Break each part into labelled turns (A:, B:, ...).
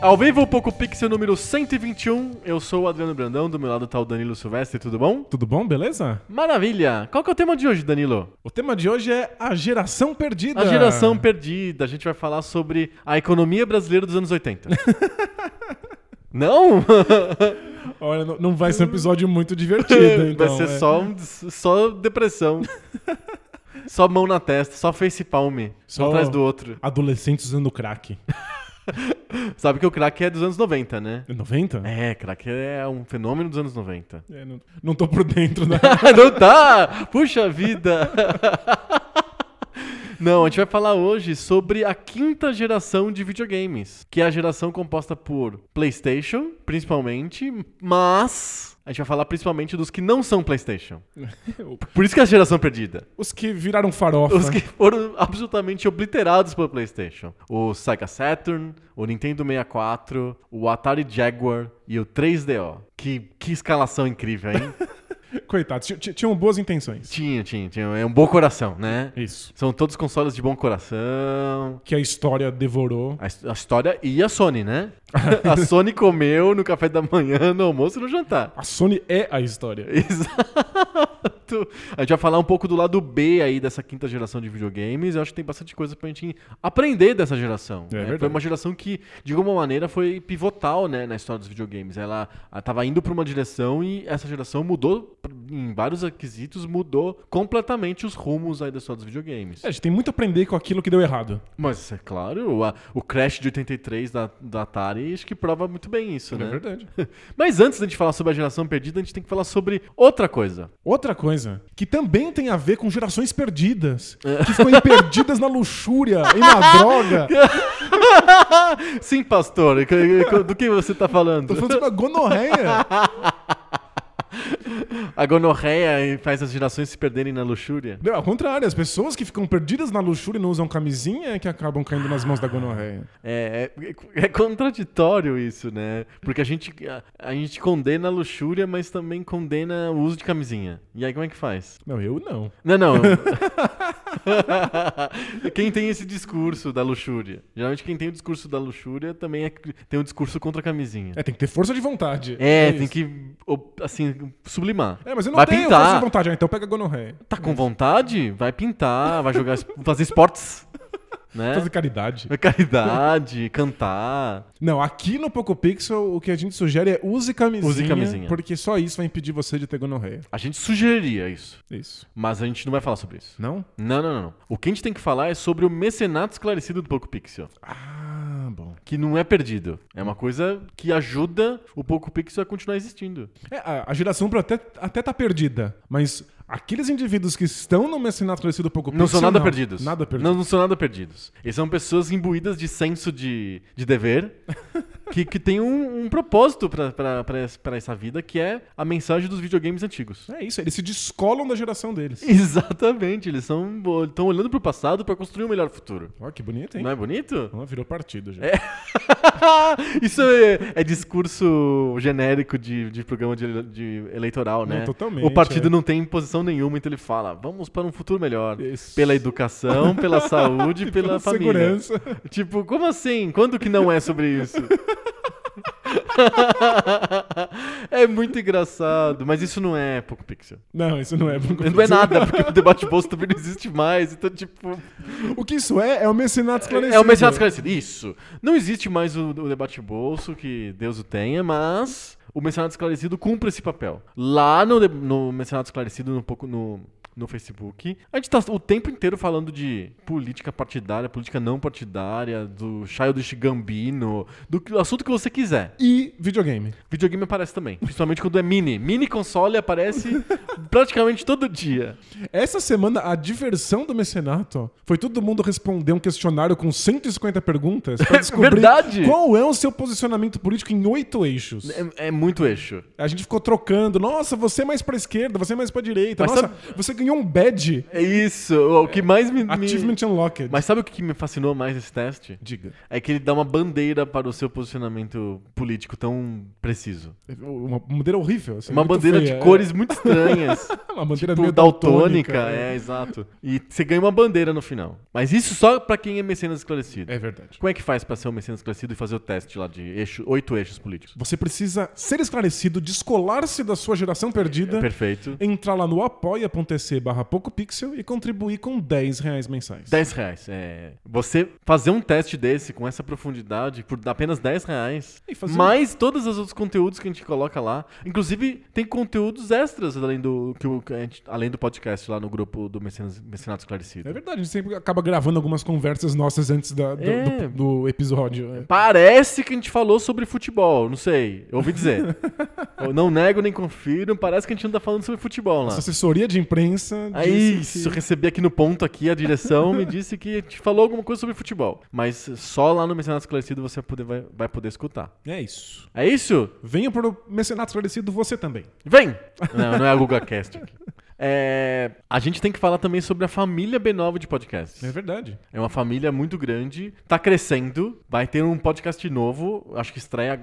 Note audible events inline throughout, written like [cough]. A: Ao vivo, Poco Pixel número 121. Eu sou o Adriano Brandão, do meu lado tá o Danilo Silvestre, tudo bom?
B: Tudo bom, beleza?
A: Maravilha! Qual que é o tema de hoje, Danilo?
B: O tema de hoje é a geração perdida.
A: A geração perdida. A gente vai falar sobre a economia brasileira dos anos [laughs] 80. Não?
B: Olha, não- não vai ser um episódio muito divertido, então.
A: [laughs] vai ser
B: é.
A: só, um- só depressão. [laughs] só mão na testa, só face palm. Um
B: Só-
A: atrás do outro.
B: Adolescentes usando crack.
A: Sabe que o crack é dos anos 90, né?
B: É 90?
A: É, crack é um fenômeno dos anos 90.
B: É, não, não tô por dentro,
A: [laughs]
B: né?
A: Não tá! Puxa vida! [laughs] Não, a gente vai falar hoje sobre a quinta geração de videogames, que é a geração composta por PlayStation, principalmente, mas a gente vai falar principalmente dos que não são PlayStation. Por isso que é a geração perdida.
B: Os que viraram farofa.
A: Os que foram absolutamente obliterados pelo PlayStation. O Sega Saturn, o Nintendo 64, o Atari Jaguar e o 3DO. Que, que escalação incrível, hein?
B: [laughs] Coitados, ti- ti- tinham boas intenções.
A: tinha, tinha, tinha. É um bom coração, né?
B: Isso.
A: São todos consoles de bom coração.
B: Que a história devorou.
A: A, his- a história e a Sony, né? [laughs] a Sony comeu no café da manhã, no almoço e no jantar.
B: A Sony é a história.
A: [laughs] Exato! A gente vai falar um pouco do lado B aí dessa quinta geração de videogames. Eu acho que tem bastante coisa pra gente aprender dessa geração.
B: É
A: né?
B: verdade.
A: Foi uma geração que, de alguma maneira, foi pivotal né, na história dos videogames. Ela ah, tava indo pra uma direção e essa geração mudou, em vários requisitos, mudou completamente os rumos aí da história dos videogames.
B: É, a gente tem muito a aprender com aquilo que deu errado.
A: Mas, é claro, a- o Crash de 83 da, da Atari acho que prova muito bem isso,
B: É
A: né?
B: verdade.
A: [laughs] Mas antes da gente falar sobre a geração perdida, a gente tem que falar sobre outra coisa.
B: Outra coisa, que também tem a ver com gerações perdidas,
A: É.
B: que ficam perdidas na luxúria
A: [laughs]
B: e na droga.
A: Sim, pastor, que- que- do que você tá
B: Tô
A: falando?
B: falando sobre a gonorreia.
A: A gonorreia faz as gerações se perderem na luxúria?
B: Não, ao contrário, as pessoas que ficam perdidas na luxúria e não usam camisinha é que acabam caindo nas mãos da gonorreia.
A: É, é, é contraditório isso, né? Porque a gente, a, a gente condena a luxúria, mas também condena o uso de camisinha. E aí como é que faz?
B: Não, eu não.
A: Não, não.
B: [laughs]
A: quem tem esse discurso da luxúria? Geralmente quem tem o discurso da luxúria também é, tem o discurso contra a camisinha.
B: É, tem que ter força de vontade.
A: É, tem
B: isso.
A: que, o- assim, sublimar.
B: É, mas eu não
A: vai
B: tenho força
A: pintar.
B: de vontade, ah, então pega a gonorreia.
A: Tá com vontade? Vai pintar, vai jogar, es- fazer
B: [laughs]
A: esportes, né?
B: Fazer caridade.
A: Vai Caridade, cantar.
B: Não, aqui no Poco Pixel o que a gente sugere é use camisinha,
A: Use camisinha.
B: porque só isso vai impedir você de ter gonorreia.
A: A gente sugeriria isso,
B: Isso.
A: mas a gente não vai falar sobre isso.
B: Não?
A: Não, não, não. não. O que a gente tem que falar é sobre o mecenato esclarecido do Poco Pixel.
B: Ah, bom.
A: que não é perdido. É uma coisa que ajuda o Poco Pixel a continuar existindo.
B: É, a, a geração pra até, até tá perdida, mas aqueles indivíduos que estão no mecenato conhecido Poco Pixel
A: Não são nada perdidos.
B: Nada perdido.
A: Não, não são nada perdidos. Eles são pessoas imbuídas de senso de, de
B: [laughs]
A: dever, que, que tem um, um propósito pra- pra pra es- pra essa vida, que é a mensagem dos videogames antigos.
B: É isso, eles se descolam da geração deles.
A: [laughs] Exatamente, eles estão olhando pro passado pra construir um melhor futuro.
B: Ó, que bonito, hein?
A: Não é
B: [laughs]
A: bonito?
B: Ó, virou partido já.
A: Isso é, é discurso genérico de, de programa de, ele- de eleitoral, né?
B: Não, totalmente,
A: O partido
B: é.
A: não tem posição nenhuma, então ele fala: vamos para um futuro melhor.
B: Isso.
A: Pela educação, pela
B: [laughs]
A: saúde, pela,
B: pela
A: família.
B: segurança.
A: Tipo, como assim? Quando que não é sobre isso? [laughs] é muito engraçado, mas isso não é pouco pixel.
B: Não, isso não é. Poco
A: Não é nada, porque o debate bolso também não existe mais. Então, tipo,
B: O que isso é, é o mecenato esclarecido.
A: é o mercado esclarecido. Isso. Não existe mais o, o debate bolso, que Deus o tenha, mas o mercenário esclarecido cumpre esse papel. Lá no, de- no mercenário esclarecido, no pouco no no Facebook. A gente tá o tempo inteiro falando de política partidária, política não partidária, do Childish Gambino, do que- assunto que você quiser.
B: E videogame.
A: Videogame aparece também, principalmente quando é mini. Mini console aparece [laughs] praticamente todo dia.
B: Essa semana, a diversão do mecenato foi todo mundo responder um questionário com 150
A: [laughs]
B: perguntas pra descobrir
A: É Verdade!
B: qual é o seu posicionamento político em oito eixos.
A: É, é muito eixo.
B: A gente ficou trocando. Nossa, você é mais pra esquerda, você é mais pra direita.
A: Mas
B: Nossa,
A: sabe-
B: você ganhou um badge.
A: É isso, o que mais me... me-
B: Achievement Unlocked.
A: Mas sabe o que me fascinou mais nesse teste?
B: Diga.
A: É que ele dá uma bandeira para o seu posicionamento político tão preciso.
B: Uma bandeira horrível. assim,
A: uma
B: muito
A: bandeira
B: feia,
A: de
B: é.
A: cores muito
B: [laughs]
A: estranhas.
B: Uma bandeira
A: tipo,
B: meio
A: daltônica,
B: daltônica,
A: é, exato. E você ganha uma bandeira no final. Mas isso só pra quem é mecenas esclarecido.
B: É verdade.
A: Como é que faz pra ser um mecenas esclarecido e fazer o teste lá de eixo- oito eixos políticos?
B: Você precisa ser esclarecido, descolar-se da sua geração perdida,
A: Perfeito.
B: entrar lá no apoia.se barra PocoPixel e contribuir com 10 reais mensais.
A: 10 reais. É. Você fazer um teste desse com essa profundidade por apenas 10 reais,
B: E fazer um-
A: mais todos os outros conteúdos que a gente coloca lá. Inclusive, tem conteúdos extras além do, que o- que a gente- além do podcast lá no grupo do Mecenas, Mecenato Esclarecido.
B: É verdade, a gente sempre acaba gravando algumas conversas nossas antes da- do,
A: É.
B: do- do episódio. é.
A: Parece que a gente falou sobre futebol, não sei, eu ouvi
B: [laughs]
A: dizer. eu não nego nem confiro, parece que a gente não tá falando sobre futebol lá.
B: Nossa assessoria de imprensa
A: É
B: disse
A: isso,
B: que-
A: recebi aqui no ponto aqui a direção me disse que te falou alguma coisa sobre futebol, mas só lá no Mecenato Esclarecido você vai poder- vai, vai poder escutar.
B: É isso.
A: É isso?
B: Venha pro Mecenato Esclarecido você também.
A: Vem! Não, não é a GugaCast aqui. É, a gente tem que falar também sobre a família B9 de podcasts.
B: É verdade.
A: É uma família muito grande, tá crescendo, vai ter um podcast novo, acho que estreia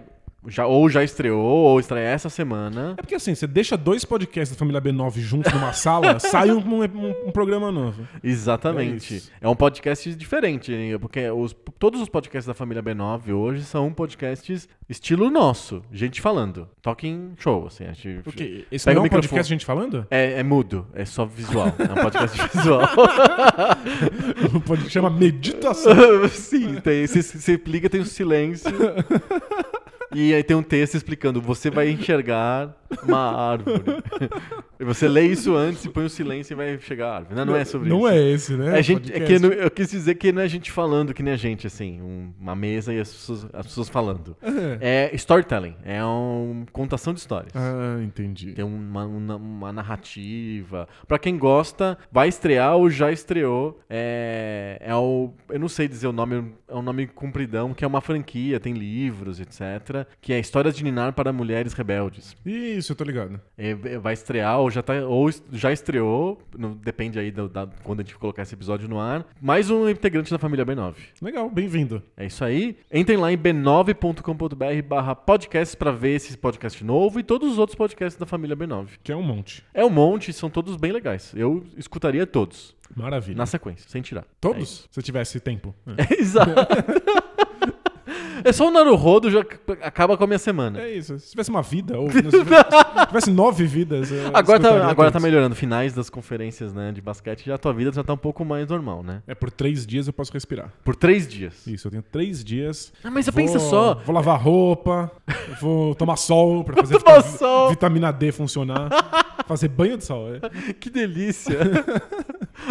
A: já ou já estreou ou estreia essa semana.
B: É porque assim, você deixa dois podcasts da família B9 juntos numa sala,
A: [laughs]
B: sai um, um- um programa novo. É
A: Exatamente.
B: isso.
A: É, um podcast diferente, né? porque os- todos os podcasts da família B9 hoje são podcasts estilo nosso, gente falando, talking show, assim, a gente
B: Porque esse
A: Pega
B: não é um
A: o microfone.
B: podcast de gente falando? [laughs]
A: É, é mudo, é só visual. É um podcast [laughs] visual.
B: O podcast chama Meditação.
A: [laughs] Sim, tem, você, você liga, tem um silêncio. E aí tem um texto explicando: você vai enxergar uma árvore. [laughs] E você lê isso antes e põe o silêncio e vai chegar à árvore. Não, não é sobre
B: Não
A: isso.
B: é esse, né?
A: É gente, é
B: Podcast.
A: que não- eu quis dizer que não é gente falando que nem a gente, assim, um- uma mesa e as pessoas, as pessoas falando. É storytelling, é uma contação de histórias.
B: Ah, entendi.
A: Tem é uma, uma- uma narrativa. Pra quem gosta, vai estrear ou já estreou. É, é o. Eu não sei dizer o nome, é um nome compridão, que é uma franquia, tem livros, etc. Que é Histórias de Ninar para Mulheres Rebeldes.
B: Isso, eu tô ligado.
A: É, é, vai estrear ou já, tá, ou est- já estreou, não- depende aí do- da, quando a gente colocar esse episódio no ar. Mais um integrante da família B9.
B: Legal, bem-vindo.
A: É isso aí. Entrem lá em b9.com.br barra podcast pra ver esse podcast novo e todos os outros podcasts da família B9.
B: Que é um monte.
A: É um monte, são todos bem legais. Eu escutaria todos,
B: Maravilha.
A: na sequência, sem tirar. É isso.
B: Todos? se tivesse
A: [laughs]
B: tempo.
A: É, exato. é só o Naruhodo já c- acaba com a minha semana.
B: É isso. Se tivesse uma vida,
A: [laughs]
B: ou se tivesse, se tivesse nove vidas. eu
A: Agora tá,
B: escutaria
A: agora tá
B: todos.
A: melhorando. Finais das conferências né, de basquete, já a tua vida já tá um pouco mais normal, né?
B: É, por três dias eu posso respirar.
A: Por três dias.
B: [laughs] Isso, eu tenho três dias.
A: Ah, mas
B: eu
A: você pensa só.
B: Vou lavar roupa, vou
A: [laughs]
B: tomar sol pra fazer
A: tomar
B: vita-
A: sol.
B: vitamina
A: [laughs]
B: D funcionar. fazer banho de sol. É.
A: Que delícia! [laughs]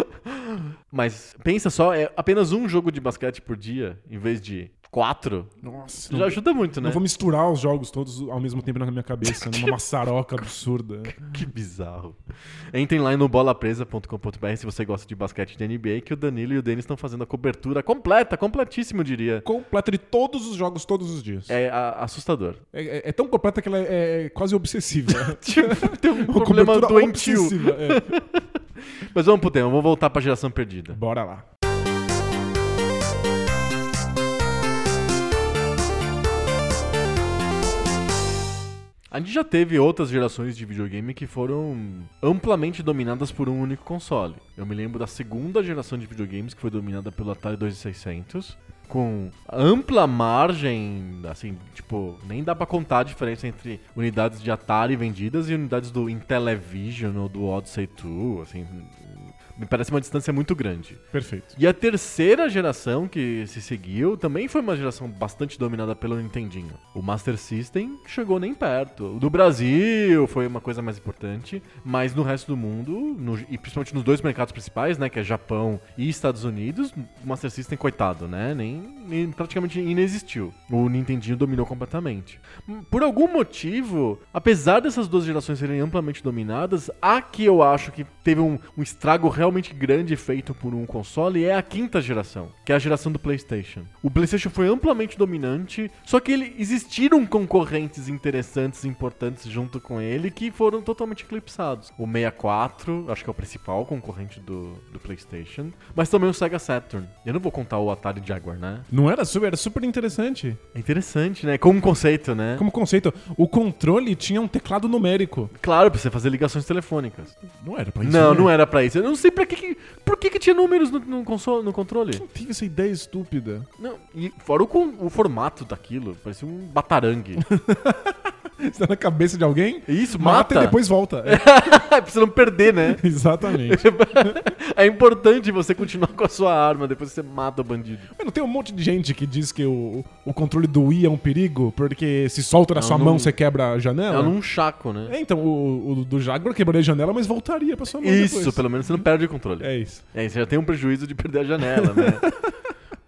A: Mas pensa só, é apenas um jogo de basquete por dia, em vez de quatro.
B: Nossa.
A: Já ajuda muito, né?
B: Não vou misturar os jogos todos ao mesmo tempo na minha cabeça,
A: [laughs]
B: numa maçaroca absurda.
A: Que bizarro. Entrem lá no bolapresa.com.br se você gosta de basquete de NBA, que o Danilo e o Denis estão fazendo a cobertura completa, completíssima, eu diria.
B: Completa de todos os jogos, todos os dias. É,
A: É a- assustador. [laughs]
B: é- é tão completa que ela é, é quase obsessiva.
A: Tipo, tem um
B: Uma
A: problema
B: cobertura
A: doentio.
B: obsessiva, é.
A: Mas vamos pro tema, vamos voltar pra geração perdida.
B: Bora lá.
A: A gente já teve outras gerações de videogame que foram amplamente dominadas por um único console. Eu me lembro da segunda geração de videogames que foi dominada pelo Atari 2600, com ampla margem, assim, tipo, nem dá pra contar a diferença entre unidades de Atari vendidas e unidades do Intellivision ou do Odyssey 2, assim, Me parece uma distância muito grande.
B: Perfeito.
A: E a terceira geração que se seguiu também foi uma geração bastante dominada pelo Nintendinho. O Master System chegou nem perto. O do Brasil foi uma coisa mais importante, mas no resto do mundo, no- e principalmente nos dois mercados principais, né, que é Japão e Estados Unidos, o Master System, coitado, né, nem, nem- praticamente inexistiu. O Nintendinho dominou completamente. Por algum motivo, apesar dessas duas gerações serem amplamente dominadas, a que eu acho que teve um, um estrago realmente grande feito por um console é a quinta geração, que é a geração do PlayStation. O PlayStation foi amplamente dominante, só que ele existiram concorrentes interessantes e importantes junto com ele que foram totalmente eclipsados. O 64, acho que é o principal concorrente do, do PlayStation, mas também o Sega Saturn. Eu não vou contar o Atari Jaguar, né?
B: Não era super, era super interessante.
A: É interessante, né? Como conceito, né?
B: Como conceito, o controle tinha um teclado numérico.
A: Claro, pra você fazer ligações telefônicas.
B: Não era pra isso.
A: Não, é.
B: né?
A: não era pra isso. Eu não sei pra que. que por que, que tinha números no, no console, no controle?
B: Tive essa ideia estúpida.
A: Não, e fora o, con- o formato daquilo, parecia um batarangue.
B: Está tá na cabeça de alguém?
A: [laughs] Isso,
B: Mata,
A: mata. Ah,
B: e
A: [laughs]
B: depois volta. [laughs] É,
A: pra você não perder, né?
B: exatamente.
A: é importante você continuar com a sua arma depois que você mata o bandido.
B: Mas não tem um monte de gente que diz que o, o controle do Wii é um perigo, porque se solta na
A: Não,
B: sua
A: não-
B: mão você quebra a
A: É,
B: janela?
A: um chaco, né?
B: É, então, o, o do Jaguar quebraria a janela, mas voltaria pra sua mão
A: Isso,
B: depois.
A: pelo menos você não perde o controle.
B: É isso.
A: É, você já tem um prejuízo de perder a janela, [laughs] né?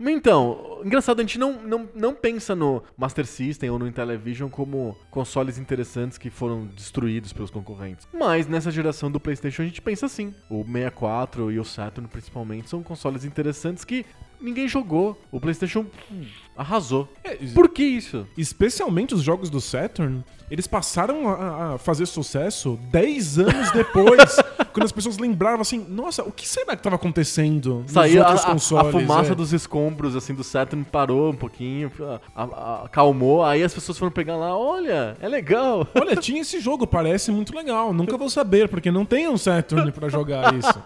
A: Mas Então, engraçado, a gente não, não, não pensa no Master System ou no Intellivision como consoles interessantes que foram destruídos pelos concorrentes. Mas nessa geração do PlayStation a gente pensa assim. O 64 e o Saturn, principalmente, são consoles interessantes que ninguém jogou. O PlayStation hum, arrasou. É, Por que isso?
B: Especialmente os jogos do Saturn, eles passaram a, a fazer sucesso 10
A: [laughs]
B: anos depois, quando as pessoas lembravam assim, nossa, o que será que tava acontecendo nos
A: Saiu a,
B: outros
A: a- a
B: consoles?
A: fumaça
B: é.
A: dos escombros, assim, do Saturn parou um pouquinho, a- a- acalmou, aí as pessoas foram pegar lá, olha, é legal.
B: Olha, tinha esse jogo, parece muito legal. Nunca vou saber, porque não tem um Saturn pra jogar isso.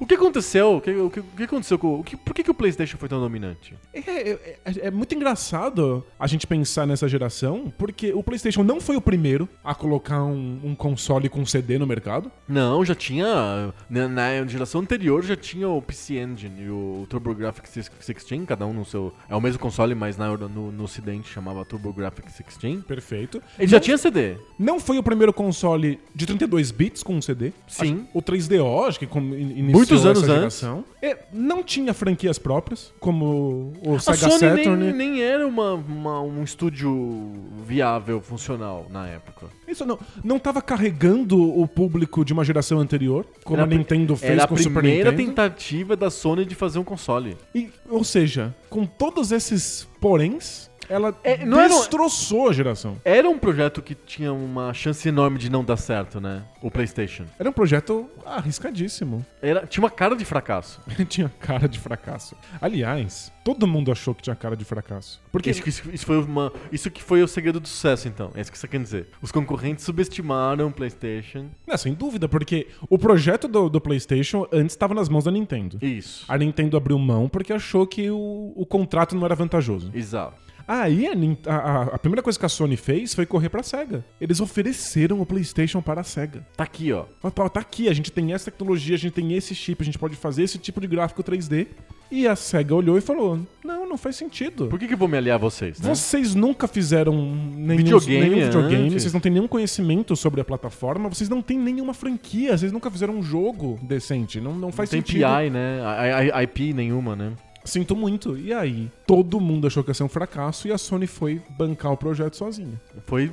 A: O que aconteceu? O que, o que- o que aconteceu com o que, por que, que o PlayStation foi tão dominante?
B: [laughs] É, é- é- é muito engraçado a gente pensar nessa geração, porque o PlayStation não foi o primeiro a colocar um, um console com CD no mercado.
A: Não, já tinha na, na geração anterior já tinha o PC Engine e o TurboGrafx 16, cada um no seu é o mesmo console, mas na no, no ocidente chamava TurboGrafx 16.
B: Perfeito.
A: Ele já tinha CD.
B: Não foi o primeiro console de 32 bits com um CD.
A: Sim.
B: Acho- O 3DO, acho que como in- iniciou
A: Muitos anos
B: essa
A: antes.
B: geração. É, não tinha franquias próprias, como o
A: A
B: Sega
A: Sony nem,
B: Saturn.
A: nem era uma- uma- um estúdio viável, funcional na época.
B: Isso não, não tava carregando o público de uma geração anterior, como
A: Era
B: a
A: pri-
B: Nintendo fez
A: era a
B: com o Super
A: primeira
B: Nintendo.
A: tentativa da Sony de fazer um console.
B: E, ou seja, com todos esses poréns, ela
A: É, não era um-
B: destroçou a geração.
A: Era um projeto que tinha uma chance enorme de não dar certo, né? O PlayStation.
B: Era um projeto arriscadíssimo. [laughs]
A: Era, tinha uma cara de fracasso.
B: tinha cara de fracasso. Aliás, todo mundo achou que tinha cara de fracasso. Porque
A: Isso, que- isso, isso foi uma, isso que foi o segredo do sucesso, então. É isso que você quer dizer. Os concorrentes subestimaram o PlayStation.
B: Não, sem dúvida, porque o projeto do, do PlayStation antes estava nas mãos da Nintendo.
A: Isso.
B: A Nintendo abriu mão porque achou que o, o contrato não era vantajoso.
A: Exato.
B: Aí a, Nin- a- a- a primeira coisa que a Sony fez foi correr pra Sega. Eles ofereceram o PlayStation para a Sega.
A: Tá aqui, ó.
B: Ó, tá, tá aqui, a gente tem essa tecnologia, a gente tem esse chip, a gente pode fazer esse tipo de gráfico 3D. E a Sega olhou e falou: Não, não faz sentido.
A: Por que, que eu vou me aliar a vocês, né?
B: Vocês nunca fizeram nenhum
A: Videogame
B: nenhum videogame,
A: antes.
B: vocês não têm nenhum conhecimento sobre a plataforma, vocês não têm nenhuma franquia, vocês nunca fizeram um jogo decente. Não, não
A: Não
B: faz
A: tem
B: sentido.
A: PI, né? I- I- IP nenhuma, né?
B: Sinto muito. E aí? Todo mundo achou que ia ser um fracasso e a Sony foi bancar o projeto sozinha.
A: Foi,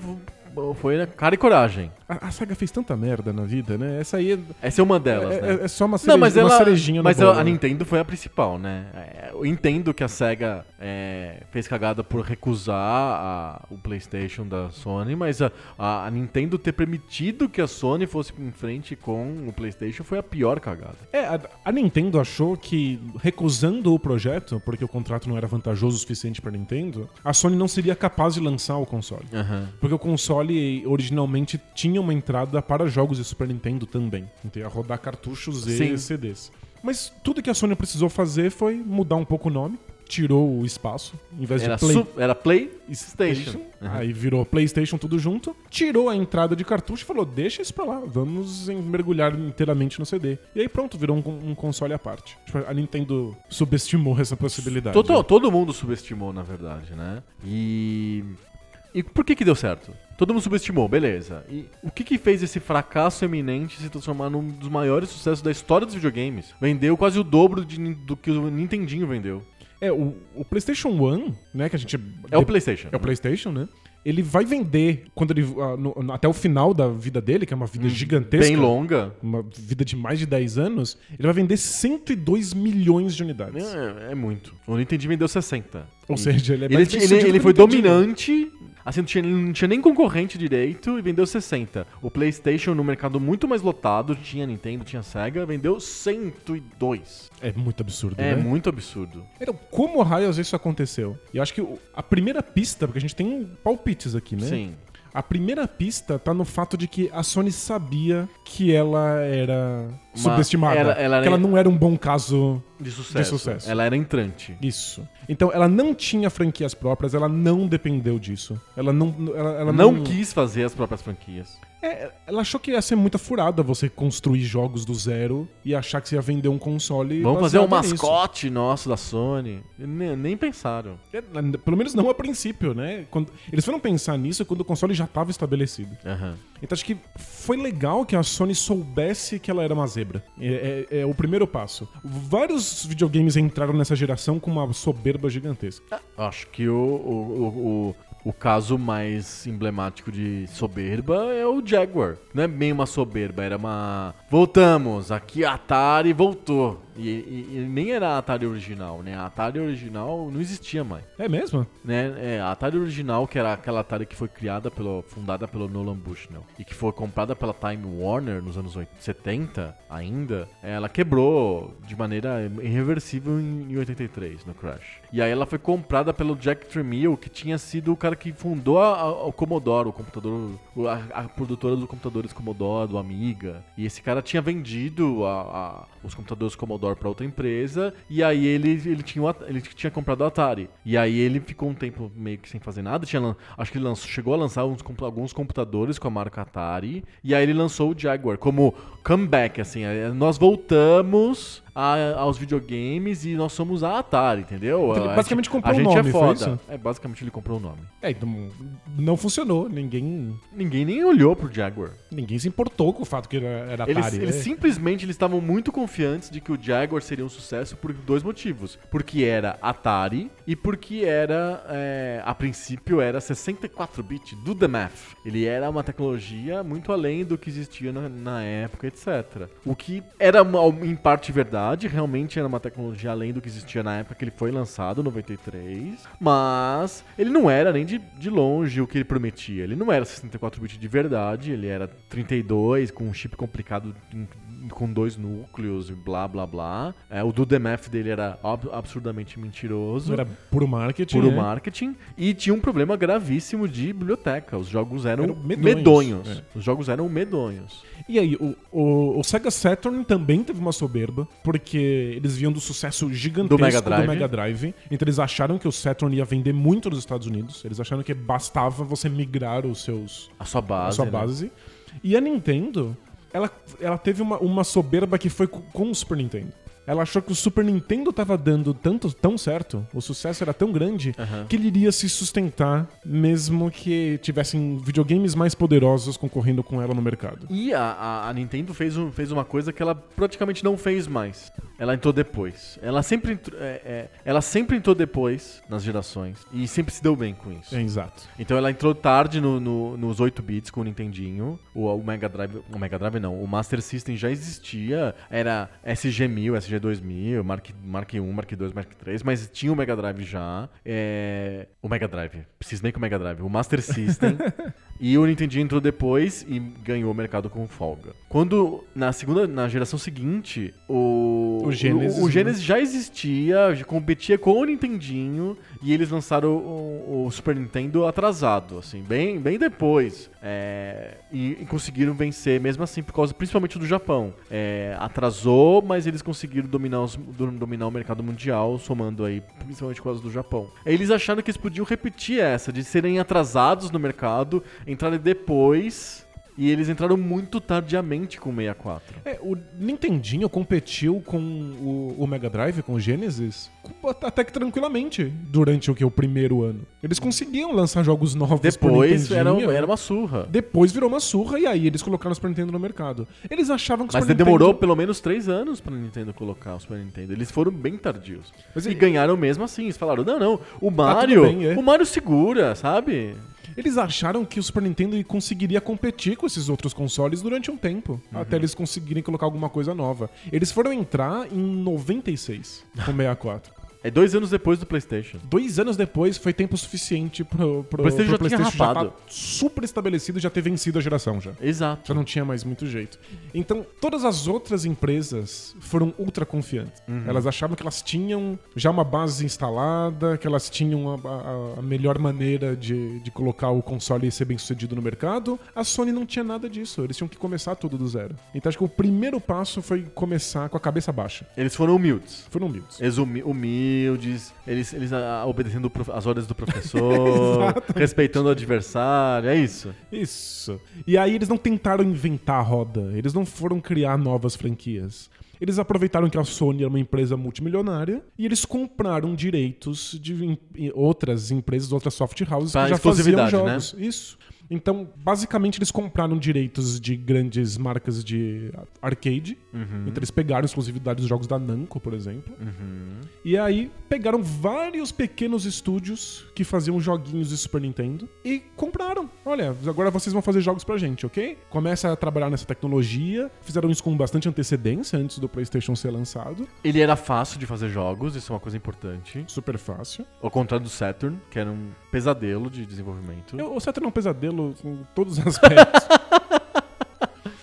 A: foi na cara e coragem.
B: A, a saga fez tanta merda na vida, né? Essa aí é,
A: Essa é uma delas,
B: é-
A: né?
B: é- é só uma, cereja,
A: Não, mas
B: uma
A: ela,
B: cerejinha no
A: mas
B: bolo,
A: a, a
B: né?
A: Nintendo foi a principal, né? É, Eu entendo que a Sega é, fez cagada por recusar a- o PlayStation da Sony, mas a, a- a Nintendo ter permitido que a Sony fosse em frente com o PlayStation foi a pior cagada.
B: É, a, a Nintendo achou que recusando o projeto, porque o contrato não era vantajoso o suficiente pra Nintendo, a Sony não seria capaz de lançar o console. Porque o console originalmente tinha uma entrada para jogos de Super Nintendo também. Então ia rodar cartuchos e
A: Sim.
B: CDs. Mas tudo que a Sony precisou fazer foi mudar um pouco o nome, tirou o espaço, em vez
A: Era,
B: de Play Ah,
A: su- era Play e Station.
B: Aí virou PlayStation tudo junto, tirou a entrada de cartucho e falou: deixa isso pra lá, vamos em- mergulhar inteiramente no CD. E aí pronto, virou um, con- um console à parte. Tipo, a Nintendo subestimou essa possibilidade.
A: Todo, todo mundo subestimou, na verdade, né? E. E por que que deu certo? Todo mundo subestimou, beleza. E o que que fez esse fracasso eminente se transformar num dos maiores sucessos da história dos videogames? Vendeu quase o dobro de nin- do que o Nintendinho vendeu.
B: É, o, o PlayStation One, né, que a gente.
A: É o PlayStation.
B: É o PlayStation, né? Ele vai vender quando ele ah, no- no- até o final da vida dele, que é uma vida gigantesca.
A: Hum, Bem longa.
B: Uma vida de mais de 10 anos, ele vai vender 102 milhões de unidades.
A: É, é muito. O Nintendinho vendeu 60.
B: Ou
A: E-
B: seja, ele é
A: Ele,
B: mais
A: ti-
B: bem
A: ele,
B: sucedido
A: ele
B: que o
A: foi
B: Nintendinho.
A: dominante, assim, não tinha, não tinha nem concorrente direito e vendeu 60. O PlayStation, no mercado muito mais lotado, tinha Nintendo, tinha Sega, vendeu 102.
B: É muito absurdo,
A: É
B: né?
A: muito absurdo.
B: Então, como raios isso aconteceu? E eu acho que o- a primeira pista, porque a gente tem palpites aqui, né?
A: Sim.
B: A primeira pista tá no fato de que a Sony sabia que ela era subestimada.
A: era- ela era-
B: que ela não era um bom caso
A: De sucesso.
B: De sucesso.
A: Ela era entrante.
B: Isso. Então, ela não tinha franquias próprias, ela não dependeu disso. Ela não. Ela, ela
A: não, quis fazer as próprias franquias.
B: É, ela achou que ia ser muita furada você construir jogos do zero e achar que você ia vender um console.
A: Vamos fazer um
B: baseado nisso.
A: mascote nosso da Sony. Ne- nem pensaram.
B: É, n- Pelo menos não a princípio, né? Quando- eles foram pensar nisso quando o console já estava estabelecido.
A: Aham.
B: Então acho que foi legal que a Sony soubesse que ela era uma zebra. É, é- é o primeiro passo. Vários videogames entraram nessa geração com uma soberba gigantesca.
A: Ah. Acho que o, o, o, o- o caso mais emblemático de soberba é o Jaguar. Não é bem uma soberba, era uma. Voltamos, aqui a Atari voltou. E, e- e nem era a Atari original, né? A Atari original não existia mais.
B: É mesmo?
A: Né? É, a Atari original, que era aquela Atari que foi criada pelo, fundada pelo Nolan Bushnell e que foi comprada pela Time Warner nos anos 80, 70 ainda, ela quebrou de maneira irreversível em, em 83, no Crash. E aí ela foi comprada pelo Jack Tramiel, que tinha sido o cara que fundou a- a- o Commodore, o computador, o- a, a produtora dos computadores Commodore, do Amiga. E esse cara tinha vendido a- a- os computadores Commodore para outra empresa, e aí ele, ele, tinha, o At- ele tinha comprado o Atari. E aí ele ficou um tempo meio que sem fazer nada, tinha, lan- acho que ele lançou- chegou a lançar uns compu- alguns computadores com a marca Atari, e aí ele lançou o Jaguar como comeback, assim, é, nós voltamos... a- aos videogames e nós somos a Atari, entendeu?
B: Então ele
A: A
B: basicamente
A: gente-
B: comprou
A: a
B: o
A: gente
B: nome,
A: é
B: foi
A: foda.
B: isso?
A: É, basicamente ele comprou o nome.
B: É, então não funcionou. Ninguém,
A: Ninguém nem olhou pro Jaguar.
B: ninguém se importou com o fato que era, era
A: Eles,
B: Atari.
A: eles
B: né?
A: simplesmente eles estavam muito confiantes de que o Jaguar seria um sucesso por dois motivos. Porque era Atari e porque era, é, a princípio, era 64-bit do The Math. Ele era uma tecnologia muito além do que existia na, na época, etc. O que era, uma- em parte, verdade. Realmente era uma tecnologia além do que existia na época que ele foi lançado, 93. Mas ele não era nem de, de longe o que ele prometia. Ele não era 64-bit de verdade, ele era 32, com um chip complicado em- com dois núcleos e blá blá blá. É, o do DMF dele era ab- absurdamente mentiroso.
B: Era puro marketing.
A: Puro
B: né?
A: marketing e tinha um problema gravíssimo de biblioteca. Os jogos eram,
B: Eram medonhos,
A: medonhos.
B: é.
A: Os jogos eram medonhos.
B: E aí, o, o- o Sega Saturn também teve uma soberba, porque eles vinham do sucesso gigantesco
A: Do Mega Drive.
B: Mega Drive. Então eles acharam que o Saturn ia vender muito nos Estados Unidos. Eles acharam que bastava você migrar os seus,
A: A sua base.
B: a sua
A: né?
B: base. E a Nintendo, ela, ela teve uma, uma soberba que foi co- com o Super Nintendo. Ela achou que o Super Nintendo tava dando tanto, tão certo, o sucesso era tão grande, que ele iria se sustentar mesmo que tivessem videogames mais poderosos concorrendo com ela no mercado.
A: E a, a- a Nintendo fez, um- fez uma coisa que ela praticamente não fez mais. Ela entrou depois. Ela sempre, entrou- é, é, ela sempre entrou depois nas gerações. E sempre se deu bem com isso.
B: É, exato.
A: Então ela entrou tarde no- no- nos 8 bits com o Nintendinho. O, o Mega Drive. O Mega Drive não. O Master System já existia. Era SG1000, SG2000, Mark, Mark I, Mark II, Mark III. Mas tinha o Mega Drive já. É, o Mega Drive. Preciso nem com o Mega Drive. O Master
B: [laughs]
A: System. E o Nintendinho entrou depois e ganhou o mercado com folga. Quando, na segunda, na geração seguinte, o... o,
B: O Genesis,
A: o- o
B: né?
A: Genesis já existia, já competia com o Nintendinho e eles lançaram o, o- o Super Nintendo atrasado, assim, bem, bem depois. É, e, e conseguiram vencer mesmo assim, por causa principalmente do Japão. É, atrasou, mas eles conseguiram dominar, os- do- dominar o mercado mundial, somando aí principalmente por causa do Japão. Eles acharam que eles podiam repetir essa, de serem atrasados no mercado, entrarem depois. E eles entraram muito tardiamente com o 64.
B: É, o Nintendinho competiu com o, o Mega Drive, com o Genesis, com- até que tranquilamente, durante o que? O primeiro ano. Eles conseguiam lançar jogos novos pro
A: Depois era, um,
B: Nintendinho. né?
A: era uma surra.
B: Depois virou uma surra e aí eles colocaram o Super Nintendo no mercado. Eles achavam que o
A: Mas
B: Super
A: demorou
B: Nintendo...
A: pelo menos três anos pra Nintendo colocar o Super Nintendo. Eles foram bem tardios.
B: Mas
A: e
B: ele-
A: ganharam mesmo assim. Eles falaram, não, não, o Mario,
B: tudo bem, é."
A: o Mario segura, sabe?
B: Eles acharam que o Super Nintendo conseguiria competir com esses outros consoles durante um tempo,
A: Uhum.
B: até eles conseguirem colocar alguma coisa nova. Eles foram entrar em 96 com o 64.
A: É dois anos depois do PlayStation.
B: Dois anos depois foi tempo suficiente pro, pro,
A: PlayStation
B: pro
A: já tinha
B: PlayStation já
A: rapado.
B: tá super estabelecido, já ter vencido a geração já.
A: Exato.
B: Já não tinha mais muito jeito. Então, todas as outras empresas foram ultra confiantes.
A: Uhum.
B: Elas achavam que elas tinham já uma base instalada, que elas tinham a, a- a melhor maneira de, de colocar o console e ser bem sucedido no mercado. A Sony não tinha nada disso. Eles tinham que começar tudo do zero. Então, acho que o primeiro passo foi começar com a cabeça baixa.
A: Eles foram humildes.
B: Foram humildes.
A: Eles humi- humildes, eles, eles ah, obedecendo o prof- as ordens
B: [laughs]
A: do professor, respeitando o adversário, é isso.
B: Isso. E aí eles não tentaram inventar a roda, eles não foram criar novas franquias. Eles aproveitaram que a Sony era uma empresa multimilionária e eles compraram direitos de em- em outras empresas, outras soft houses
A: Pra
B: que já faziam
A: exclusividade, né?
B: jogos. Isso. Então, basicamente, eles compraram direitos de grandes marcas de arcade.
A: Uhum.
B: Então, eles pegaram a exclusividade dos jogos da Namco, por exemplo. E aí pegaram vários pequenos estúdios que faziam joguinhos de Super Nintendo e compraram. Olha, agora vocês vão fazer jogos pra gente, ok? Começa a trabalhar nessa tecnologia. Fizeram isso com bastante antecedência antes do PlayStation ser lançado.
A: Ele era fácil de fazer jogos, isso é uma coisa importante.
B: Super fácil.
A: Ao contrário do Saturn, que era um pesadelo de desenvolvimento.
B: Eu, o Saturn é um pesadelo em todos os [laughs] aspectos.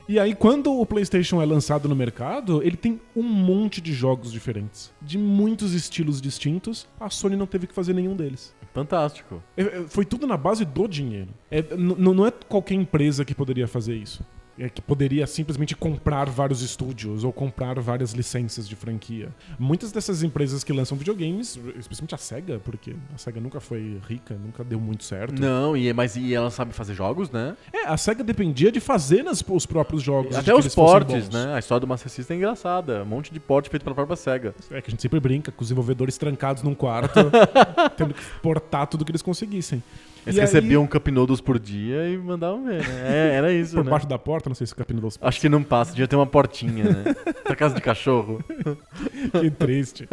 B: E aí, quando o PlayStation é lançado no mercado, ele tem um monte de jogos diferentes, de muitos estilos distintos. A Sony não teve que fazer nenhum deles.
A: Fantástico.
B: É, é, Foi tudo na base do dinheiro. É, n- n- não é qualquer empresa que poderia fazer isso. É que poderia simplesmente comprar vários estúdios ou comprar várias licenças de franquia. Muitas dessas empresas que lançam videogames, especialmente a SEGA, porque a SEGA nunca foi rica, nunca deu muito certo.
A: Não, e, é, mas e ela sabe fazer jogos, né?
B: É, a SEGA dependia de fazer as- os próprios jogos. de
A: Até
B: que
A: os
B: eles fossem
A: portes,
B: bons.
A: né? A história do Master System é engraçada. Um monte de porte feito pela própria SEGA.
B: É que a gente sempre brinca com os desenvolvedores trancados num
A: [laughs]
B: quarto, tendo que portar tudo que eles conseguissem.
A: Eles
B: E aí,
A: recebiam um Cup Noodles por dia e mandavam ver, né? É,
B: [laughs]
A: era isso,
B: por
A: né?
B: baixo da porta, não sei se o capim dos
A: Acho que não passa, devia ter uma portinha, né?
B: [laughs]
A: pra casa de cachorro.
B: Que triste.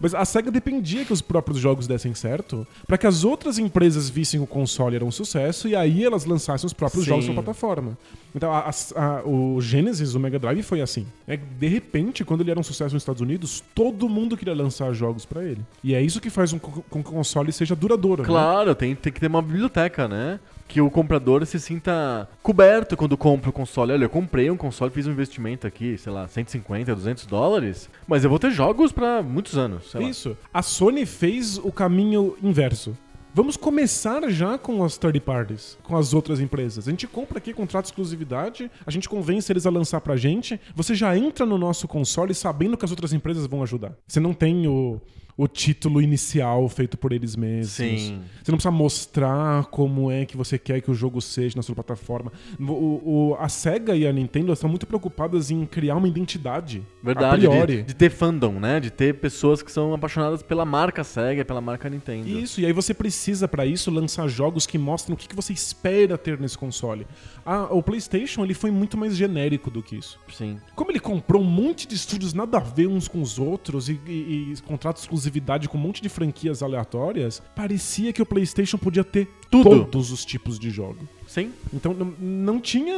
B: Mas a SEGA dependia que os próprios jogos dessem certo pra que as outras empresas vissem que o console era um sucesso e aí elas lançassem os próprios
A: Sim.
B: jogos na plataforma. Então a- a- a- o Genesis, o Mega Drive, foi assim. É, que, de repente, quando ele era um sucesso nos Estados Unidos, todo mundo queria lançar jogos pra ele. E é isso que faz um co- com que o console seja duradouro. né?
A: Claro, tem, tem que ter uma biblioteca, né? Que o comprador se sinta coberto quando compra o console. Olha, eu comprei um console, fiz um investimento aqui, sei lá, 150, 200 dólares, mas eu vou ter jogos pra muitos anos, sei lá.
B: Isso. A Sony fez o caminho inverso. Vamos começar já com as third parties, com as outras empresas. A gente compra aqui contrato de exclusividade, a gente convence eles a lançar pra gente. Você já entra no nosso console sabendo que as outras empresas vão ajudar. Você não tem o, o título inicial feito por eles mesmos.
A: Sim.
B: Você não precisa mostrar como é que você quer que o jogo seja na sua plataforma. O- o- a SEGA e a Nintendo estão muito preocupadas em criar uma identidade. a
A: Verdade,
B: priori.
A: de, de ter fandom, né? De ter pessoas que são apaixonadas pela marca SEGA, e pela marca Nintendo.
B: Isso, e aí você precisa pra isso lançar jogos que mostram o que, que você espera ter nesse console. Ah, o PlayStation ele foi muito mais genérico do que isso.
A: Sim.
B: Como ele comprou um monte de estúdios nada a ver uns com os outros e, e, e contrata exclusividade com um monte de franquias aleatórias, parecia que o PlayStation podia ter
A: Tudo.
B: todos os tipos de jogo.
A: Sim.
B: Então não, não tinha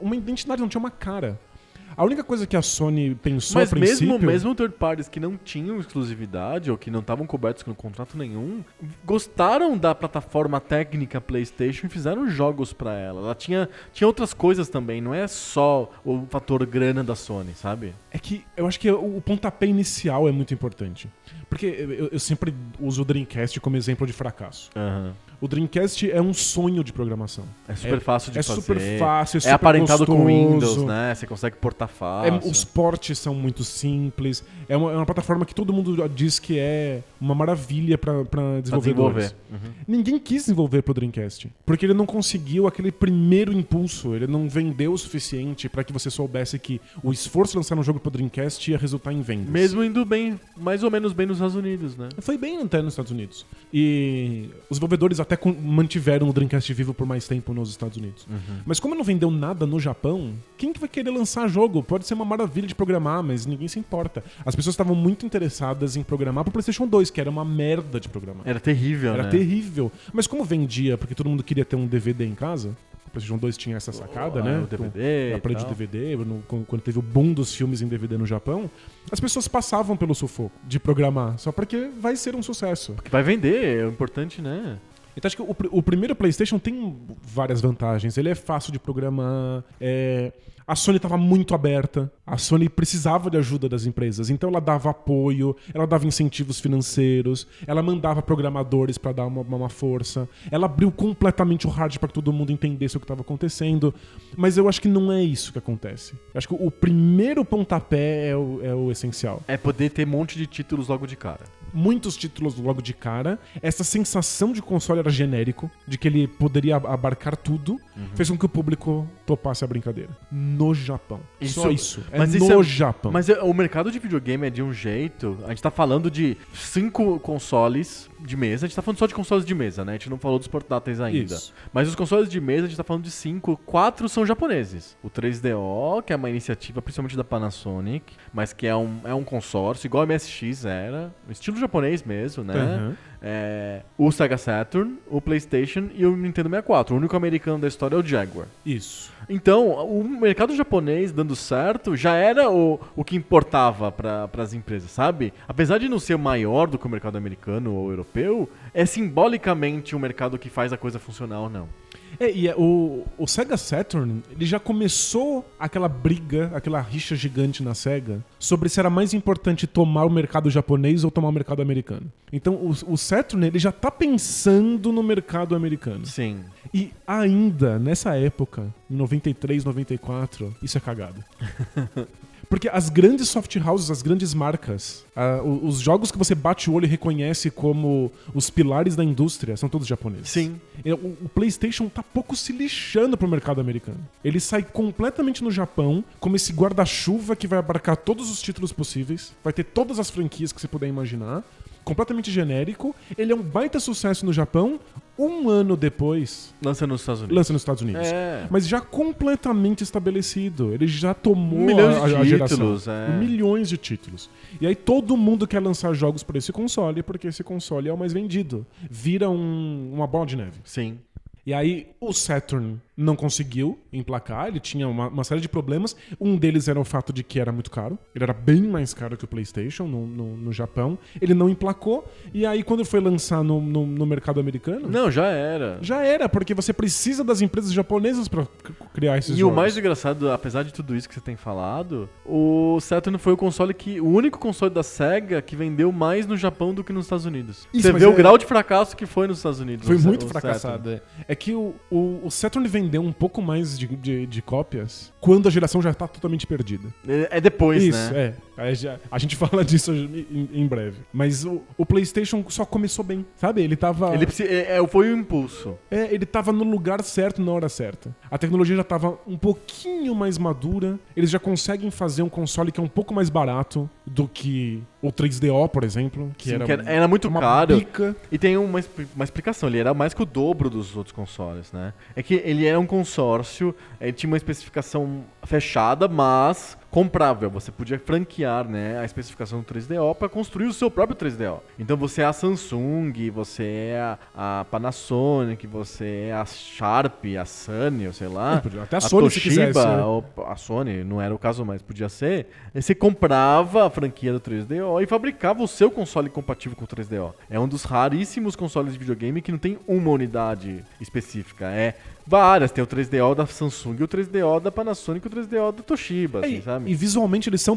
B: uma identidade, não tinha uma cara. A única coisa que a Sony pensou
A: Mas
B: a princípio...
A: mesmo, mesmo third parties que não tinham exclusividade ou que não estavam cobertos com contrato nenhum, gostaram da plataforma técnica PlayStation e fizeram jogos pra ela. Ela tinha, tinha outras coisas também, não é só o fator grana da Sony, sabe?
B: É que eu acho que o o pontapé inicial é muito importante. Porque eu, eu sempre uso o Dreamcast como exemplo de fracasso.
A: Aham.
B: O Dreamcast é um sonho de programação.
A: É super fácil de
B: é
A: fazer.
B: super fácil, é super
A: aparentado com
B: gostoso.
A: Windows, né? Você consegue portar
B: É,
A: fácil.
B: os portes são muito simples. É uma, é uma plataforma que todo mundo diz que é uma maravilha pra pra
A: Pra
B: desenvolvedores.
A: desenvolver. Uhum.
B: Ninguém quis desenvolver pro Dreamcast, porque ele não conseguiu aquele primeiro impulso, ele não vendeu o suficiente pra que você soubesse que o esforço de lançar um jogo pro Dreamcast ia resultar em vendas.
A: Mesmo indo bem, mais ou menos bem nos Estados Unidos, né?
B: Uhum. Foi bem até nos Estados Unidos. E os desenvolvedores até con- mantiveram o Dreamcast vivo por mais tempo nos Estados Unidos. Mas como não vendeu nada no Japão, quem que vai querer lançar jogo? Pode ser uma maravilha de programar, mas ninguém se importa. As pessoas estavam muito interessadas em programar pro PlayStation 2, que era uma merda de programar.
A: Era terrível,
B: Era
A: né?
B: terrível. Mas como vendia, porque todo mundo queria ter um DVD em casa, o PlayStation 2 tinha essa sacada,
A: Ah,
B: né?
A: o DVD
B: Com-
A: e
B: aparelho de
A: tal.
B: DVD, no- com- quando teve o boom dos filmes em DVD no Japão, as pessoas passavam pelo sufoco de programar, só porque vai ser um sucesso.
A: Que vai vender, é o importante, né?
B: Então acho que o, pr- o primeiro PlayStation tem várias vantagens. Ele é fácil de programar. é, A Sony estava muito aberta. A Sony precisava de ajuda das empresas. Então ela dava apoio, ela dava incentivos financeiros, ela mandava programadores para dar uma, uma força. Ela abriu completamente o hardware para que todo mundo entendesse o que estava acontecendo. Mas eu acho que não é isso que acontece. Eu acho que o primeiro pontapé é o- é o essencial
A: É poder ter um monte de títulos logo de cara.
B: muitos títulos logo de cara. Essa sensação de console era genérico, de que ele poderia ab- abarcar tudo,
A: Uhum.
B: fez com que o público topasse a brincadeira. No Japão. Só isso. É
A: mas
B: no
A: isso é-
B: Japão.
A: Mas é- o mercado de videogame é de um jeito. A gente tá falando de cinco consoles de mesa. A gente tá falando só de consoles de mesa, né? A gente não falou dos portáteis ainda.
B: Isso.
A: Mas os consoles de mesa, a gente tá falando de cinco. Quatro são japoneses. O 3DO, que é uma iniciativa principalmente da Panasonic, mas que é um, é um consórcio, igual o MSX era. um Estilo japonês mesmo, né?
B: Uhum.
A: É, o Sega Saturn, o PlayStation e o Nintendo 64. O único americano da história é o Jaguar.
B: Isso.
A: Então, o mercado japonês dando certo já era o, o que importava para as empresas, sabe? Apesar de não ser maior do que o mercado americano ou europeu, é simbolicamente o mercado que faz a coisa funcionar ou não.
B: É, e é, o, o Sega Saturn, ele já começou aquela briga, aquela rixa gigante na Sega, sobre se era mais importante tomar o mercado japonês ou tomar o mercado americano. Então, o, o Saturn, ele já tá pensando no mercado americano.
A: Sim.
B: E ainda, nessa época, em 93, 94, isso é cagado. Porque as grandes soft houses, as grandes marcas, ah, o- os jogos que você bate o olho e reconhece como os pilares da indústria são todos japoneses.
A: Sim.
B: É, O, o PlayStation tá pouco se lixando pro mercado americano. Ele sai completamente no Japão, como esse guarda-chuva que vai abarcar todos os títulos possíveis, vai ter todas as franquias que você puder imaginar, completamente genérico. Ele é um baita sucesso no Japão. Um ano depois,
A: Lança nos Estados Unidos.
B: lança nos Estados Unidos.
A: É.
B: Mas já completamente estabelecido. Ele já tomou
A: Milhões
B: a,
A: de
B: a- a geração.
A: títulos, é.
B: Milhões de títulos. E aí todo mundo quer lançar jogos pra esse console, porque esse console é o mais vendido. Vira um- uma bola de neve.
A: Sim.
B: E aí o Saturn não conseguiu emplacar, ele tinha uma, uma série de problemas. Um deles era o fato de que era muito caro. Ele era bem mais caro que o PlayStation no, no- no Japão. Ele não emplacou. E aí quando foi lançar no, no- no mercado americano...
A: Não, já era.
B: Já era, porque você precisa das empresas japonesas pra c- criar esses
A: E
B: jogos.
A: o mais engraçado, apesar de tudo isso que você tem falado, o Saturn foi o console que. O único console da SEGA que vendeu mais no Japão do que nos Estados Unidos.
B: Isso,
A: você
B: mas
A: vê o
B: é-
A: grau de fracasso que foi nos Estados Unidos.
B: Foi
A: o Sa-
B: muito
A: o Saturn.
B: fracassado. é. É que o, o, o Saturn vendeu um pouco mais de, de, de cópias quando a geração já tá totalmente perdida.
A: É é depois,
B: Isso,
A: né?
B: é. Aí já- a gente [laughs] fala disso em, em breve. Mas o, o PlayStation só começou bem, sabe? Ele tava.
A: Ele precisa- é, é- foi o impulso.
B: É, ele tava no lugar certo na hora certa. A tecnologia já tava um pouquinho mais madura. Eles já conseguem fazer um console que é um pouco mais barato do que o 3DO, por exemplo. Que
A: Sim,
B: era,
A: assim,
B: um
A: que era- é, era muito
B: uma
A: caro.
B: Pica.
A: E tem uma, expli- uma explicação, ele era mais que o dobro dos outros consoles, né? É que ele era um consórcio, ele tinha uma especificação fechada, mas comprável. Você podia franquear né, a especificação do 3DO para construir o seu próprio 3DO. Então você é a Samsung, você é a, a Panasonic, você é a Sharp, a Sony, ou sei lá.
B: podia- até a Sony, se
A: Toshiba,
B: quisesse, né?
A: ou a Sony, não era o caso, mas podia ser. E Você comprava a franquia do 3DO e fabricava o seu console compatível com o 3DO. É um dos raríssimos consoles de videogame que não tem uma unidade específica. É várias. Tem o 3DO da Samsung, o 3DO da Panasonic e o 3DO da Toshiba, assim,
B: É,
A: sabe?
B: E visualmente eles são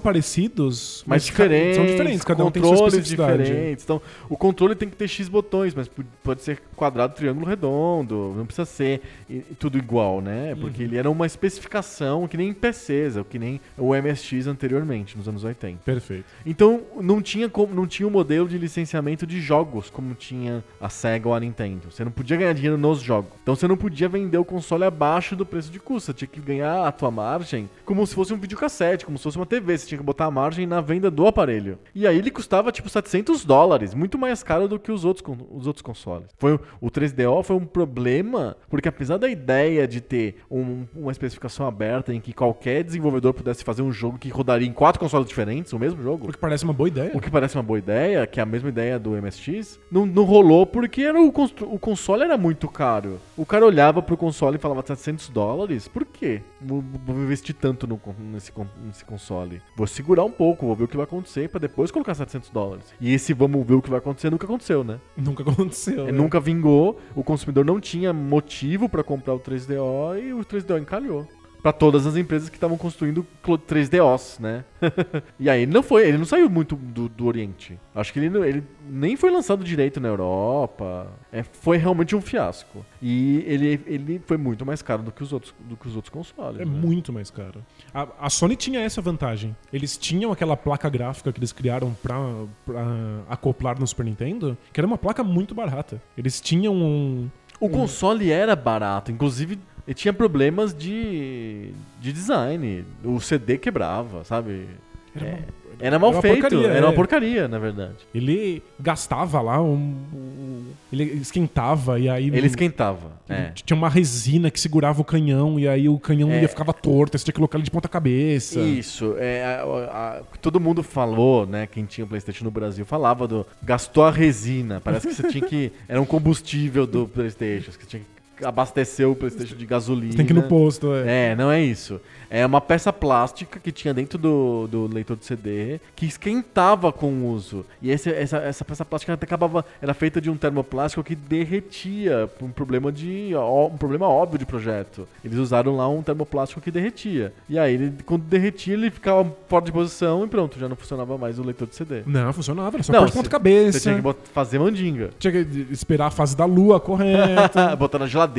B: parecidos,
A: mas
B: ca-
A: diferentes.
B: São diferentes, cada um tem sua
A: controles
B: especificidade.
A: diferentes. Então, o controle tem que ter X botões, mas p- pode ser quadrado, triângulo, redondo. Não precisa ser e- e tudo igual, né? Porque
B: Uhum.
A: ele era uma especificação que nem PCs, ou que nem o MSX anteriormente, nos anos 80.
B: Perfeito.
A: Então, não tinha como, não tinha o modelo de licenciamento de jogos como tinha a Sega ou a Nintendo. Você não podia ganhar dinheiro nos jogos. Então, você não podia vender o console abaixo do preço de custo. Você tinha que ganhar a tua margem como se fosse um videocassete, como se fosse uma TV. Você tinha que botar a margem na venda do aparelho. E aí ele custava tipo 700 dólares, muito mais caro do que os outros, con- os outros consoles. Foi um- o 3DO foi um problema, porque apesar da ideia de ter um- uma especificação aberta em que qualquer desenvolvedor pudesse fazer um jogo que rodaria em quatro consoles diferentes, o mesmo jogo,
B: O que parece uma boa ideia.
A: o que parece uma boa ideia, que é a mesma ideia do MSX, não, não rolou porque era o, constru- o console era muito caro. O cara olhava pro console e falava 700 dólares, por quê? Vou, vou investir tanto no con- nesse, con- nesse console. Vou segurar um pouco, vou ver o que vai acontecer pra depois colocar 700 dólares. E esse vamos ver o que vai acontecer nunca aconteceu, né?
B: Nunca [laughs] aconteceu.
A: É,
B: né?
A: Nunca vingou, o consumidor não tinha motivo pra comprar o 3DO e o 3DO encalhou. Pra todas as empresas que estavam construindo clo- 3DOs, né? [laughs] e aí ele não foi, ele não saiu muito do, do Oriente. Acho que ele, não- ele nem foi lançado direito na Europa. É, foi realmente um fiasco. E ele, ele foi muito mais caro do que os outros, do que os outros consoles. né?
B: É muito mais caro. A, a Sony tinha essa vantagem. Eles tinham aquela placa gráfica que eles criaram pra, pra acoplar no Super Nintendo, que era uma placa muito barata. Eles tinham um.
A: O console era barato, inclusive ele tinha problemas de, de design. O CD quebrava, sabe? É, Era, mal
B: era uma
A: feito,
B: porcaria,
A: era uma
B: é.
A: porcaria, na verdade.
B: Ele gastava lá um. um- ele esquentava e aí.
A: Ele esquentava.
B: Ele
A: É.
B: Tinha uma resina que segurava o canhão e aí o canhão
A: É.
B: ia ficava torto, aí você tinha que colocar ele de ponta cabeça.
A: Isso, é, a- a- todo mundo falou, né? Quem tinha Playstation no Brasil falava do. Gastou a resina. Parece que você tinha
B: [laughs]
A: que. Era um combustível do Playstation. Que você tinha que abastecer o Playstation de gasolina.
B: Você tem que ir no posto, é.
A: É, não é isso. É uma peça plástica que tinha dentro do, do leitor de CD que esquentava com o uso. E esse- essa, essa peça plástica até acabava. Era feita de um termoplástico que derretia. por Um problema de. ó- um problema óbvio de projeto. Eles usaram lá um termoplástico que derretia. E aí, ele, quando derretia, ele ficava fora de posição e pronto, já não funcionava mais o leitor de CD.
B: Não, funcionava, era só
A: Não,
B: pôr de
A: você-
B: ponta
A: Você
B: cabeça.
A: tinha que bot- fazer mandinga.
B: Tinha que esperar a fase da lua
A: [laughs]
B: correta.
A: Botar Ah, na geladeira.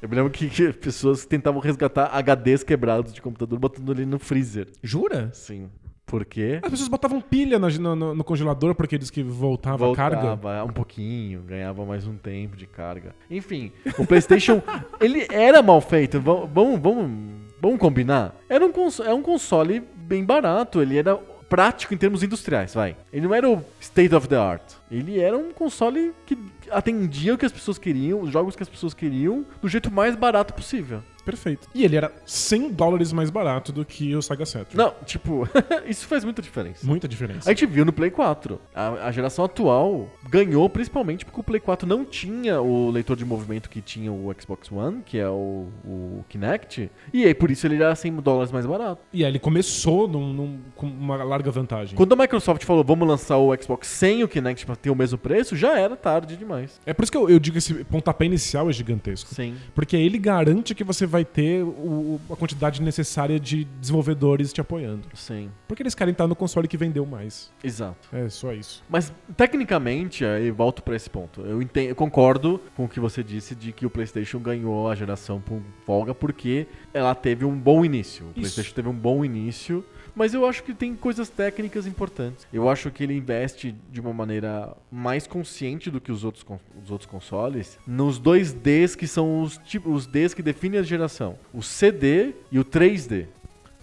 A: Eu me lembro que, que pessoas tentavam resgatar HDs quebrados de computador botando ele no freezer.
B: Jura?
A: Sim. Por quê?
B: As pessoas botavam pilha na- no, no- no congelador porque eles que voltava, a carga.
A: Voltava um pouquinho, ganhava mais um tempo de carga. Enfim, o PlayStation, [laughs] ele era mal feito. Vamos, vamos, vamos, vamos combinar? Era um, cons- é um console bem barato. Ele era prático em termos industriais, vai. Ele não era o state of the art. Ele era um console que atendia o que as pessoas queriam, os jogos que as pessoas queriam, do jeito mais barato possível.
B: Perfeito. E ele era 100 dólares mais barato do que o Sega Saturn.
A: Não, tipo, [laughs] isso faz muita diferença.
B: Muita
A: A
B: diferença.
A: gente viu no Play 4. A, a geração atual ganhou principalmente porque o Play 4 não tinha o leitor de movimento que tinha o Xbox One, que é o, o Kinect. E aí por isso ele era 100 dólares mais barato.
B: E aí ele começou num- num- com uma larga vantagem.
A: Quando a Microsoft falou, vamos lançar o Xbox sem o Kinect pra ter o mesmo preço, já era tarde demais.
B: É por isso que eu, eu digo que esse pontapé inicial é gigantesco.
A: Sim.
B: Porque ele garante que você vai ter o- a quantidade necessária de desenvolvedores te apoiando.
A: Sim.
B: Porque eles querem estar no console que vendeu mais.
A: Exato.
B: É só isso.
A: Mas tecnicamente, aí volto pra esse ponto. Eu, entendo, eu concordo com o que você disse de que o PlayStation ganhou a geração por folga porque ela teve um bom início. O
B: Isso.
A: PlayStation teve um bom início, mas eu acho que tem coisas técnicas importantes. Eu acho que ele investe de uma maneira mais consciente do que os outros, con- os outros consoles nos dois Ds que são os, tipo, os Ds que definem a geração: o CD e o 3D.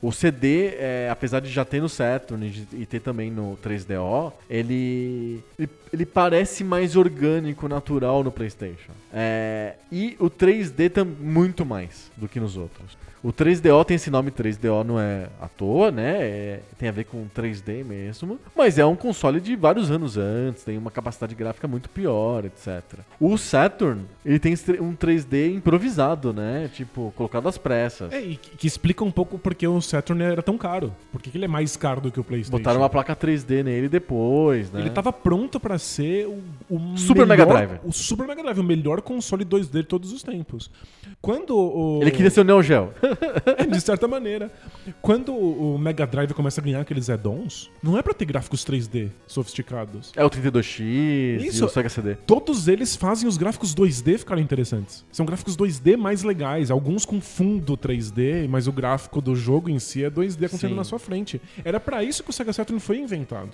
A: O CD, é, apesar de já ter no Saturn e de- e ter também no 3DO, ele, ele, ele parece mais orgânico, natural no PlayStation. É, e o 3D tam, muito mais do que nos outros. O 3DO tem esse nome 3DO, não é à toa, né? É- tem a ver com 3D mesmo. Mas é um console de vários anos antes, tem uma capacidade gráfica muito pior, etc. O Saturn, ele tem esse tre- um 3D improvisado, né? Tipo, colocado às pressas.
B: É, e que, que explica um pouco porque o Saturn era tão caro? Por que, que ele é mais caro do que o PlayStation?
A: Botaram uma placa 3D nele depois, né?
B: Ele tava pronto pra ser o, o
A: Super
B: melhor-
A: Mega Drive.
B: O Super Mega Drive, o melhor console 2D de todos os tempos. Quando o
A: Ele queria ser o Neo Geo.
B: é, [laughs] de certa maneira. Quando o o Mega Drive começa a ganhar aqueles add-ons, não é pra ter gráficos 3D sofisticados.
A: É o 32X
B: Isso.
A: e o Sega CD.
B: Todos eles fazem os gráficos 2D ficarem interessantes. São gráficos 2D mais legais, alguns com fundo 3D, mas o gráfico do jogo em si é 2D acontecendo
A: Sim.
B: na sua frente. Era pra isso que o Sega Saturn foi inventado.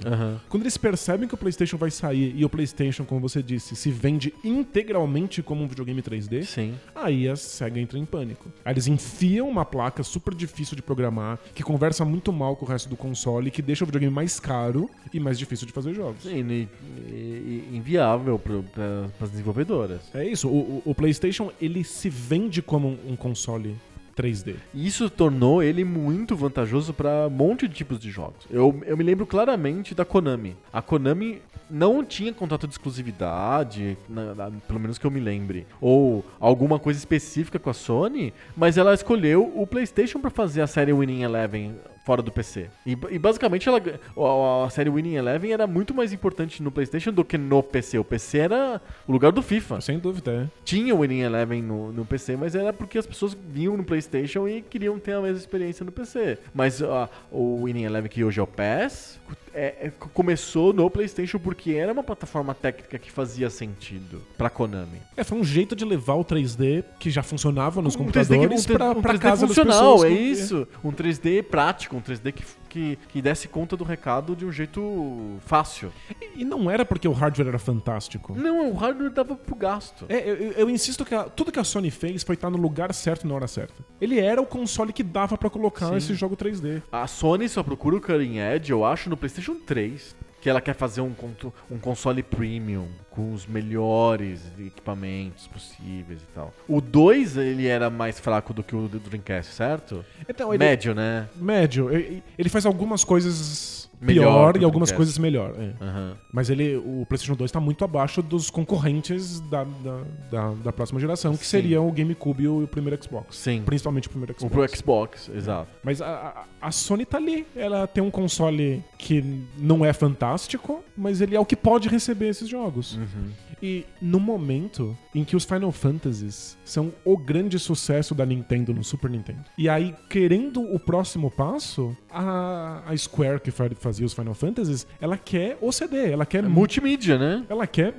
B: Quando eles percebem que o PlayStation vai sair e o PlayStation, como você disse, se vende integralmente como um videogame 3D,
A: Sim.
B: Aí a SEGA entra em pânico. Aí eles enfiam uma placa super difícil de programar, que conversa muito mal com o resto do console, que deixa o videogame mais caro e mais difícil de fazer jogos.
A: Sim, e, e- e inviável pro, pra, pras desenvolvedoras.
B: É isso, o, o- o PlayStation ele se vende como um, um console 3D.
A: E Isso tornou ele muito vantajoso pra um monte de tipos de jogos. Eu, eu me lembro claramente da Konami. A Konami não tinha contrato de exclusividade, na- na- pelo menos que eu me lembre, ou alguma coisa específica com a Sony, mas ela escolheu o PlayStation pra fazer a série Winning Eleven fora do PC. E, ba- e basicamente ela, gan- a, a série Winning Eleven era muito mais importante no PlayStation do que no PC. O PC era o lugar do FIFA
B: Sem dúvida, é.
A: tinha o Winning Eleven no, no PC, mas era porque as pessoas vinham no PlayStation e queriam ter a mesma experiência no PC. Mas ah, o Winning Eleven que hoje é o PES é- é- começou no PlayStation porque era uma plataforma técnica que fazia sentido pra Konami.
B: É, foi um jeito de levar o 3D que já funcionava nos
A: um 3D,
B: computadores
A: que- um 3D
B: pra,
A: um
B: pra
A: 3D
B: casa das
A: funcional,
B: pessoas. né?
A: é
B: com-
A: isso. Um 3D prático, um 3D que, que, que desse conta do recado de um jeito fácil.
B: E não era porque o hardware era fantástico.
A: Não, o hardware dava pro gasto.
B: É, eu, eu- eu insisto que a- tudo que a Sony fez foi estar no lugar certo na hora certa. Ele era o console que dava pra colocar
A: Sim.
B: esse jogo 3D.
A: A Sony só procura o Cutting Edge, eu acho, no PlayStation 3. Que ela quer fazer um, conto- um console premium com os melhores equipamentos possíveis e tal. O 2 ele era mais fraco do que o do Dreamcast, certo?
B: Então, ele,
A: Médio, né?
B: médio. e- e- Ele faz algumas coisas
A: Melhor
B: pior
A: que
B: e
A: o
B: algumas
A: Dreamcast.
B: coisas melhor. é.
A: Aham.
B: Mas ele, o PlayStation 2 tá muito abaixo dos concorrentes da, da, da- da próxima geração, que
A: Sim.
B: seriam o GameCube e o primeiro Xbox.
A: Sim.
B: Principalmente o primeiro
A: O
B: Xbox.
A: pro Xbox, exato.
B: Mas a, a- a Sony tá ali. Ela tem um console que não é fantástico, mas ele é o que pode receber esses jogos.
A: Uhum.
B: E no momento em que os Final Fantasies são o grande sucesso da Nintendo no Super Nintendo. E aí, querendo o próximo passo, a, a Square, que fa- fazia os Final Fantasies, ela quer o CD, ela quer
A: É multimídia, né?
B: ela quer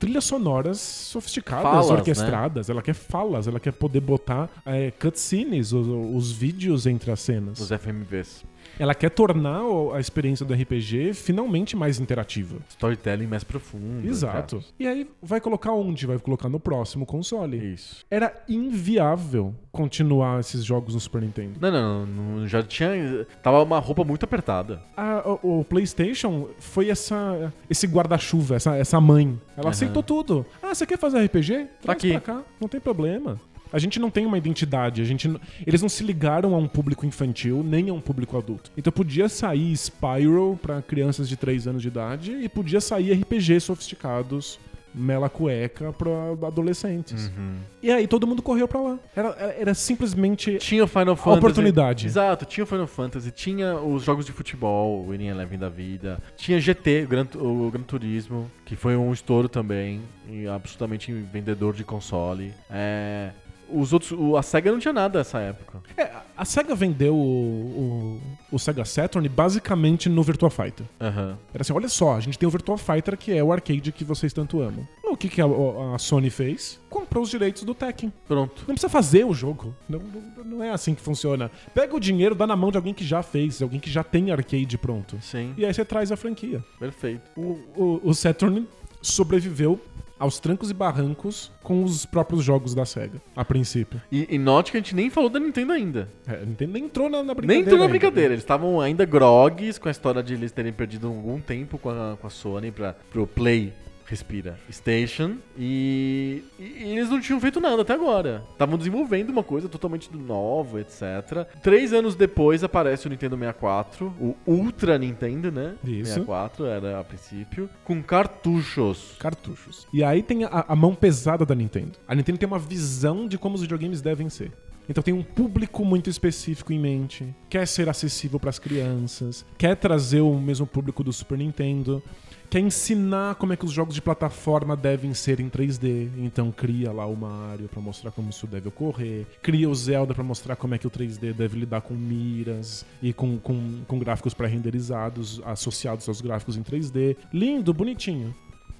B: trilhas sonoras sofisticadas,
A: Falas, né?
B: orquestradas, ela quer falas, ela quer poder botar é, cutscenes, os, os vídeos entre as cenas.
A: Os é- FMVs.
B: Ela quer tornar o- a experiência do RPG finalmente mais interativa.
A: Storytelling mais profundo. tá?
B: Exato.
A: exato.
B: E aí vai colocar onde? Vai colocar no próximo console.
A: Isso.
B: Era inviável continuar esses jogos no Super Nintendo.
A: Não, não, não, não, já tinha. Tava uma roupa muito apertada.
B: A- Ah, o, o PlayStation foi essa esse guarda-chuva, essa, essa mãe. Ela
A: Aham. Tá
B: aceitou tudo. Ah, você quer fazer RPG? Traz
A: aqui.
B: pra cá, não tem problema. A gente não tem uma identidade, a gente n- eles não se ligaram a um público infantil nem a um público adulto. Então podia sair Spyro pra crianças de 3 anos de idade e podia sair RPG sofisticados, mela cueca pra adolescentes.
A: Uhum.
B: E aí todo mundo correu pra lá. Era, era- era simplesmente
A: Tinha o Final Fantasy.
B: oportunidade.
A: Exato, tinha o Final Fantasy, tinha os jogos de futebol, o Winning Eleven da vida, tinha GT, o Gran, o Gran Turismo, que foi um estouro também, e absolutamente vendedor de console. É, os outros, o- a SEGA não tinha nada nessa época.
B: É, a SEGA vendeu o, o- o Sega Saturn basicamente no Virtua Fighter.
A: Aham.
B: Era assim, olha só, a gente tem o Virtua Fighter que é o arcade que vocês tanto amam. O que, que a, a Sony fez? Comprou os direitos do Tekken.
A: Pronto.
B: Não precisa fazer o jogo. Não, não- não é assim que funciona. Pega o dinheiro, dá na mão de alguém que já fez, alguém que já tem arcade pronto.
A: Sim,
B: E aí você traz a franquia.
A: perfeito.
B: O, o- o Saturn sobreviveu aos trancos e barrancos com os próprios jogos da SEGA, a princípio.
A: E, e note que a gente nem falou da Nintendo ainda.
B: É, a Nintendo nem entrou na, na brincadeira.
A: Nem entrou na
B: ainda, né?
A: brincadeira. Eles estavam ainda grogues com a história de eles terem perdido algum tempo com a, com a Sony pra, pro Play. Respira. Station. E, e eles não tinham feito nada até agora. Estavam desenvolvendo uma coisa totalmente nova, etc. Três anos depois aparece o Nintendo 64, o Ultra Nintendo, né?
B: Isso.
A: 64 era a princípio. Com cartuchos.
B: cartuchos. E aí tem a, a mão pesada da Nintendo. A Nintendo tem uma visão de como os videogames devem ser. Então tem um público muito específico em mente, quer ser acessível para as crianças, quer trazer o mesmo público do Super Nintendo, quer ensinar como é que os jogos de plataforma devem ser em 3D. Então cria lá o Mario para mostrar como isso deve ocorrer, cria o Zelda para mostrar como é que o 3D deve lidar com miras e com, com, com gráficos pré-renderizados associados aos gráficos em 3D. Lindo, bonitinho.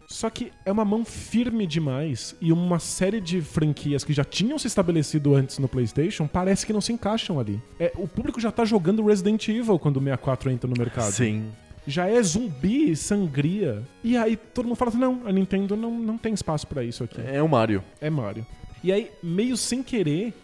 B: Só que é uma mão firme demais e uma série de franquias que já tinham se estabelecido antes no PlayStation parece que não se encaixam ali. É, o público já tá jogando Resident Evil quando o 64 entra no mercado.
A: Sim.
B: Já é zumbi, sangria. E aí todo mundo fala assim: não, a Nintendo não, não tem espaço pra isso aqui.
A: É o Mario.
B: É Mario. E aí, meio sem querer,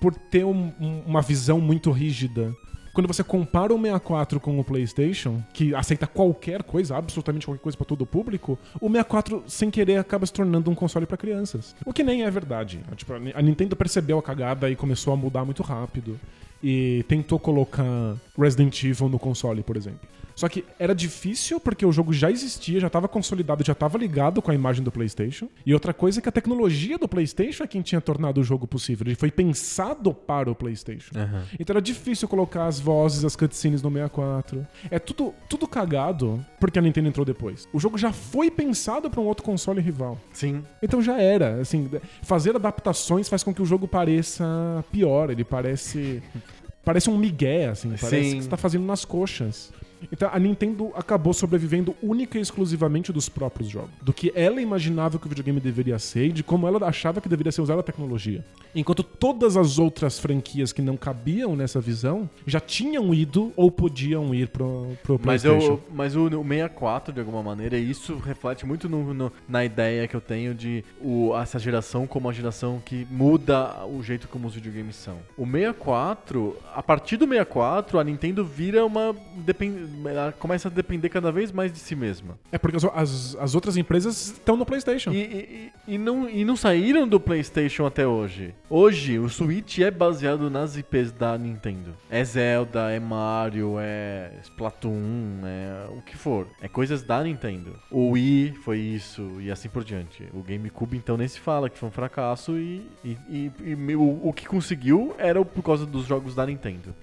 B: por ter um- um- uma visão muito rígida, quando você compara o 64 com o PlayStation, que aceita qualquer coisa, absolutamente qualquer coisa pra todo o público, o 64 sem querer acaba se tornando um console pra crianças. O que nem é verdade. Tipo, a Ni- a Nintendo percebeu a cagada e começou a mudar muito rápido e tentou colocar Resident Evil no console, por exemplo. Só que era difícil porque o jogo já existia, já estava consolidado, já estava ligado com a imagem do PlayStation. E outra coisa é que a tecnologia do PlayStation é quem tinha tornado o jogo possível. Ele foi pensado para o PlayStation. Então era difícil colocar as vozes, as cutscenes no 64. É tudo, tudo cagado porque a Nintendo entrou depois. O jogo já foi pensado para um outro console rival.
A: Sim.
B: Então já era, assim, fazer adaptações faz com que o jogo pareça pior, ele parece parece um migué, assim, parece
A: Sim.
B: que você tá fazendo nas coxas. Então a Nintendo acabou sobrevivendo única e exclusivamente dos próprios jogos, do que ela imaginava que o videogame deveria ser e de como ela achava que deveria ser usada a tecnologia. Enquanto todas as outras franquias que não cabiam nessa visão já tinham ido ou podiam ir pro, pro
A: Mas,
B: PlayStation.
A: eu, mas o, o 64, de alguma maneira, e isso reflete muito no- no- na ideia que eu tenho de o- essa geração como a geração que muda o jeito como os videogames são. O 64, a partir do 64, a Nintendo vira uma. depen- Ela começa a depender cada vez mais de si mesma.
B: É porque as, as, as outras empresas estão no PlayStation.
A: E, e- e- e não, e não saíram do PlayStation até hoje. Hoje, o Switch é baseado nas IPs da Nintendo. É Zelda, é Mario, é Splatoon, é o que for. É coisas da Nintendo. O Wii foi isso e assim por diante. O GameCube, então, nem se fala que foi um fracasso e, e- e- e me- o, o que conseguiu era por causa dos jogos da Nintendo.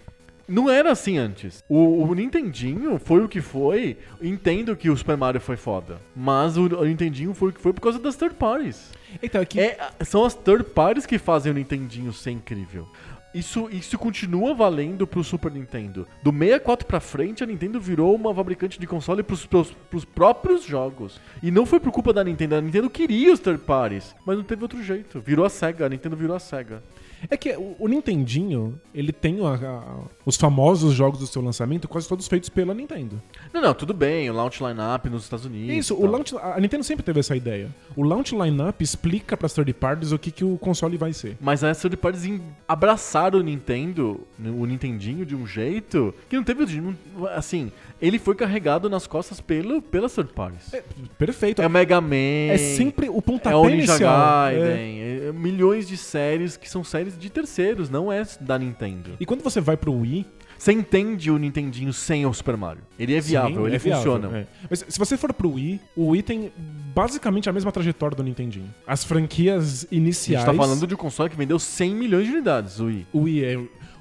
A: Não era assim antes. O, o Nintendinho foi o que foi. Entendo que o Super Mario foi foda. Mas o, o Nintendinho foi o que foi por causa das third parties.
B: Então, é que
A: É, são as third parties que fazem o Nintendinho ser incrível. Isso, isso continua valendo pro Super Nintendo. Do 64 pra frente, a Nintendo virou uma fabricante de console pros, pros, pros próprios jogos. E não foi por culpa da Nintendo. A Nintendo queria os third parties, mas não teve outro jeito. Virou a SEGA. A Nintendo virou a SEGA.
B: É que o, o Nintendinho, ele tem o- a- a- os famosos jogos do seu lançamento, quase todos feitos pela Nintendo.
A: Não, não, tudo bem. O launch lineup nos Estados Unidos.
B: Isso,
A: e
B: o
A: tal.
B: launch, a a Nintendo sempre teve essa ideia. O launch lineup explica para as third parties o que, que o console vai ser.
A: Mas as third parties em- abraçaram o Nintendo, o Nintendinho, de um jeito que não teve. não- Assim, ele foi carregado nas costas pelo, pelas third parties. É,
B: Perfeito. É,
A: Mega Man.
B: sempre o pontapé
A: É o Ninja
B: inicial. É.
A: Gaiden. é- é milhões de séries que são séries de terceiros, não é da Nintendo.
B: E quando você vai pro Wii,
A: Você entende o Nintendinho sem o Super Mario. Ele é viável,
B: Sim,
A: ele
B: é viável,
A: funciona.
B: é. Mas se você for pro Wii, o Wii tem basicamente a mesma trajetória do Nintendinho. As franquias
A: A
B: iniciais.
A: gente tá falando de um console que vendeu 100 milhões de unidades, o Wii.
B: o Wii, é,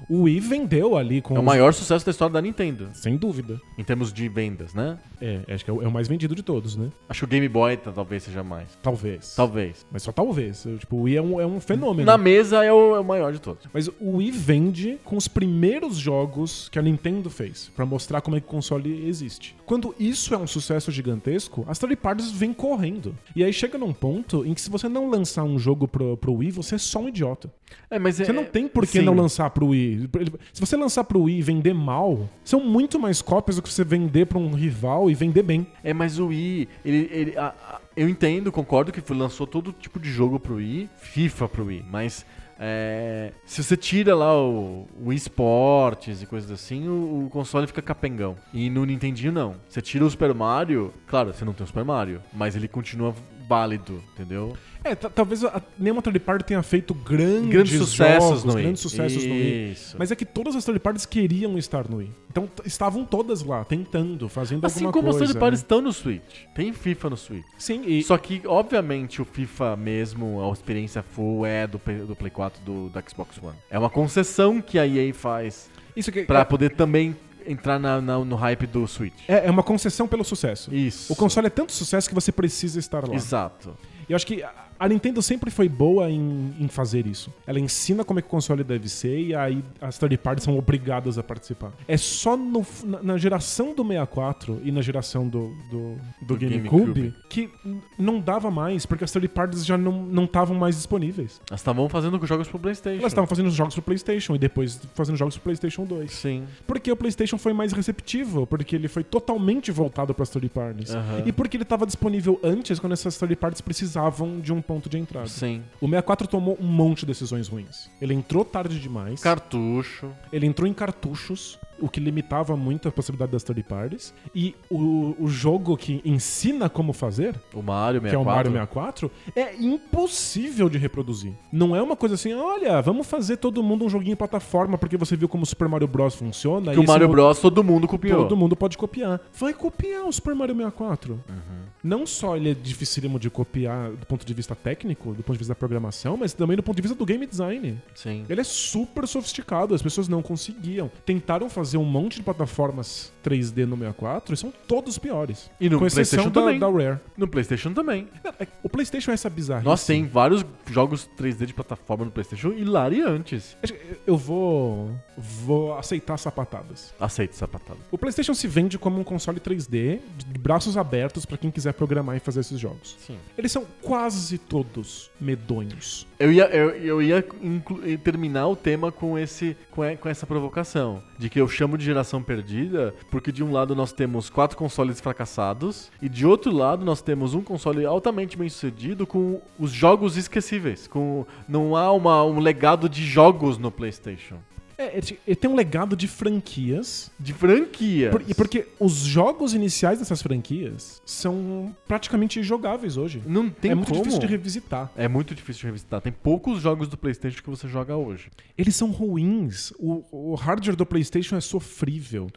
B: o Wii vendeu ali com
A: É o
B: os-
A: maior sucesso da história da Nintendo,
B: sem dúvida.
A: em termos de vendas, né?
B: É, acho que é o, é o mais vendido de todos, né?
A: Acho que o Game Boy tá- talvez seja mais.
B: Talvez.
A: Talvez.
B: Mas só talvez. Eu, Tipo, o Wii é um, é um fenômeno.
A: Na mesa é o, é o maior de todos.
B: Mas o Wii vende com os primeiros jogos que a Nintendo fez, pra mostrar como é que o console existe. Quando isso é um sucesso gigantesco, as third parties vêm correndo. E aí chega num ponto em que se você não lançar um jogo pro, pro Wii, você é só um idiota.
A: É, mas
B: Você não tem por que não lançar pro Wii. Ele- Se você lançar pro Wii e vender mal, são muito mais cópias do que você vender pra um rival e vender bem.
A: É, mas o Wii, ele, ele- a- a- eu entendo, concordo que lançou todo tipo de jogo pro Wii, FIFA pro Wii, mas é, se você tira lá o, o esportes e coisas assim, o, o console fica capengão. E no Nintendinho não. Você tira o Super Mario, claro, você não tem o Super Mario, mas ele continua válido, entendeu?
B: É, ta- talvez a, nenhuma third party tenha feito grandes,
A: Grandes sucessos
B: jogos,
A: no Wii.
B: grandes sucessos no Wii.
A: Isso.
B: Mas é que todas as third parties queriam estar no Wii. Então t- estavam todas lá, tentando, fazendo
A: Assim
B: alguma
A: como
B: coisa.
A: os third parties estão no Switch. Tem FIFA no Switch.
B: né? Sim, e,
A: Só que, obviamente, o FIFA mesmo, a experiência full é do, P- do Play 4 do, do Xbox One. É uma concessão que a EA faz
B: isso que
A: pra poder também entrar na- na- no hype do Switch.
B: é, é uma concessão pelo sucesso.
A: Isso.
B: O console é tanto sucesso que você precisa estar lá.
A: Exato.
B: E eu acho que a- a Nintendo sempre foi boa em, em fazer isso. Ela ensina como é que o console deve ser e aí as third parties são obrigadas a participar. É só no f- na, na geração do 64 e na geração do, do, do
A: Do
B: GameCube
A: GameCube.
B: que n- não dava mais, porque as third parties já não não estavam mais disponíveis.
A: Elas estavam fazendo jogos pro PlayStation.
B: Elas estavam fazendo os jogos pro PlayStation e depois fazendo jogos pro PlayStation 2.
A: Sim.
B: Porque o PlayStation foi mais receptivo, porque ele foi totalmente voltado para as third parties.
A: Aham.
B: E porque ele estava disponível antes, quando essas third parties precisavam de um ponto de entrada.
A: Sim.
B: O 64 tomou um monte de decisões ruins. Ele entrou tarde demais.
A: Cartucho.
B: Ele entrou em cartuchos, o que limitava muito a possibilidade das third parties. E o, o jogo que ensina como fazer,
A: O Mario 64.
B: que é o Mario 64, é impossível de reproduzir. Não é uma coisa assim, olha, vamos fazer todo mundo um joguinho em plataforma porque você viu como o Super Mario Bros. funciona.
A: Que
B: e
A: o
B: esse
A: Mario
B: mo-
A: Bros todo mundo copiou.
B: Todo mundo pode copiar. Vai copiar o Super Mario 64.
A: Uhum.
B: Não só ele é dificílimo de copiar do ponto de vista técnico, do ponto de vista da programação, mas também do ponto de vista do game design.
A: Sim.
B: Ele é super sofisticado, as pessoas não conseguiam. Tentaram fazer um monte de plataformas 3D no 64 e são todos piores.
A: E no
B: com exceção
A: PlayStation
B: da,
A: também.
B: da Rare.
A: No PlayStation também.
B: É, O PlayStation é essa bizarrice.
A: Nossa, tem vários jogos 3D de plataforma no PlayStation hilariantes.
B: Acho que Eu vou, vou aceitar sapatadas.
A: Aceito sapatado.
B: O PlayStation se vende como um console 3D de braços abertos pra quem quiser programar e fazer esses jogos.
A: Sim.
B: Eles são quase todos medonhos.
A: Eu ia, eu, eu ia inclu- eh, terminar o tema com, esse, com, e- com essa provocação. De que eu chamo de geração perdida, porque de um lado nós temos quatro consoles fracassados, e de outro lado nós temos um console altamente bem sucedido com os jogos esquecíveis. Com, não há uma, um legado de jogos no PlayStation.
B: É, ele- ele tem um legado de franquias
A: De franquia.
B: Por- e porque os jogos iniciais dessas franquias são praticamente jogáveis hoje.
A: Não tem
B: é muito
A: como.
B: difícil de revisitar.
A: É muito difícil de revisitar. Tem poucos jogos do PlayStation que você joga hoje.
B: Eles são ruins. O, o hardware do PlayStation é sofrível.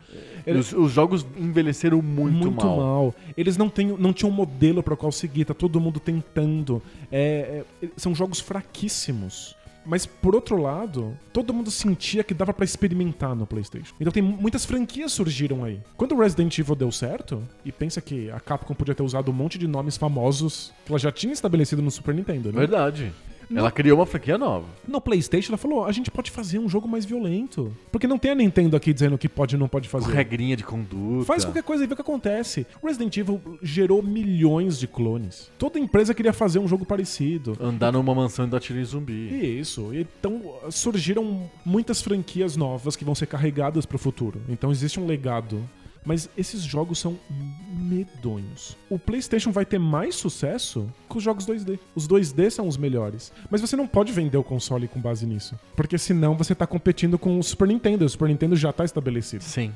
B: Ele-
A: Os, os jogos envelheceram muito, mal.
B: Eles não, têm, não tinham um modelo para qual seguir, tá todo mundo tentando. É, é, são jogos fraquíssimos. Mas por outro lado, todo mundo sentia que dava pra experimentar no PlayStation. Então tem muitas franquias surgiram aí. Quando o Resident Evil deu certo, e pensa que a Capcom podia ter usado um monte de nomes famosos que ela já tinha estabelecido no Super Nintendo, né?
A: É Verdade. Ela criou uma franquia nova.
B: No PlayStation ela falou: a gente pode fazer um jogo mais violento, porque não tem a Nintendo aqui dizendo o que pode e não pode
A: Com
B: fazer.
A: regrinha de conduta.
B: Faz qualquer coisa e vê o que acontece. Resident Evil gerou milhões de clones. Toda empresa queria fazer um jogo parecido.
A: Andar numa mansão e dar tiro em zumbi.
B: E isso. Então surgiram muitas franquias novas que vão ser carregadas pro futuro. Então existe um legado. Mas esses jogos são medonhos. O PlayStation vai ter mais sucesso com os jogos 2D. Os 2D são os melhores. Mas você não pode vender o console com base nisso. Porque senão você tá competindo com o Super Nintendo. O Super Nintendo já tá estabelecido.
A: Sim.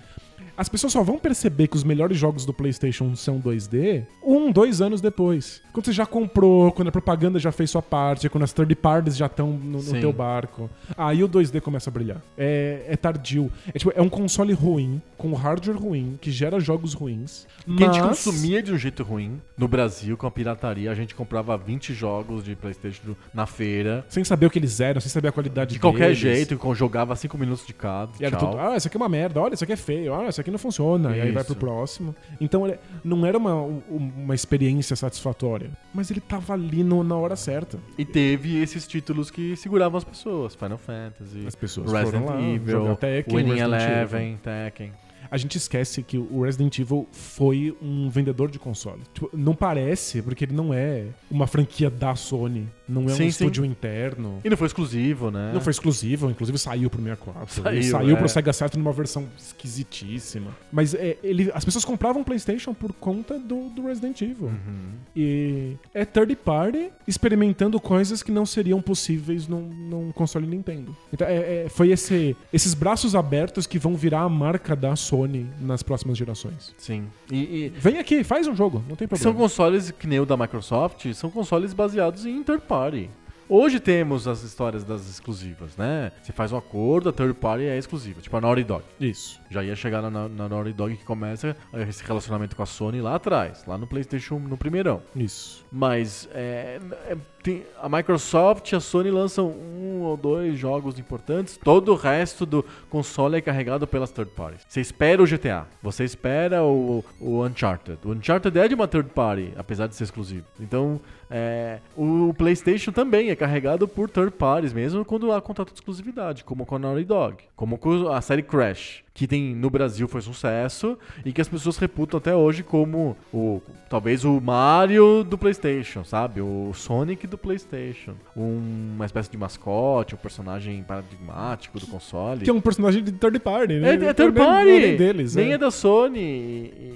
B: As pessoas só vão perceber que os melhores jogos do PlayStation são 2D um, dois anos depois. Quando você já comprou, quando a propaganda já fez sua parte, quando as third parties já estão no, no
A: Sim.
B: teu barco. Aí o 2D começa a brilhar. É, é tardio. É, tipo, é um console ruim, com um hardware ruim, que gera jogos ruins.
A: Porque a gente
B: mas-
A: consumia de um jeito ruim. No Brasil, com a pirataria, a gente comprava 20 jogos de PlayStation na feira.
B: Sem saber o que eles eram, sem saber a qualidade
A: De qualquer
B: deles.
A: jeito, com- jogava 5 minutos de cada.
B: E era
A: tchau.
B: tudo, ah, isso aqui é uma merda, olha, isso aqui é feio, olha, isso aqui não funciona. E aí vai
A: Isso.
B: pro próximo. Então ele- não era uma, um- uma experiência satisfatória, mas ele tava ali no- na hora certa.
A: E teve esses títulos que seguravam as pessoas. Final Fantasy,
B: As pessoas
A: Resident
B: foram lá,
A: Evil,
B: jogar Tekken,
A: Winning
B: Resident Evil.
A: Eleven, Tekken.
B: A gente esquece que o Resident Evil foi um vendedor de console. Tipo, não parece, porque ele não é uma franquia da Sony. Não é
A: Sim,
B: um
A: sim.
B: estúdio interno.
A: E não foi exclusivo, né?
B: Não foi exclusivo, inclusive saiu pro 64.
A: Saiu,
B: Ele saiu
A: é.
B: pro Sega Saturn numa versão esquisitíssima. Mas é, ele, as pessoas compravam PlayStation por conta do, do Resident Evil.
A: Uhum.
B: E é third party experimentando coisas que não seriam possíveis num, num console Nintendo. Então é- é- foi esse- esses braços abertos que vão virar a marca da Sony nas próximas gerações.
A: Sim. E, e
B: Vem aqui, faz um jogo, não tem
A: são
B: problema.
A: consoles, que nem o da Microsoft, são consoles baseados em third party. Hoje temos as histórias das exclusivas, né? Você faz um acordo, a third party é exclusiva, tipo a Naughty Dog.
B: Isso.
A: Já ia chegar na, na, na Naughty Dog que começa esse relacionamento com a Sony lá atrás, lá no PlayStation 1, no primeirão.
B: Isso.
A: Mas é, é, tem- a Microsoft e a Sony lançam um ou dois jogos importantes, todo o resto do console é carregado pelas third parties. Você espera o GTA, você espera o, o Uncharted. O Uncharted é de uma third party, apesar de ser exclusivo. Então, é, o PlayStation também é carregado por third parties, mesmo quando há contrato de exclusividade, como com a Naughty Dog, como com a série Crash que tem no Brasil foi sucesso e que as pessoas reputam até hoje como o talvez o Mario do PlayStation, sabe? O Sonic do PlayStation, Um- uma espécie de mascote, um personagem paradigmático do console.
B: Que é um personagem de third party, né?
A: É, é third
B: Não é
A: party.
B: nem deles,
A: nem
B: né?
A: é da Sony, e-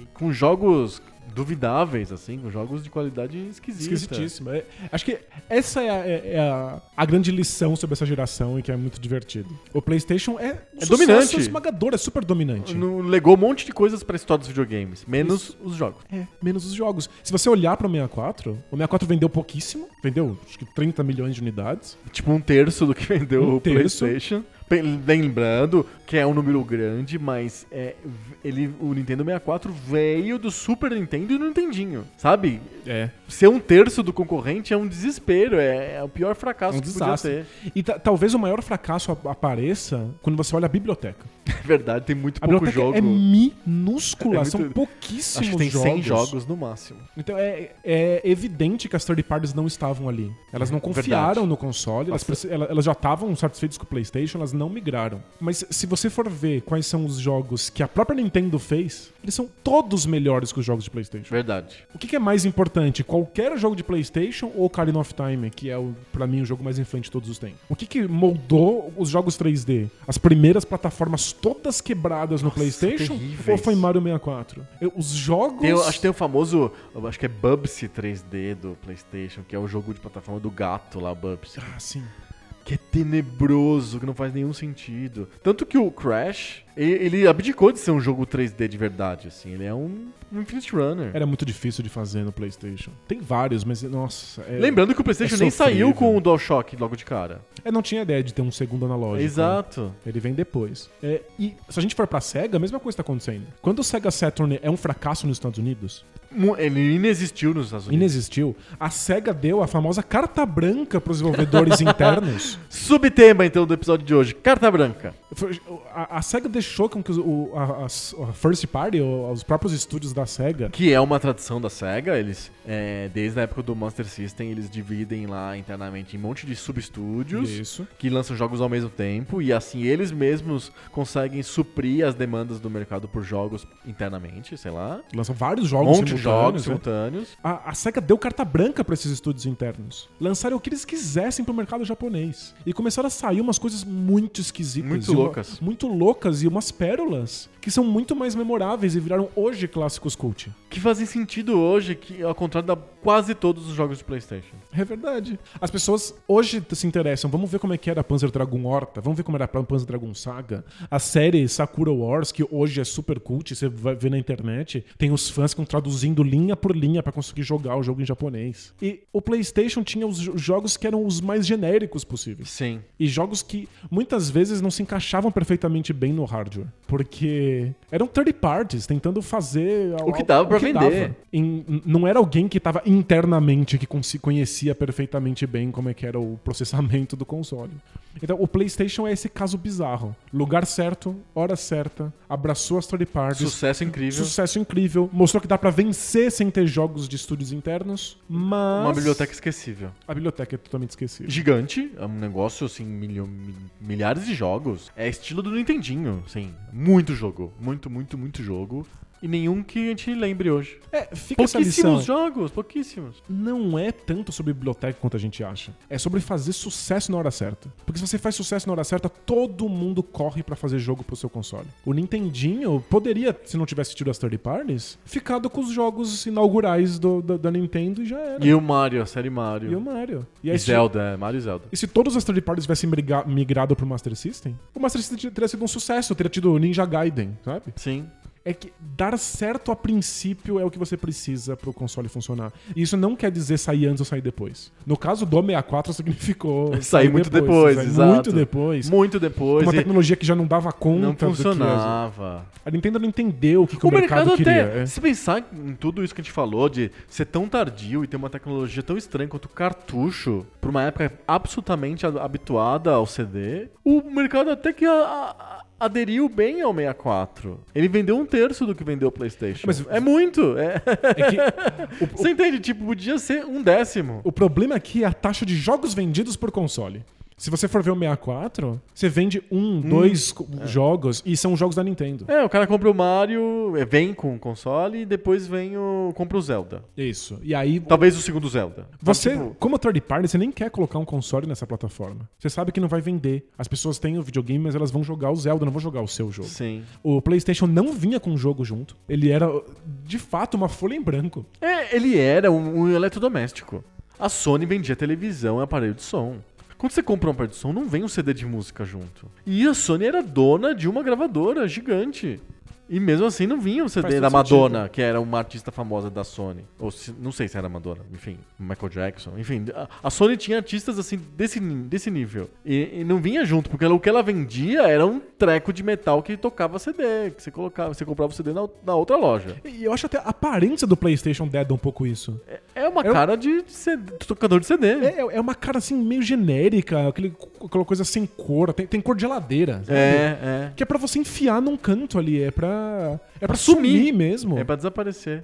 A: e com jogos duvidáveis assim, com jogos de qualidade esquisita.
B: Esquisitíssima. É, acho que essa é, a, é- é a- a grande lição sobre essa geração e que é muito divertido. O PlayStation é, um
A: É
B: sucesso
A: dominante.
B: esmagador, é super dominante.
A: Não legou um monte de coisas pra história dos videogames, menos os jogos.
B: É, menos os jogos. Se você olhar para o 64, o 64 vendeu pouquíssimo, vendeu acho que 30 milhões de unidades.
A: Tipo um terço do que [laughs] vendeu
B: Um
A: o
B: terço.
A: PlayStation. Pe- Lembrando que é um número grande, mas é, v- ele, o Nintendo 64 veio do Super Nintendo e do Nintendinho, sabe?
B: É.
A: Ser um terço do concorrente é um desespero, é, é o pior fracasso
B: Um
A: que podia
B: desastre.
A: ter.
B: E ta- talvez o maior fracasso a- apareça quando você olha a biblioteca.
A: É verdade, tem muito
B: A
A: pouco jogo.
B: biblioteca é minúscula,
A: É muito-
B: são
A: Acho
B: pouquíssimos
A: que tem
B: jogos.
A: 100 jogos no máximo.
B: Então é, é evidente que as third parties não estavam ali. Elas não confiaram
A: É Verdade.
B: no console, elas, preci- ela- elas já estavam satisfeitas com o PlayStation, elas não migraram. Mas se você for ver quais são os jogos que a própria Nintendo fez, eles são todos melhores que os jogos de PlayStation.
A: Verdade.
B: O que, que é mais importante? Qualquer jogo de PlayStation ou Ocarina of Time, que é, o- pra mim, o jogo mais influente de todos os tempos? O que, que moldou os jogos 3D? As primeiras plataformas todas quebradas no PlayStation? Ou
A: terríveis.
B: foi Mario 64? Eu- os jogos.
A: Tem o- acho que tem o famoso, eu acho que é Bubsy 3D do PlayStation, que é o jogo de plataforma do gato lá, Bubsy.
B: Ah, sim.
A: que é tenebroso, que não faz nenhum sentido. Tanto que o Crash, e- ele abdicou de ser um jogo 3D de verdade, assim. Ele é um, um Infinite Runner.
B: Era muito difícil de fazer no PlayStation. Tem vários, mas nossa. é-
A: Lembrando que o PlayStation
B: é
A: nem
B: sofrível.
A: saiu com o DualShock logo de cara.
B: Eu não tinha ideia de ter um segundo analógico.
A: Exato.
B: Ele vem depois. É, e se a gente for pra SEGA, a mesma coisa tá acontecendo. Quando o SEGA Saturn é um fracasso nos Estados Unidos,
A: Mu- Ele inexistiu nos Estados Unidos.
B: inexistiu, a SEGA deu a famosa carta branca pros
A: [laughs]
B: desenvolvedores internos.
A: Subtema, então, do episódio de hoje. Carta branca.
B: Foi- A, a SEGA deixou com que os- o, a, as- a First Party, o- os próprios estúdios da SEGA,
A: Que é uma tradição da SEGA, eles, é, desde a época do Master System, eles dividem lá internamente em um monte de subestúdios.
B: Isso.
A: Que lançam jogos ao mesmo tempo e assim eles mesmos conseguem suprir as demandas do mercado por jogos internamente, sei lá.
B: lançam vários
A: Um
B: jogos
A: monte de jogos
B: simultâneos, né?
A: simultâneos.
B: A, a SEGA deu carta branca pra esses estúdios internos. Lançaram o que eles quisessem pro mercado japonês. E começaram a sair umas coisas muito esquisitas.
A: Muito
B: e uma-
A: loucas.
B: muito loucas e umas pérolas que são muito mais memoráveis e viraram hoje clássicos cult.
A: Que fazem sentido hoje, que ao contrário da quase todos os jogos de Playstation.
B: É verdade. As pessoas hoje t- se interessam. Vamos ver como é que era Panzer Dragon Horta. Vamos ver como era a Panzer Dragon Saga. A série Sakura Wars, que hoje é super cult, você vai ver na internet. Tem os fãs que estão traduzindo linha por linha pra conseguir jogar o jogo em japonês. E o PlayStation tinha os jo- jogos que eram os mais genéricos possíveis.
A: Sim.
B: E jogos que muitas vezes não se encaixavam perfeitamente bem no hardware. Porque eram third parties tentando fazer
A: O que dava pra vender.
B: Em- n- não era alguém que estava internamente, que consi- conhecia perfeitamente bem como é que era o processamento do console. Então, o PlayStation é esse caso bizarro. Lugar certo, hora certa, abraçou as third parties.
A: Sucesso incrível.
B: Sucesso incrível. Mostrou que dá pra vencer sem ter jogos de estúdios internos, mas...
A: Uma biblioteca esquecível.
B: A biblioteca é totalmente esquecida.
A: Gigante, é um negócio assim, milho- mi- milhares de jogos. É estilo do Nintendinho, sim. Muito jogo. Muito, muito, muito jogo. E nenhum que a gente lembre hoje.
B: É, fica essa lição.
A: Pouquíssimos jogos, pouquíssimos.
B: Não é tanto sobre biblioteca quanto a gente acha. É sobre fazer sucesso na hora certa. Porque se você faz sucesso na hora certa, todo mundo corre pra fazer jogo pro seu console. O Nintendinho poderia, se não tivesse tido as third parties, ficado com os jogos inaugurais do- da, da Nintendo e já era.
A: E o Mario, a série Mario.
B: E o Mario. E,
A: E
B: aí, se-
A: Zelda, é, Mario e Zelda.
B: E se todas as third parties tivessem briga- migrado pro Master System, o Master System teria sido um sucesso, teria tido Ninja Gaiden, sabe?
A: Sim.
B: É que dar certo a princípio é o que você precisa pro console funcionar. E isso não quer dizer sair antes ou sair depois. No caso do 64 significou
A: [laughs] Sair muito depois,
B: sair
A: exato.
B: muito depois.
A: Muito depois.
B: uma
A: e
B: tecnologia que já não dava conta
A: não
B: do que
A: funcionava.
B: a Nintendo não entendeu o que, que o,
A: o mercado,
B: queria.
A: até,
B: é.
A: se pensar em tudo isso que a gente falou, de ser tão tardio e ter uma tecnologia tão estranha quanto o cartucho, por uma época absolutamente a- habituada ao CD, o mercado até que a- a- aderiu bem ao 64. Ele vendeu um terço do que vendeu o PlayStation.
B: Mas-
A: é muito!
B: [laughs]
A: é.
B: É que
A: Você entende? Tipo, podia ser um décimo.
B: O problema aqui é a taxa de jogos vendidos por console. Se você for ver o 64, você vende
A: Hum.
B: um, dois co- jogos e são jogos da Nintendo.
A: É, o cara compra o Mario, é, vem com o console e depois vem o. compra o Zelda.
B: Isso. E aí
A: Talvez o segundo Zelda.
B: Você,
A: Mas, tipo,
B: como third party, você nem quer colocar um console nessa plataforma. Você sabe que não vai vender. As pessoas têm o videogame, mas elas vão jogar o Zelda, não vão jogar o seu jogo.
A: Sim.
B: O PlayStation não vinha com o jogo junto. Ele era, de fato, uma folha em branco.
A: É, ele era um, um eletrodoméstico. A Sony vendia televisão e aparelho de som. Quando você compra um aparelho de som, não vem um CD de música junto. E a Sony era dona de uma gravadora gigante. E mesmo assim não vinha o CD
B: todo
A: da Madonna, que era uma artista famosa da Sony. Ou se- não sei se era Madonna, enfim, Michael Jackson. Enfim, a, a Sony tinha artistas assim desse, ni- desse nível. E, e não vinha junto, porque ela- o que ela vendia era um treco de metal que tocava CD, que você colocava, você comprava o CD na, na outra loja.
B: E eu acho até a aparência do PlayStation Dead um pouco isso.
A: É uma
B: Eu-
A: cara de, de CD, de tocador de CD.
B: É, é uma cara assim meio genérica, aquele, aquela coisa sem cor. Tem, tem cor de geladeira. sabe?
A: é.
B: Que é pra você enfiar num canto ali. É pra. É pra
A: sumir.
B: sumir mesmo.
A: É pra desaparecer.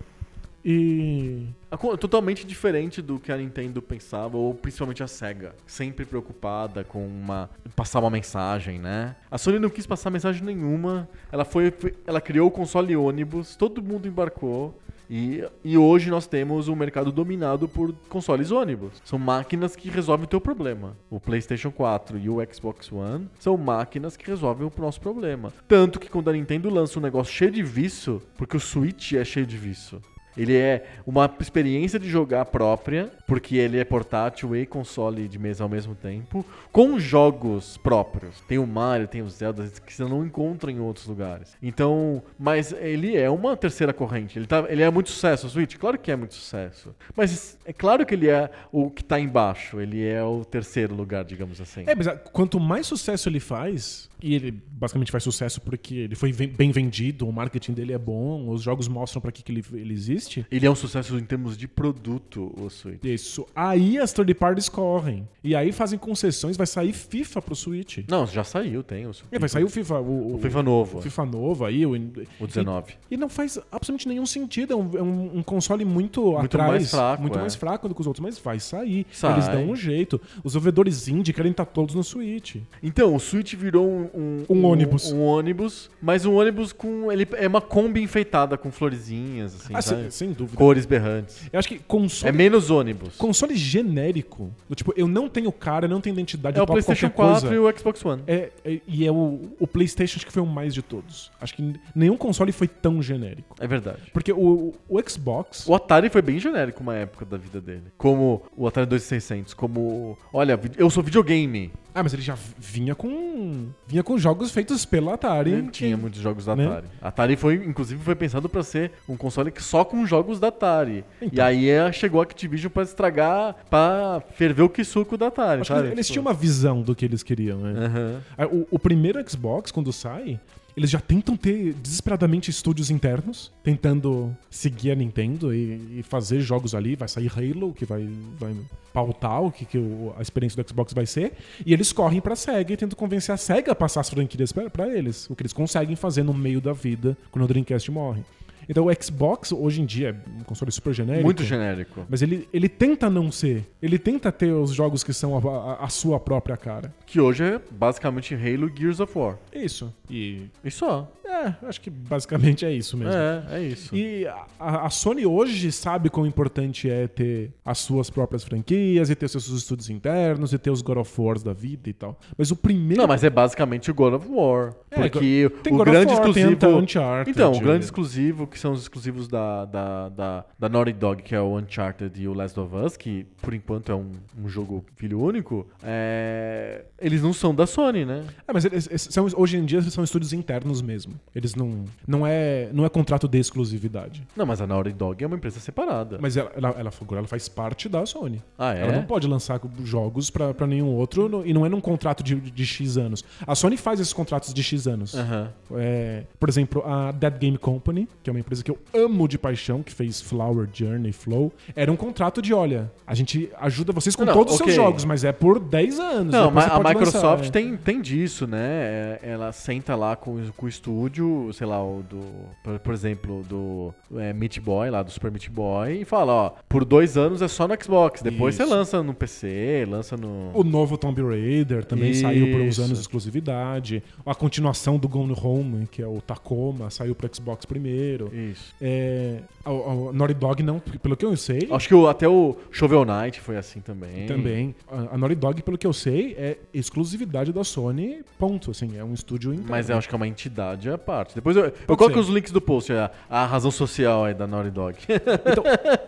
B: E.
A: A É co- Totalmente diferente do que a Nintendo pensava, ou principalmente a SEGA. Sempre preocupada com uma. passar uma mensagem, né? A Sony não quis passar mensagem nenhuma. Ela foi. foi- Ela criou o console ônibus, todo mundo embarcou. E, e hoje nós temos um mercado dominado por consoles ônibus. São máquinas que resolvem o teu problema. O PlayStation 4 e o Xbox One são máquinas que resolvem o nosso problema. Tanto que quando a Nintendo lança um negócio cheio de vício, porque o Switch é cheio de vício. Ele é uma experiência de jogar própria, porque ele é portátil e console de mesa ao mesmo tempo, com jogos próprios. Tem o Mario, tem o Zelda, que você não encontra em outros lugares. Então, mas ele é uma terceira corrente. Ele, tá, ele é muito sucesso, o Switch? Claro que é muito sucesso. Mas é claro que ele é o que tá embaixo, ele é o terceiro lugar, digamos assim.
B: É, mas ah, quanto mais sucesso ele faz, e ele basicamente faz sucesso porque ele foi ven- bem vendido, o marketing dele é bom, os jogos mostram pra que, que ele, ele existe.
A: Ele é um sucesso em termos de produto, o Switch.
B: Isso. Aí as third parties correm. E aí fazem concessões, vai sair FIFA pro Switch.
A: Não, já saiu, tem o Switch.
B: É, vai sair o FIFA, o,
A: O FIFA novo,
B: o FIFA novo aí, o, in-
A: o 19.
B: E não faz absolutamente nenhum sentido. É um, é um- um console muito, atrás.
A: mais fraco,
B: Muito
A: é.
B: mais fraco do que os outros, mas vai sair.
A: Sai.
B: Eles dão um jeito. Os desenvolvedores indie querem estar todos no Switch.
A: Então, o Switch virou um,
B: Um ônibus.
A: Um, ônibus, mas um ônibus com. Ele é uma Kombi enfeitada com florezinhas, assim,
B: Ah,
A: sabe?
B: sem, sem dúvida.
A: Cores berrantes.
B: Eu acho que console
A: É menos ônibus.
B: console genérico. do tipo, eu não tenho cara, eu não tenho identidade
A: É o
B: eu toco
A: PlayStation
B: qualquer
A: 4
B: coisa.
A: e o Xbox One.
B: É, é- e é o, o PlayStation acho que foi o mais de todos. Acho que n- nenhum console foi tão genérico.
A: É verdade.
B: Porque o, o Xbox.
A: O Atari foi bem genérico uma época da vida dele. Como o Atari 2600, como. Olha, vi- eu sou videogame.
B: Ah, mas ele já vinha com. Vinha com jogos feitos pela Atari.
A: Não tinha muitos jogos da
B: né?
A: Atari. A Atari foi, inclusive, foi pensado pra ser um console que só com jogos da Atari. E
B: Então.
A: aí é, chegou a Activision pra estragar, pra ferver o suco da Atari.
B: Acho
A: sabe?
B: que eles
A: Tipo,
B: tinham uma visão do que eles queriam, né?
A: Aham.
B: Ah, O, o primeiro Xbox, quando sai, eles já tentam ter desesperadamente estúdios internos, tentando seguir a Nintendo e, e fazer jogos ali. Vai sair Halo, que vai, vai pautar o que, que o- a experiência do Xbox vai ser. E eles correm pra SEGA e tentam convencer a SEGA a passar as franquias pra pra eles. O que eles conseguem fazer no meio da vida, quando o Dreamcast morre. Então o Xbox, hoje em dia, é um console super genérico.
A: Muito genérico.
B: Mas ele, ele tenta não ser. Ele tenta ter os jogos que são a, a- a sua própria cara.
A: Que hoje é basicamente Halo e Gears of War.
B: É isso. E
A: E só.
B: é, É, acho que basicamente é isso mesmo.
A: É, é isso.
B: E a, a Sony hoje sabe quão importante é ter as suas próprias franquias e ter os seus estúdios internos e ter os God of Wars da vida e tal. Mas o primeiro.
A: Não, mas é basicamente o God of War.
B: É,
A: porque
B: tem
A: o
B: God of
A: grande
B: War, tem
A: exclusivo.
B: Uncharted.
A: então, o grande exclusivo, que são os exclusivos da, da, da, da Naughty Dog, que é o Uncharted e o Last of Us, que por enquanto é um, um jogo filho único, é, eles não são da Sony, né?
B: É, mas eles, eles são, hoje em dia eles são estúdios internos mesmo. Eles não. Não é, não é contrato de exclusividade.
A: Não, mas a Naughty Dog é uma empresa separada.
B: Mas ela, ela, ela, agora ela faz parte da Sony.
A: Ah, é?
B: Ela não pode lançar jogos pra pra nenhum outro no- e não é num contrato de, de X anos. A Sony faz esses contratos de X anos.
A: Aham.
B: É, por exemplo, a Dead Game Company, que é uma empresa que eu amo de paixão, que fez Flower, Journey, Flow, era um contrato de, olha, a gente ajuda vocês com
A: Não,
B: todos os
A: ok.
B: seus jogos, mas é por 10 anos.
A: Não,
B: depois
A: mas
B: você
A: a
B: pode lançar,
A: Microsoft
B: é.
A: tem, tem disso, né? É, Ela senta lá com, o- com o estúdio, sei lá, o do. Por, por exemplo, do é, Meat Boy, lá do Super Meat Boy, e fala, ó, por dois anos é só no Xbox. Depois
B: Isso.
A: você lança no PC, lança no.
B: O novo Tomb Raider também saiu para os
A: Isso.
B: anos de exclusividade. A continuação do Gone Home, que é o Tacoma, saiu para Xbox primeiro.
A: Isso.
B: É, a, a Naughty Dog não, pelo que eu sei,
A: Acho que o- até o Shovel Knight foi assim também.
B: também. A, a Naughty Dog, pelo que eu sei, é exclusividade da Sony, ponto. Assim, é um estúdio interno.
A: Mas eu acho que é uma entidade à parte. Depois eu, eu
B: Pode
A: coloco
B: ser.
A: os links do post, é a, a razão social aí da Naughty Dog.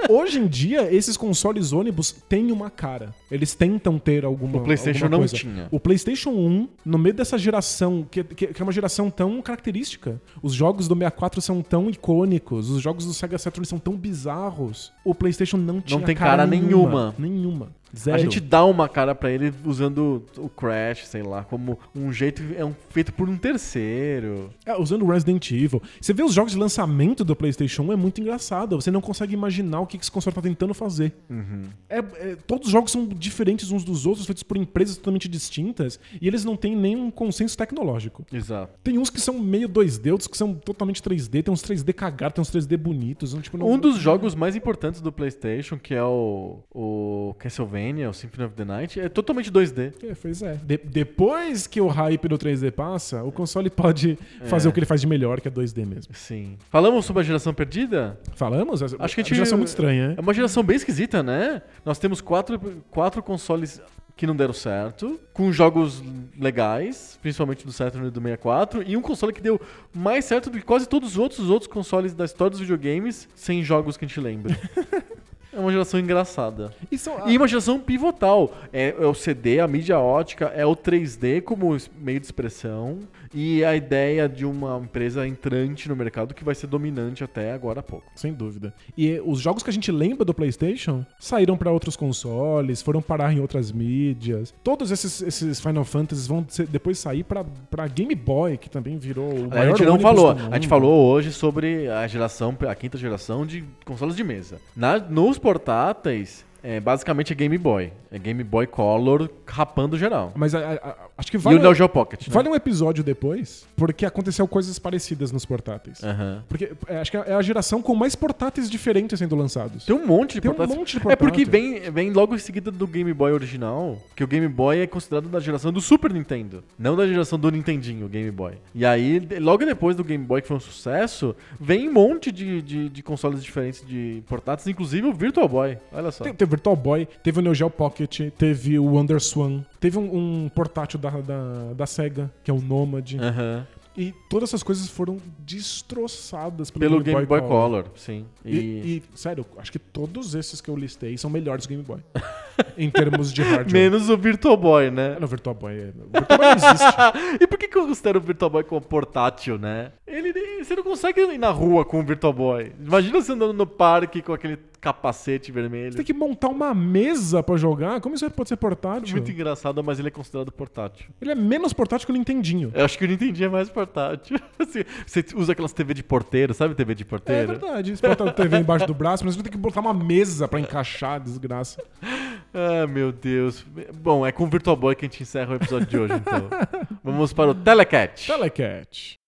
B: Hoje em dia, esses consoles ônibus têm uma cara. Eles tentam ter alguma
A: O PlayStation
B: alguma
A: não
B: coisa.
A: tinha.
B: O PlayStation 1, no meio dessa geração, que, que- que é uma geração tão característica, os jogos do 64 são tão icônicos, os jogos do Sega Saturn são tão bizarros, o PlayStation não tinha
A: tem cara nenhuma.
B: Nenhuma.
A: A
B: Zero.
A: gente dá uma cara pra ele usando o Crash, sei lá, como um jeito é um, feito por um terceiro.
B: É, usando Resident Evil. Você vê os jogos de lançamento do PlayStation 1, é muito engraçado. Você não consegue imaginar o que que esse console tá tentando fazer.
A: Uhum.
B: É, é, todos os jogos são diferentes uns dos outros, feitos por empresas totalmente distintas, e eles não têm nenhum consenso tecnológico.
A: Exato.
B: Tem uns que são meio 2D, outros que são totalmente 3D, tem uns 3D cagados, tem uns 3D bonitos. Um, tipo, não-
A: Um dos jogos mais importantes do PlayStation, que é o, o Castlevania, o Symphony of the Night, é totalmente 2D.
B: É, pois é. De- depois que o hype do 3D passa, o console pode fazer o que ele faz de melhor, que é 2D mesmo.
A: Sim. Falamos sobre a geração perdida?
B: Falamos?
A: Acho que a gente.
B: É geração muito estranha, né?
A: É uma geração bem esquisita, né? Nós temos quatro, quatro consoles que não deram certo, com jogos legais, principalmente do Saturn e do 64, e um console que deu mais certo do que quase todos os outros, os outros consoles da história dos videogames, sem jogos que a gente
B: [laughs]
A: lembra. É uma geração engraçada.
B: E são-
A: E uma geração pivotal. É, é o CD, a mídia ótica, é o 3D como es- meio de expressão e a ideia de uma empresa entrante no mercado que vai ser dominante até agora há pouco.
B: Sem dúvida. E eh, os jogos que a gente lembra do PlayStation saíram pra outros consoles, foram parar em outras mídias. Todos esses, esses Final Fantasies vão ser- depois sair pra pra Game Boy, que também virou o
A: A
B: maior
A: gente não
B: ônibus
A: falou.
B: do
A: A gente
B: mundo.
A: falou hoje sobre a geração, a quinta geração de consoles de mesa. Na- nos portáteis, é, basicamente é Game Boy. É Game Boy Color rapando geral.
B: Mas a- a- a- acho que
A: e o Neo
B: vale,
A: Geo Pocket. né?
B: vale um episódio depois, porque aconteceu coisas parecidas nos portáteis.
A: Aham.
B: Porque eh, acho que é a geração com mais portáteis diferentes sendo lançados.
A: Tem um monte de
B: Tem um
A: portátil.
B: monte de
A: É
B: portátil.
A: porque vem, vem logo em seguida do Game Boy original, que o Game Boy é considerado da geração do Super Nintendo, não da geração do Nintendinho, o Game Boy. E aí, de- logo depois do Game Boy, que foi um sucesso, vem um monte de, de, de consoles diferentes de portáteis, inclusive o Virtual Boy. Olha só.
B: Te- Teve o Virtual Boy, teve o Neo Geo Pocket, teve o WonderSwan, teve um, um portátil da, da, da SEGA, que é o Nomad.
A: Aham.
B: E todas essas coisas foram destroçadas
A: Pelo
B: pelo,
A: Game Boy, Color. sim.
B: E,
A: E,
B: e, sério, acho que todos esses que eu listei são melhores do Game Boy. em termos de hardware.
A: menos o Virtual Boy, né? Ah,
B: Ah, não, Virtual Boy. é- O Virtual Boy não existe.
A: e por que, que eu considero o Virtual Boy como portátil, né? Ele, ele- você não consegue ir na rua com o Virtual Boy. Imagina você andando no parque com aquele capacete vermelho.
B: Você tem que montar uma mesa pra jogar. Como isso é pode ser portátil?
A: É Muito engraçado, mas ele é considerado portátil.
B: Ele é menos portátil que o Nintendinho.
A: Eu acho que o Nintendo é mais portátil. [laughs] Assim, você usa aquelas TV de porteiro, sabe TV de
B: É
A: porteiro?
B: verdade. Você bota a TV embaixo do braço, mas você tem que botar uma mesa pra encaixar, desgraça.
A: ah, meu Deus. Bom, é com o Virtual Boy que a gente encerra o episódio de hoje, então. Vamos para o Telecat.
B: Telecat.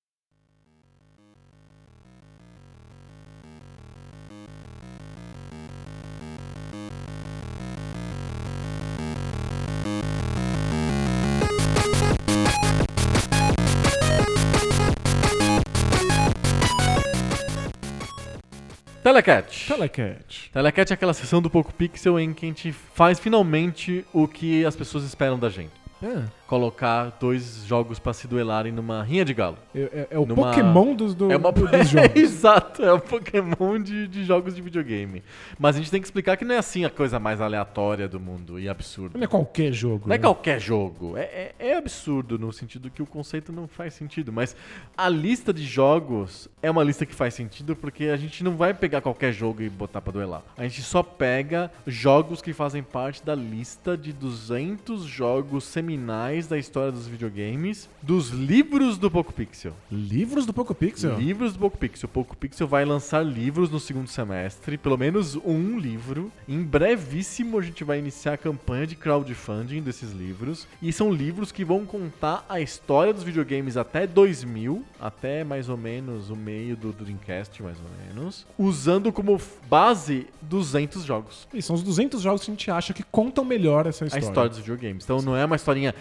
A: Telecat.
B: Telecat.
A: Telecat é aquela sessão do Poco Pixel em que a gente faz finalmente o que as pessoas esperam da gente.
B: É,
A: Colocar dois jogos pra se duelarem numa rinha de galo.
B: é, é- é o
A: Numa-
B: Pokémon dos, do,
A: [laughs] É uma
B: do- dos jogos.
A: Exato, é um Pokémon de, de jogos de videogame. Mas a gente tem que explicar que não é assim a coisa mais aleatória do mundo e absurda.
B: Não é qualquer jogo.
A: Não é
B: né?
A: qualquer jogo. É, é- é absurdo no sentido que o conceito não faz sentido. Mas a lista de jogos é uma lista que faz sentido porque a gente não vai pegar qualquer jogo e botar pra duelar. A gente só pega jogos que fazem parte da lista de 200 jogos seminais da história dos videogames dos livros do Poco Pixel.
B: Livros do Poco Pixel?
A: Livros do Poco Pixel. O Poco Pixel vai lançar livros no segundo semestre, pelo menos um livro. Em brevíssimo a gente vai iniciar a campanha de crowdfunding desses livros. E são livros que vão contar a história dos videogames até 2000, até mais ou menos o meio do Dreamcast, mais ou menos, usando como f- base 200 jogos.
B: E são os 200 jogos que a gente acha que contam melhor essa
A: A
B: história.
A: história dos videogames. Então não é uma historinha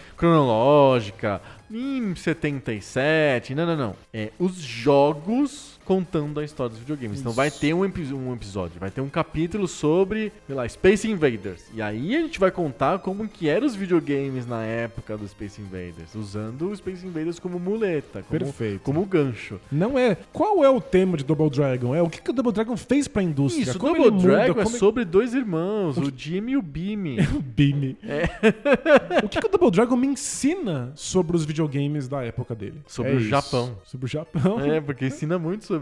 A: cronológica, "Hum, em 77, não, não, não. É os jogos contando a história dos videogames. Então vai ter um, epi- um episódio, vai ter um capítulo sobre, sei lá, Space Invaders. E aí a gente vai contar como que eram os videogames na época do Space Invaders, usando o Space Invaders como muleta, como,
B: Perfeito.
A: como gancho.
B: Não é. Qual é o tema de Double Dragon? É o que, que o Double Dragon fez pra indústria?
A: Isso,
B: como
A: Double
B: ele muda,
A: Dragon é
B: como ele-
A: sobre dois irmãos, o Jimmy e o Beamy.
B: O [laughs] Bini.
A: É.
B: [laughs] o que, que o Double Dragon me ensina sobre os videogames da época dele? É
A: Sobre o Japão.
B: Sobre o [laughs] Japão.
A: É, porque ensina muito sobre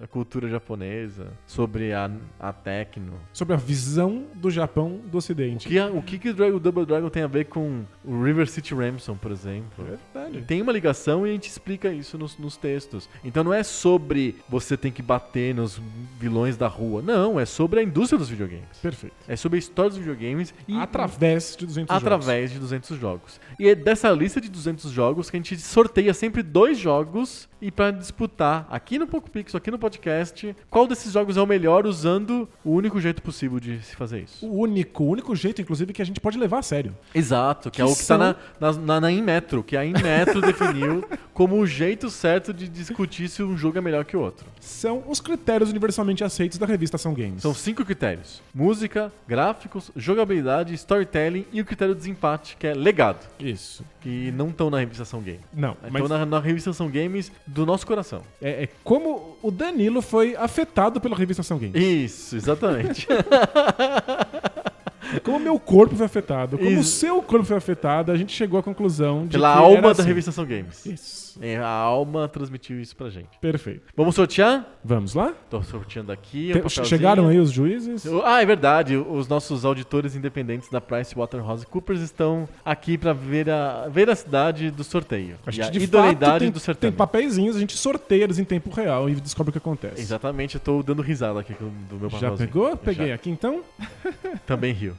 A: a cultura japonesa, sobre a, a tecno.
B: Sobre a visão do Japão do
A: O
B: Ocidente.
A: que, o que, que o, Dragon- o Double Dragon tem a ver com o River City Ransom, por exemplo?
B: É Verdade.
A: Tem uma ligação e a gente explica isso nos, nos textos. Então não é sobre você tem que bater nos vilões da rua. Não, é sobre a indústria dos videogames.
B: Perfeito.
A: É sobre a história dos videogames e
B: Através de 200 jogos.
A: através de 200 jogos. E é dessa lista de 200 jogos que a gente sorteia sempre dois jogos e para disputar aqui no Poco Pixel, aqui no podcast, qual desses jogos é o melhor usando o único jeito possível de se fazer isso.
B: O único, o único jeito, inclusive, que a gente pode levar a sério.
A: Exato, que, é o
B: Que
A: que está na,
B: são-
A: na, na, na Inmetro, que a [laughs] Inmetro definiu como o jeito certo de discutir se um jogo é melhor que o outro.
B: São os critérios universalmente aceitos da revista Ação Games.
A: São cinco critérios: música, gráficos, jogabilidade, storytelling e o critério de desempate, que é legado,
B: Isso.
A: que não estão na revistação game.
B: Não,
A: Então
B: mas
A: na, na revista São Games do nosso coração.
B: é, é como o Danilo foi afetado pela revista Ação Games.
A: Isso, exatamente.
B: Como o meu corpo foi afetado, como o
A: Isso.
B: seu corpo foi afetado, a gente chegou à conclusão [laughs] de
A: Pela
B: que
A: alma
B: era
A: da
B: assim.
A: revista São Games.
B: Isso.
A: É, a alma transmitiu isso pra gente.
B: Perfeito.
A: Vamos sortear?
B: Vamos lá?
A: Tô sorteando aqui.
B: Tem-
A: o papelzinho.
B: chegaram aí os juízes?
A: Ah, é verdade. Os nossos auditores independentes da PricewaterhouseCoopers estão aqui pra ver a veracidade do sorteio.
B: A
A: e
B: gente
A: a
B: de fato
A: idoneidade
B: tem,
A: do
B: tem
A: sorteio.
B: papeizinhos, a gente sorteia eles em tempo real e descobre o que acontece.
A: Exatamente, eu tô dando risada aqui com- do meu
B: Já
A: papelzinho.
B: pegou? Peguei
A: Já.
B: aqui então.
A: Também rio.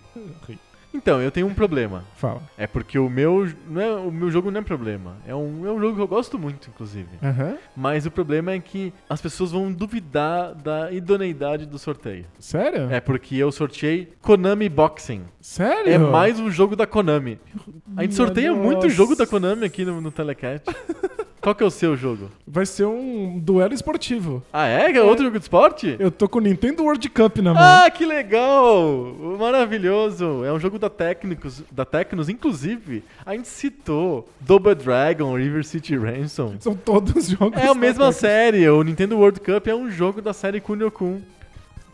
B: Ri.
A: Então, eu tenho um problema.
B: Fala.
A: É porque o meu, não é, o meu jogo não é problema. É um, é um jogo que eu gosto muito, inclusive.
B: Aham.
A: Mas o problema é que as pessoas vão duvidar da idoneidade do sorteio.
B: Sério?
A: É porque eu sorteei Konami Boxing.
B: Sério?
A: É mais um jogo da Konami. A gente
B: Minha
A: sorteia muito
B: nossa.
A: jogo da Konami aqui no, no Telecat. Qual que é o seu jogo?
B: Vai ser um duelo esportivo.
A: Ah, é? É outro jogo de esporte?
B: Eu tô com o Nintendo World Cup na mão.
A: Ah, que legal! Maravilhoso! É um jogo da Tecnos, da Tecnos, inclusive, a gente citou Double Dragon, River City Ransom.
B: São todos jogos.
A: É a mesma
B: da-
A: série, o Nintendo World Cup é um jogo da série Kunio-kun,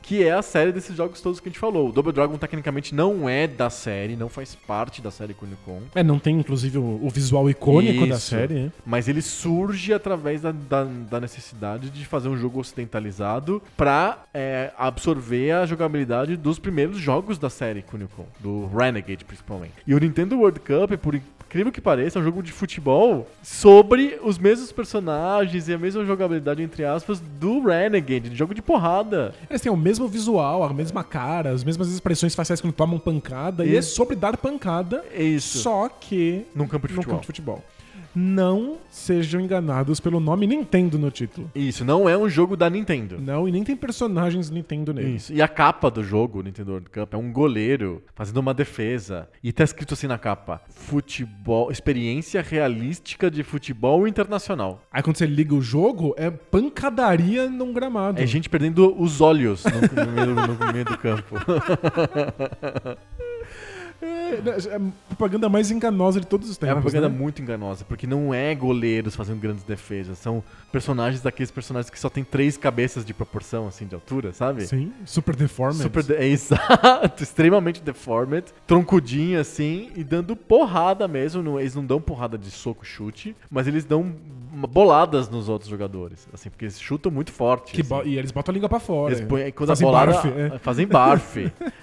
A: que é a série desses jogos todos que a gente falou. O Double Dragon tecnicamente não é da série, não faz parte da série Kunio-kun,
B: É, não tem inclusive o, o visual icônico da
A: Isso.
B: série. né?
A: mas ele surge através da, da- da necessidade de fazer um jogo ocidentalizado pra é, absorver a jogabilidade dos primeiros jogos da série Kunio-kun, do Renegade principalmente. E o Nintendo World Cup, por incrível que pareça, é um jogo de futebol sobre os mesmos personagens e a mesma jogabilidade, entre aspas, do Renegade, de jogo de porrada.
B: Eles têm o mesmo visual, a mesma cara, as mesmas expressões faciais quando tomam pancada. E é
A: Isso.
B: sobre dar pancada.
A: É isso.
B: Só que
A: Num campo de
B: num
A: futebol.
B: campo de futebol. não sejam enganados pelo nome Nintendo no título.
A: Isso, não é um jogo da Nintendo.
B: Não, e nem tem personagens Nintendo nele.
A: Isso. E a capa do jogo, Nintendo World Cup, é um goleiro fazendo uma defesa. E tá escrito assim na capa: Futebol. Experiência realística de futebol internacional.
B: Aí quando você liga o jogo, é pancadaria num gramado.
A: É gente perdendo os olhos no, no meio, no meio do campo.
B: É, é a propaganda mais enganosa de todos os
A: É
B: tempos.
A: uma propaganda
B: né?
A: muito enganosa, porque não é goleiros fazendo grandes defesas, são personagens daqueles personagens que só tem três cabeças de proporção, assim, de altura, sabe?
B: Sim, super deformed.
A: Super de- [laughs] é exato, extremamente deformed, troncudinho assim e dando porrada mesmo. não- eles não dão porrada de soco chute, mas eles dão uma- boladas nos outros jogadores, assim, porque eles chutam muito forte.
B: Que
A: assim.
B: bo- E eles botam a língua pra fora.
A: Eles põem- quando
B: Fazem
A: a bolada,
B: barf, é.
A: [laughs] Fazem barf.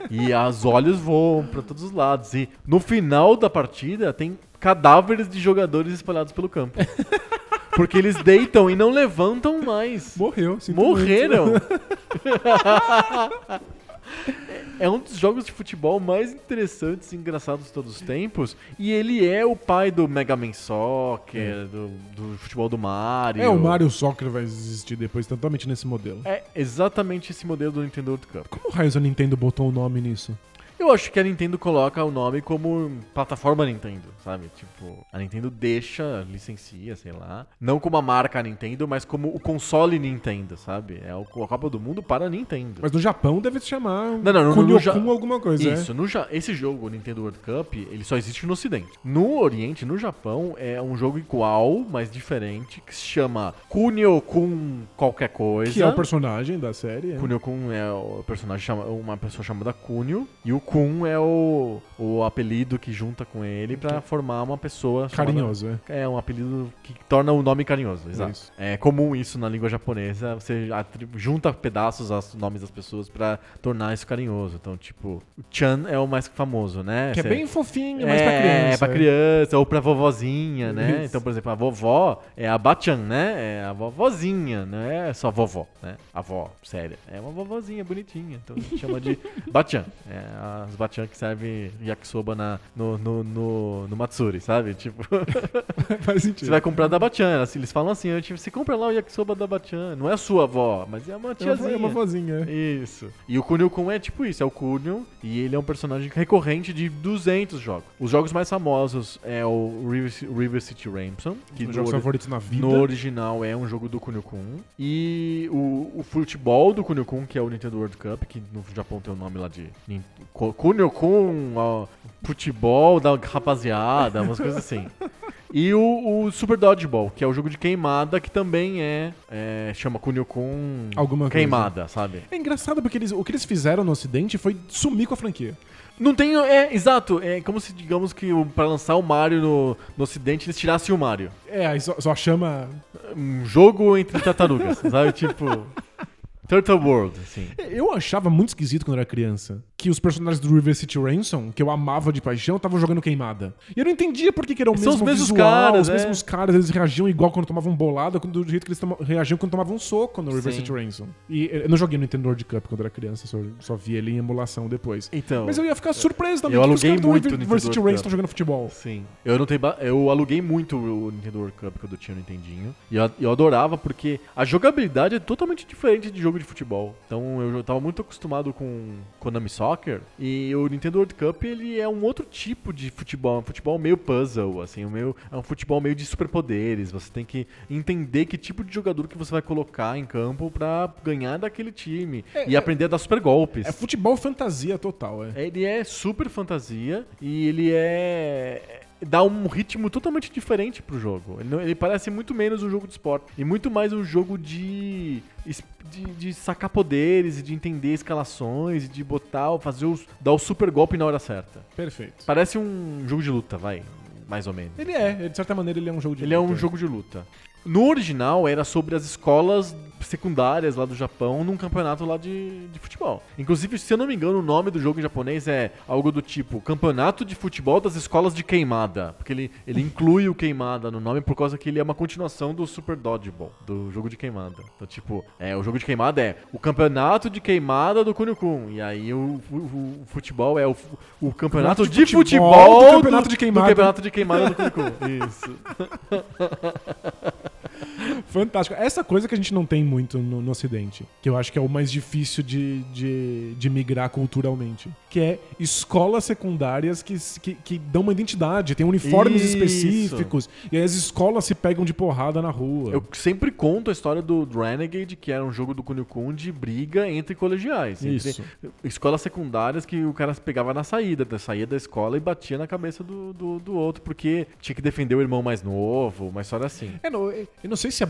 A: e os olhos voam pra todos os lados. E no final da partida tem cadáveres de jogadores espalhados pelo
B: [laughs]
A: campo. Porque eles deitam e não levantam mais.
B: Morreu. sinto
A: Morreram. [laughs] É um dos jogos de futebol mais interessantes e engraçados de todos os tempos. E ele é o pai do Mega Man Soccer, do, do futebol do Mario.
B: É, o Mario Soccer vai existir depois, totalmente nesse modelo.
A: É exatamente esse modelo do Nintendo World Cup.
B: Como raios a Nintendo botou o nome nisso?
A: Eu acho que a Nintendo coloca o nome como plataforma Nintendo, sabe? Tipo, a Nintendo deixa, licencia, sei lá. Não como a marca Nintendo, mas como o console Nintendo, sabe? É o- a Copa do Mundo para a Nintendo.
B: Mas no Japão deve se chamar
A: Não, não, no-
B: Kunio-kun
A: no Ja-
B: alguma coisa, é.
A: Isso, no Ja- esse jogo, o Nintendo World Cup, ele só existe no Ocidente. No Oriente, no Japão, é um jogo igual, mas diferente, que se chama Kunio-kun qualquer
B: é?
A: coisa.
B: Que é o personagem da série. é.
A: Kunio-kun é o personagem, chama, uma pessoa chamada Kunio, e o Kun é o, o apelido que junta com ele pra formar uma pessoa chamada-
B: Carinhoso, é.
A: É, um apelido que torna o nome carinhoso, exato.
B: Isso.
A: É comum isso na língua japonesa, você atri- junta pedaços aos nomes das pessoas pra tornar isso carinhoso. Então, tipo, o Chan é o mais famoso, né?
B: Que é
A: Você-
B: bem
A: é,
B: fofinho, mas pra criança.
A: É, pra criança, ou pra vovozinha, né?
B: Isso.
A: Então, por exemplo, a vovó é a Bachan, né? É a vovozinha, não é só vovó, né? A avó, séria. É uma vovozinha bonitinha, então a gente chama
B: [laughs]
A: de Bachan. É as Bachan que servem yakisoba na, no, no, no, no Matsuri, sabe? Tipo,
B: [laughs] Faz sentido.
A: você vai comprar da Bachan. elas- Eles falam assim, tipo, você compra lá o yakisoba da Bachan. Não é a sua avó, mas é uma
B: É uma,
A: tiazinha.
B: é uma vozinha. é.
A: Isso. E o Kunio Kun é tipo isso, é o Kunio, e ele é um personagem recorrente de 200 jogos. Os jogos mais famosos é o River, Ci- River City Ransom, que
B: Um dos
A: no,
B: jogos
A: ori-
B: favoritos na vida.
A: no original é um jogo do Kunio Kun, e o, o futebol do Kunio Kun, que é o Nintendo World Cup, que no Japão tem o nome lá de Nin- Ko- Kunio Kun, ó, futebol da rapaziada, umas coisas
B: [laughs]
A: assim. E o, o Super Dodgeball, que é o jogo de queimada, que também é, é chama Kunio Kun
B: Alguma coisa.
A: queimada, sabe?
B: É engraçado porque eles, o que eles fizeram no Ocidente foi sumir com a franquia.
A: Não tem. É, exato. É como se, digamos que o- pra lançar o Mario no, no ocidente, eles tirassem o Mario.
B: É, aí só, só chama.
A: Um jogo entre tartarugas,
B: [laughs]
A: sabe? Tipo. Turtle World, assim.
B: Eu achava muito esquisito quando era criança que os personagens do River City Ransom, que eu amava de paixão, estavam jogando queimada. E eu não entendia por que, que era o
A: São os
B: mesmo
A: mesmos
B: visual,
A: caras,
B: os
A: é.
B: mesmos caras, eles reagiam igual quando tomavam bolada, quando- do jeito que eles toma- reagiam quando tomavam um soco no River
A: Sim.
B: City Ransom. E eh, eu não joguei no Nintendo World Cup quando era criança, só, só vi ele em emulação depois.
A: Então.
B: Mas eu ia ficar surpreso também
A: Eu
B: que os
A: aluguei
B: caras do
A: muito o
B: River,
A: Nintendo
B: River
A: World
B: City Ransom
A: Cup.
B: estão jogando futebol.
A: Sim. Eu não tenho ba- eu aluguei muito o Nintendo World Cup quando eu tinha o Nintendinho. E eu, eu adorava porque a jogabilidade é totalmente diferente de jogo de futebol. Então eu, eu tava muito acostumado com Konami Soccer e o Nintendo World Cup ele é um outro tipo de futebol, um futebol meio puzzle, assim, um meio, é um futebol meio de superpoderes. Você tem que entender que tipo de jogador que você vai colocar em campo pra ganhar daquele time e aprender a dar super golpes.
B: É futebol fantasia total, é.
A: Ele é super fantasia e ele é. dá um ritmo totalmente diferente pro jogo. Ele, não- ele parece muito menos um jogo de esporte e muito mais um jogo de. es- De, de sacar poderes e de entender escalações e de botar, fazer os, dar o super golpe na hora certa.
B: Perfeito.
A: Parece um jogo de luta, vai, mais ou menos.
B: Ele é, de certa maneira ele é um jogo de
A: Ele é um
B: luta.
A: jogo de luta. No original era sobre as escolas secundárias lá do Japão num campeonato lá de, de futebol. Inclusive, se eu não me engano, o nome do jogo em japonês é algo do tipo Campeonato de Futebol das Escolas de Queimada. Porque ele, ele inclui o Queimada no nome por causa que ele é uma continuação do Super Dodgeball, do jogo de queimada. Então, tipo, é, o jogo de queimada é o Campeonato de Queimada do Kunio Kun. E aí o, o- o- o futebol é o, fu- o Campeonato
B: Campeonato
A: de
B: de
A: Futebol,
B: futebol do campeonato de queimada.
A: do Campeonato de Queimada do Kunio Kun.
B: [laughs]
A: Isso.
B: Fantástico. Essa coisa que a gente não tem muito no, no Ocidente, que eu acho que é o mais difícil de, de, de migrar culturalmente, que é escolas secundárias que, s- que, que dão uma identidade, tem uniformes
A: Isso.
B: específicos, e aí as escolas se pegam de porrada na rua.
A: Eu sempre conto a história do Renegade, que era um jogo do Kunio Kun de briga entre colegiais. entre
B: Isso.
A: escolas secundárias que o cara se pegava na saída, da saía da escola e batia na cabeça do, do, do outro, porque tinha que defender o irmão mais novo, uma história assim.
B: É, não, eu eu não sei se a-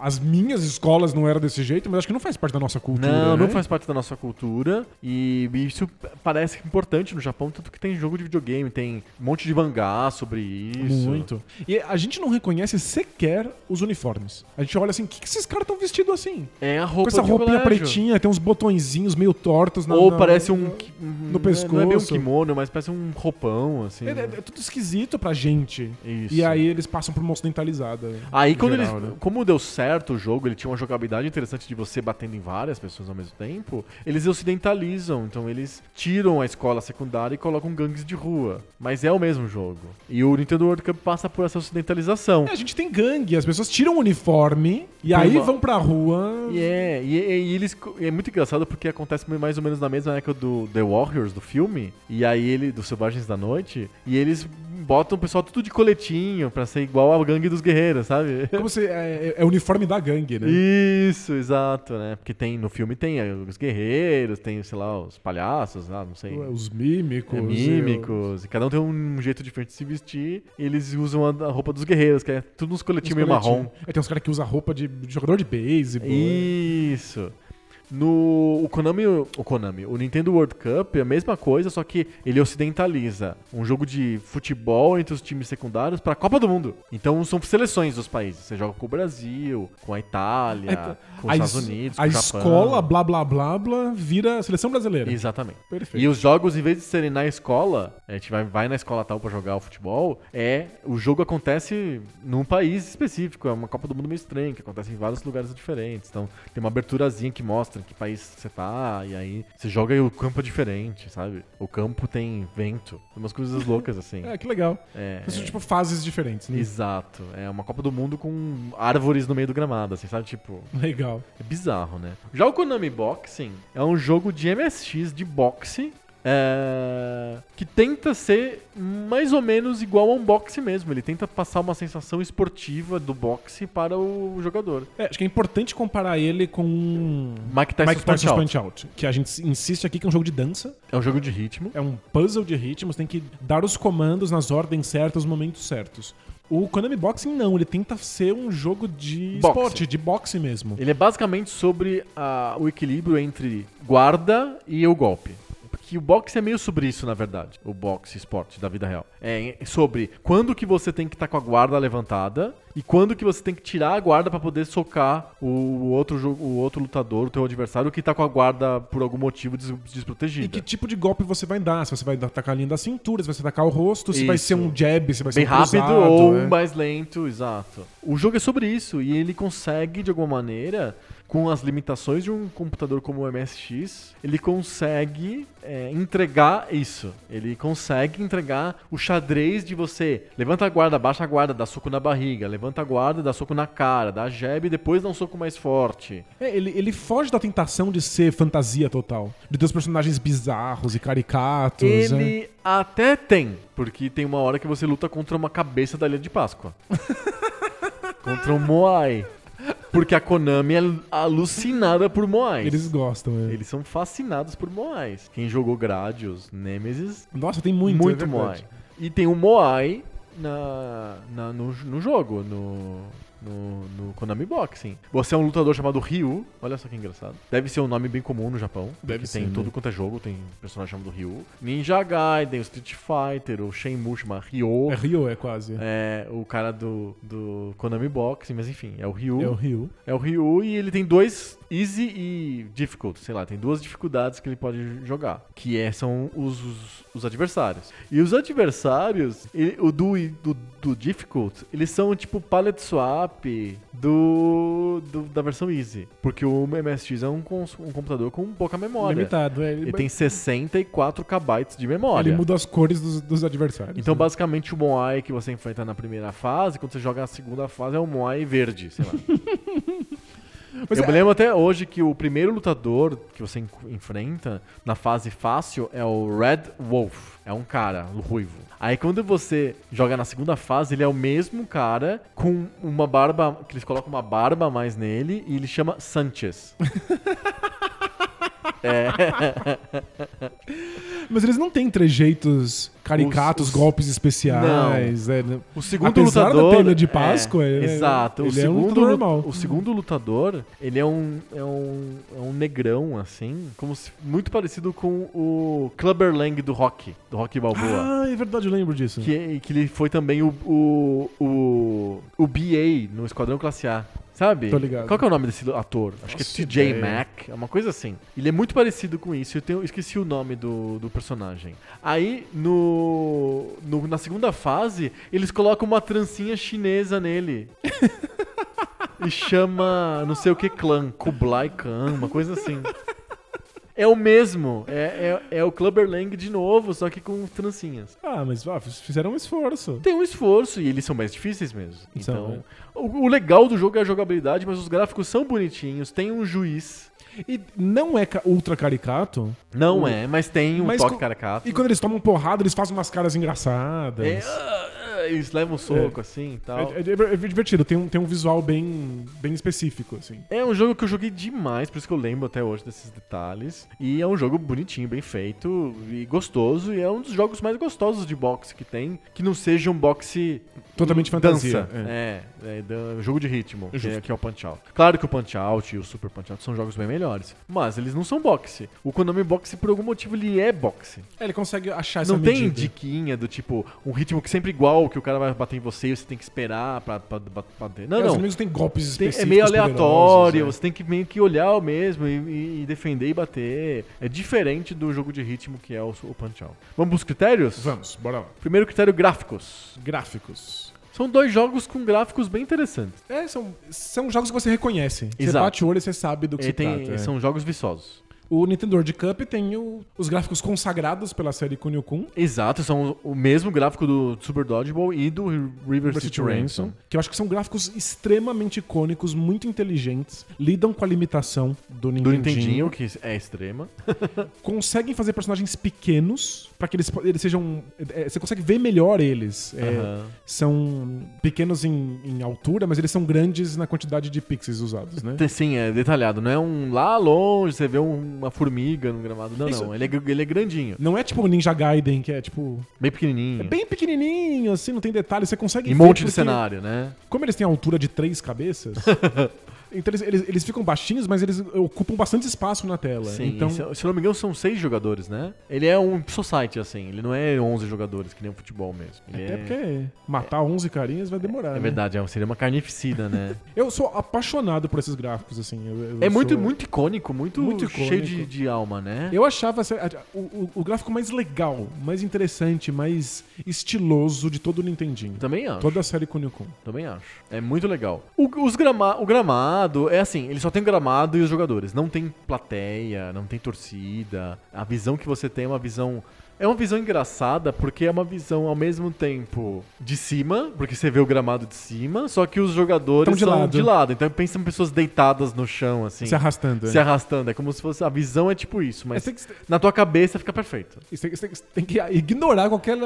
B: as minhas escolas não eram desse jeito, mas acho que não faz parte da nossa cultura.
A: Não, não
B: né?
A: faz parte da nossa cultura e isso parece importante no Japão, tanto que tem jogo de videogame, tem um monte de mangá sobre isso.
B: Muito. E a gente não reconhece sequer os uniformes. A gente olha assim, o que, que esses caras estão vestidos assim?
A: É a
B: Com
A: roupa
B: essa
A: de
B: roupinha
A: colégio.
B: pretinha, tem uns botõezinhos meio tortos na
A: Ou
B: na-
A: parece um, qui- um- Não
B: no
A: é bem um
B: pescoço.
A: kimono, mas parece um roupão, assim.
B: É, é- é tudo esquisito pra gente.
A: Isso.
B: E aí eles passam por uma ocidentalizada.
A: Aí
B: em
A: quando
B: geral,
A: eles.
B: né?
A: Como deu certo o jogo, ele tinha uma jogabilidade interessante de você batendo em várias pessoas ao mesmo tempo, eles ocidentalizam, então eles tiram a escola secundária e colocam gangues de rua. Mas é o mesmo jogo. E o Nintendo World Cup passa por essa ocidentalização.
B: É, a gente tem gangue, as pessoas tiram o uniforme e
A: Por
B: aí
A: uma-
B: vão pra rua.
A: E é, e, e- e eles. co- e é muito engraçado porque acontece mais ou menos na mesma época do The Warriors, do filme, e aí ele, dos Selvagens da Noite, e eles botam o pessoal tudo de coletinho pra ser igual a gangue dos guerreiros, sabe? [laughs]
B: Como se, é, é- é o uniforme da gangue, né?
A: Isso, exato, né? Porque tem no filme tem eh, os guerreiros, tem, sei lá, os palhaços, ah, não sei.
B: Ué,
A: Os
B: Os
A: É
B: mímicos.
A: mímicos, e cada um tem um jeito diferente de se vestir, e eles usam a, a roupa dos guerreiros, que é tudo uns
B: os
A: coletinhos meio marrom.
B: coletinhos. É, tem uns caras que usam roupa de de jogador de beisebol.
A: Isso. No o Konami, o Konami, o Nintendo World Cup é a mesma coisa, só que ele ocidentaliza um jogo de futebol entre os times secundários pra Copa do Mundo. Então são seleções dos países. Você joga com o Brasil, com a Itália, com os
B: É, então, a
A: Estados
B: es-
A: Unidos, com
B: a
A: o Japão.
B: escola blá blá blá blá vira a seleção brasileira.
A: Exatamente.
B: Perfeito.
A: E os jogos, em vez de serem na escola, a gente vai, vai na escola tal pra jogar o futebol, é o jogo acontece num país específico, é uma Copa do Mundo meio estranha, que acontece em vários lugares diferentes. Então tem uma aberturazinha que mostra em que país você tá, e aí você joga e o campo é diferente, sabe? O campo tem vento, tem umas coisas loucas assim.
B: É, que legal.
A: É,
B: São,
A: é.
B: tipo, fases diferentes. Né?
A: Exato. É uma Copa do Mundo com árvores no meio do gramado, assim, sabe? Tipo,
B: Legal.
A: é bizarro, né? Já o Konami Boxing é um jogo de MSX de boxe é, que tenta ser mais ou menos igual a um boxe mesmo. Ele tenta passar uma sensação esportiva do boxe para o jogador. tá
B: É, acho que é importante comparar ele com um
A: Mike Tyson's
B: Mike Tyson's
A: Punch-Out.
B: Punch Out, que a gente insiste aqui que é um jogo de dança,
A: É um jogo de ritmo.
B: é um puzzle de ritmos, tem que dar os comandos nas ordens certas, nos momentos certos. O Konami Boxing não, ele tenta ser um jogo de
A: Boxe.
B: esporte, de boxe mesmo.
A: Ele é basicamente sobre ah, o equilíbrio entre guarda e o golpe. Porque o boxe é meio sobre isso, na verdade. O boxe esporte da vida real. É sobre quando que você tem que estar com a guarda levantada e quando que você tem que tirar a guarda para poder socar o outro, jo- o outro lutador, o teu adversário, que tá com a guarda por algum motivo des- desprotegida.
B: E que tipo de golpe você vai dar? Se você vai atacar a linha da cintura, se você vai atacar o rosto, se vai
A: Isso.
B: ser um jab, se vai ser
A: Bem
B: um
A: rápido
B: cruzado,
A: ou
B: é.
A: mais lento, exato. O jogo é sobre isso e ele consegue, de alguma maneira, com as limitações de um computador como o MSX, ele consegue é, entregar isso. Ele consegue entregar o xadrez de você levanta a guarda, baixa a guarda, dá soco na barriga, levanta a guarda, dá soco na cara, dá jab e depois dá um soco mais forte.
B: É, ele, ele foge da tentação de ser fantasia total, de ter os personagens bizarros e caricatos. né?
A: Ele até tem, porque tem uma hora que você luta contra uma cabeça da Ilha de Páscoa. contra um Moai. Porque a Konami é alucinada por Moais. Eles...
B: Eles gostam. É.
A: são fascinados por Moais. Quem jogou Gradius, Nemesis,
B: Nossa, tem muito.
A: muito,
B: é verdade.
A: Moai. E tem um Moai na, na- no, no jogo, no, no, no Konami Box, sim. Você é um lutador chamado Ryu. Olha só que engraçado. Deve ser um nome bem comum no Japão.
B: Deve
A: porque
B: ser,
A: Tem
B: né?
A: todo quanto é jogo, tem personagem chamado Ryu. Ninja Gaiden, o Street Fighter, o Shenmue chama Ryo.
B: É Ryu, é quase. É,
A: É o cara do, do Konami Box, mas enfim, é o Ryu.
B: o Ryu.
A: É o Ryu e ele tem dois easy e difficult, sei lá, tem duas dificuldades que ele pode jogar, que é, são os, os, os adversários. E os adversários, ele- o do, e- do, do difficult, eles são tipo palette swap do, do- da versão easy, porque o MSX é um, cons- um computador com pouca memória.
B: Limitado, é.
A: Ele tem 64 KB de memória.
B: Ele muda as cores dos, dos adversários.
A: Então,
B: né?
A: basicamente, o Moai que você enfrenta na primeira fase, quando você joga a segunda fase, é um Moai verde, sei lá.
B: [laughs] Mas
A: eu
B: é-
A: me lembro até hoje que o primeiro lutador que você en- enfrenta na fase fácil é o Red Wolf. É um cara, um ruivo. Aí quando você joga na segunda fase, ele é o mesmo cara com uma barba, que eles colocam uma barba a mais nele e ele chama Sanchez.
B: Mas eles não têm trejeitos caricatos,
A: Os- os-
B: golpes especiais. É, né?
A: O segundo
B: Apesar da
A: lutador.
B: telha de Páscoa,
A: é,
B: ele é-
A: exato. o
B: ele é um
A: segundo,
B: lutador normal.
A: O segundo lutador, ele é um, é um, é um negrão, assim, como se- muito parecido com o Clubber Lang do rock, do rock balboa.
B: Ah, é verdade, eu lembro disso.
A: Que, que ele foi também o, o, o, o BA no Esquadrão Classe A. Sabe?
B: Tô ligado.
A: Qual que é o nome desse ator? Acho
B: Nossa,
A: que é TJ
B: ideia.
A: Mack, é uma coisa assim. Ele é muito parecido com isso, eu, tenho- eu esqueci o nome do, do personagem. Aí, no, no- na segunda fase, eles colocam uma trancinha chinesa
B: [laughs]
A: nele. e chama, não sei o que, clã, Kublai Khan, uma coisa assim. É o mesmo, é, é, é o Clubber Lang de novo, só que com trancinhas
B: Ah, mas ah, fizeram um esforço.
A: tem um esforço e eles são mais difíceis mesmo. Então,
B: São,
A: o, o legal do jogo é a jogabilidade, mas os gráficos são bonitinhos, tem um juiz.
B: E não é ca- ultra caricato.
A: Não é, mas tem um
B: Mas
A: toque
B: co-
A: caricato.
B: E quando eles tomam porrada, eles fazem umas caras engraçadas.
A: É, ah, ah, eles levam um soco assim e tal.
B: É- é- é divertido, tem um, tem um visual bem, bem específico, assim.
A: É um jogo que eu joguei demais, por isso que eu lembro até hoje desses detalhes. E é um jogo bonitinho, bem feito e gostoso. E é um dos jogos mais gostosos de boxe que tem, que não seja um boxe
B: Totalmente fantasia.
A: Dança.
B: é.
A: É, é, dan- jogo de ritmo, que é,
B: Justo.
A: que é o Punch-Out. Claro que o Punch-Out e o Super Punch-Out são jogos bem melhores, mas eles não são boxe. O Konami Boxe, por algum motivo, ele é boxe.
B: É, Ele consegue achar essa
A: não tem
B: medida.
A: diquinha do tipo, um ritmo que sempre igual, que o cara vai bater em você e você tem que esperar pra, pra, pra bater. Não,
B: É, Os
A: não.
B: inimigos têm golpes
A: Tem-
B: específicos.
A: é meio aleatório,
B: poderosos, é.
A: você tem que meio que olhar mesmo e, e- e defender e bater. É diferente do jogo de ritmo que é o, o Punch-Out. Vamos pros critérios?
B: é. Vamos, bora lá.
A: Primeiro critério, gráficos.
B: Gráficos.
A: São dois jogos com gráficos bem interessantes.
B: É, são, são jogos que você reconhece. Você
A: Exato.
B: bate o olho e você sabe do que
A: Ele
B: se
A: tem-
B: trata. é.
A: São jogos viçosos.
B: O Nintendo World Cup tem o- os gráficos consagrados pela série Kunio Kun.
A: Exato, são o mesmo gráfico do Super Dodgeball e do River City Ransom.
B: Que eu acho que são gráficos extremamente icônicos, muito inteligentes, lidam com a limitação do
A: Do
B: Nintendinho.
A: Nintendinho, que é extrema.
B: Conseguem fazer personagens pequenos pra que eles, po- eles sejam. é, você consegue ver melhor eles. É,
A: Aham.
B: São pequenos em, em altura, mas eles são grandes na quantidade de pixels usados, né?
A: Sim, é detalhado. Não é um lá longe, você vê um- uma formiga no gramado. Não,
B: Isso.
A: não. Ele é, gr- ele é grandinho,
B: Não é tipo o Ninja Gaiden, que é tipo.
A: bem pequenininho.
B: É bem pequenininho, assim, não tem detalhe, você consegue.
A: E um
B: ver
A: Hum. monte de
B: porque-
A: cenário, né?
B: Como eles têm a altura de três
A: [laughs]
B: cabeças, então eles, eles, eles ficam baixinhos, mas eles ocupam bastante espaço na tela.
A: Sim, é
B: então,
A: e se, se eu não me engano, são seis jogadores, né? Ele é um society, assim. Ele não é 11 jogadores, que nem o futebol mesmo. Ele
B: até
A: é...
B: porque matar 11 carinhas vai demorar.
A: É
B: né?
A: verdade, é, seria uma carnificina, [laughs] né?
B: Eu sou apaixonado por esses gráficos, assim. eu- eu
A: É muito,
B: sou-
A: muito icônico, muito,
B: Muito
A: cheio
B: icônico.
A: de, de alma, né?
B: Eu achava assim, a- o, o- o gráfico mais legal, mais interessante, mais estiloso de todo o Nintendinho.
A: Também acho.
B: Toda a série Kunio Kun.
A: Também acho. É muito legal. O, os grama, o gramado é assim, ele só tem o gramado e os jogadores. Não tem plateia, não tem torcida. A visão que você tem é uma visão. É uma visão engraçada porque é uma visão ao mesmo tempo de cima, porque você vê o gramado de cima, só que os jogadores
B: Tão de
A: são
B: lado.
A: de lado. Então pensa em pessoas deitadas no chão, assim,
B: Se arrastando.
A: se
B: né?
A: arrastando. É como se fosse. A visão é tipo isso,
B: Mas
A: mas
B: tem que-
A: na tua cabeça fica perfeito.
B: Você tem, você tem- você tem que ignorar qualquer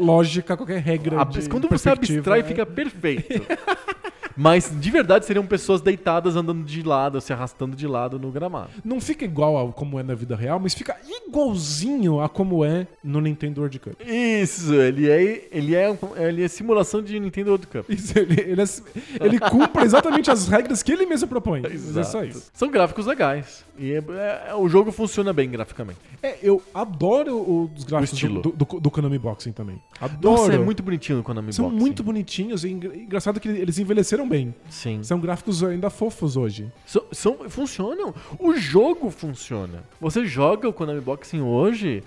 B: lógica, qualquer regra.
A: É. Ab-
B: de
A: Ah, Quando você
B: perspectiva, é.
A: abstrai,
B: né?
A: fica perfeito. [laughs] Mas de verdade seriam pessoas deitadas andando de lado, se arrastando de lado no gramado.
B: Não fica igual a como é na vida real, mas fica igualzinho a como é no Nintendo World Cup. [laughs]
A: Isso, ele é, ele é, ele é simulação de Nintendo World Cup.
B: Isso, ele, ele, é- ele cumpre exatamente as regras que ele mesmo propõe. Mas é só
A: Exato.
B: isso.
A: São gráficos legais. E é- é- o jogo funciona bem graficamente.
B: É, eu adoro o- os gráficos
A: estilo.
B: do, do, do Konami Boxing também. Adoro.
A: Nossa, é muito bonitinho o Konami
B: São
A: Boxing.
B: muito bonitinhos e engra- engraçado que eles envelheceram bem.
A: Sim.
B: São gráficos ainda fofos hoje.
A: São, são- funcionam. O jogo funciona. Você joga o Konami Boxing hoje,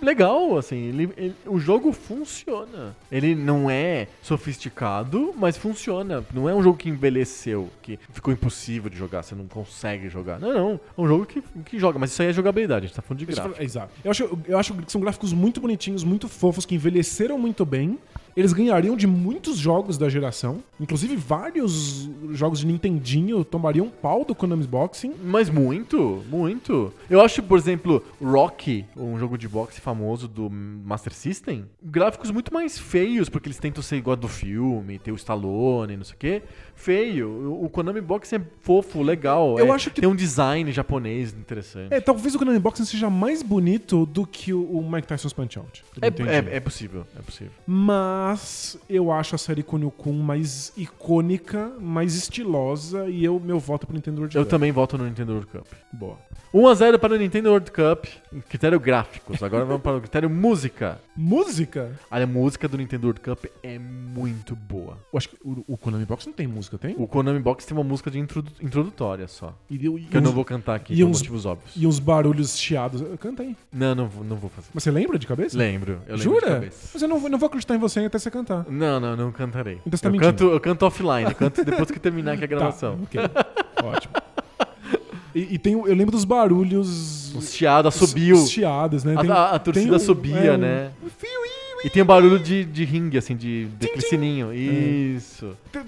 A: legal, assim. ele- ele- o jogo funciona. Ele não é sofisticado, mas funciona. Não é um jogo que envelheceu, que ficou impossível de jogar, você não consegue jogar. Não, não. É um jogo que, que joga, mas isso aí é jogabilidade, a gente tá falando de
B: Eles
A: gráfico.
B: falam- Exato. Eu acho, eu acho que são gráficos muito bonitinhos, muito fofos, que envelheceram muito bem. Eles ganhariam de muitos jogos da geração. Inclusive, vários jogos de Nintendinho tomariam pau do Konami Boxing.
A: Mas muito, muito. Eu acho, por exemplo, Rock, um jogo de boxe famoso do Master System, gráficos muito mais feios, porque eles tentam ser igual do filme, ter o Stallone, não sei o quê. Feio. O- O Konami Boxing é fofo, legal.
B: Eu
A: é-
B: acho que-
A: Tem um design japonês interessante.
B: É, talvez o Konami Boxing seja mais bonito do que o o Mike Tyson's Punch-Out. do
A: É,
B: Nintendinho.
A: é- é possível, é possível.
B: Mas eu acho a série Kunio Kun mais icônica, mais estilosa e eu meu voto pro Nintendo World
A: Eu
B: Cup.
A: também voto no Nintendo World Cup.
B: Boa.
A: 1x0 para o Nintendo World Cup, em critério gráficos. Agora vamos para o critério música.
B: Música?
A: Olha, A música do Nintendo World Cup é muito boa.
B: Eu acho que o, o Konami Box não tem música, tem?
A: O Konami Box tem uma música de introdu- introdutória só.
B: E, deu- e
A: Que eu
B: uns,
A: não vou cantar aqui
B: e
A: por
B: uns-
A: motivos óbvios.
B: e uns barulhos chiados. Canta aí.
A: Não, não, vou- não vou fazer.
B: Mas você lembra de cabeça?
A: Lembro. Eu lembro de
B: Jura?
A: cabeça.
B: Mas eu não, vou- não vou acreditar em você até você cantar.
A: Não, não, não cantarei.
B: Então você tá
A: eu,
B: mentindo.
A: canto, eu canto offline, eu canto depois que terminar aqui a gravação.
B: Tá, ok. Ótimo. E, e tem, o- eu lembro dos barulhos.
A: Os chiados assobiam.
B: Os chiados, né?
A: A-
B: Tem-
A: a- a torcida
B: tem
A: subia,
B: um-
A: né?
B: Fiu, iu,
A: E tem um barulho de, de ringue, assim, de, de
B: Tim, tim.
A: sininho. Isso.
B: iu.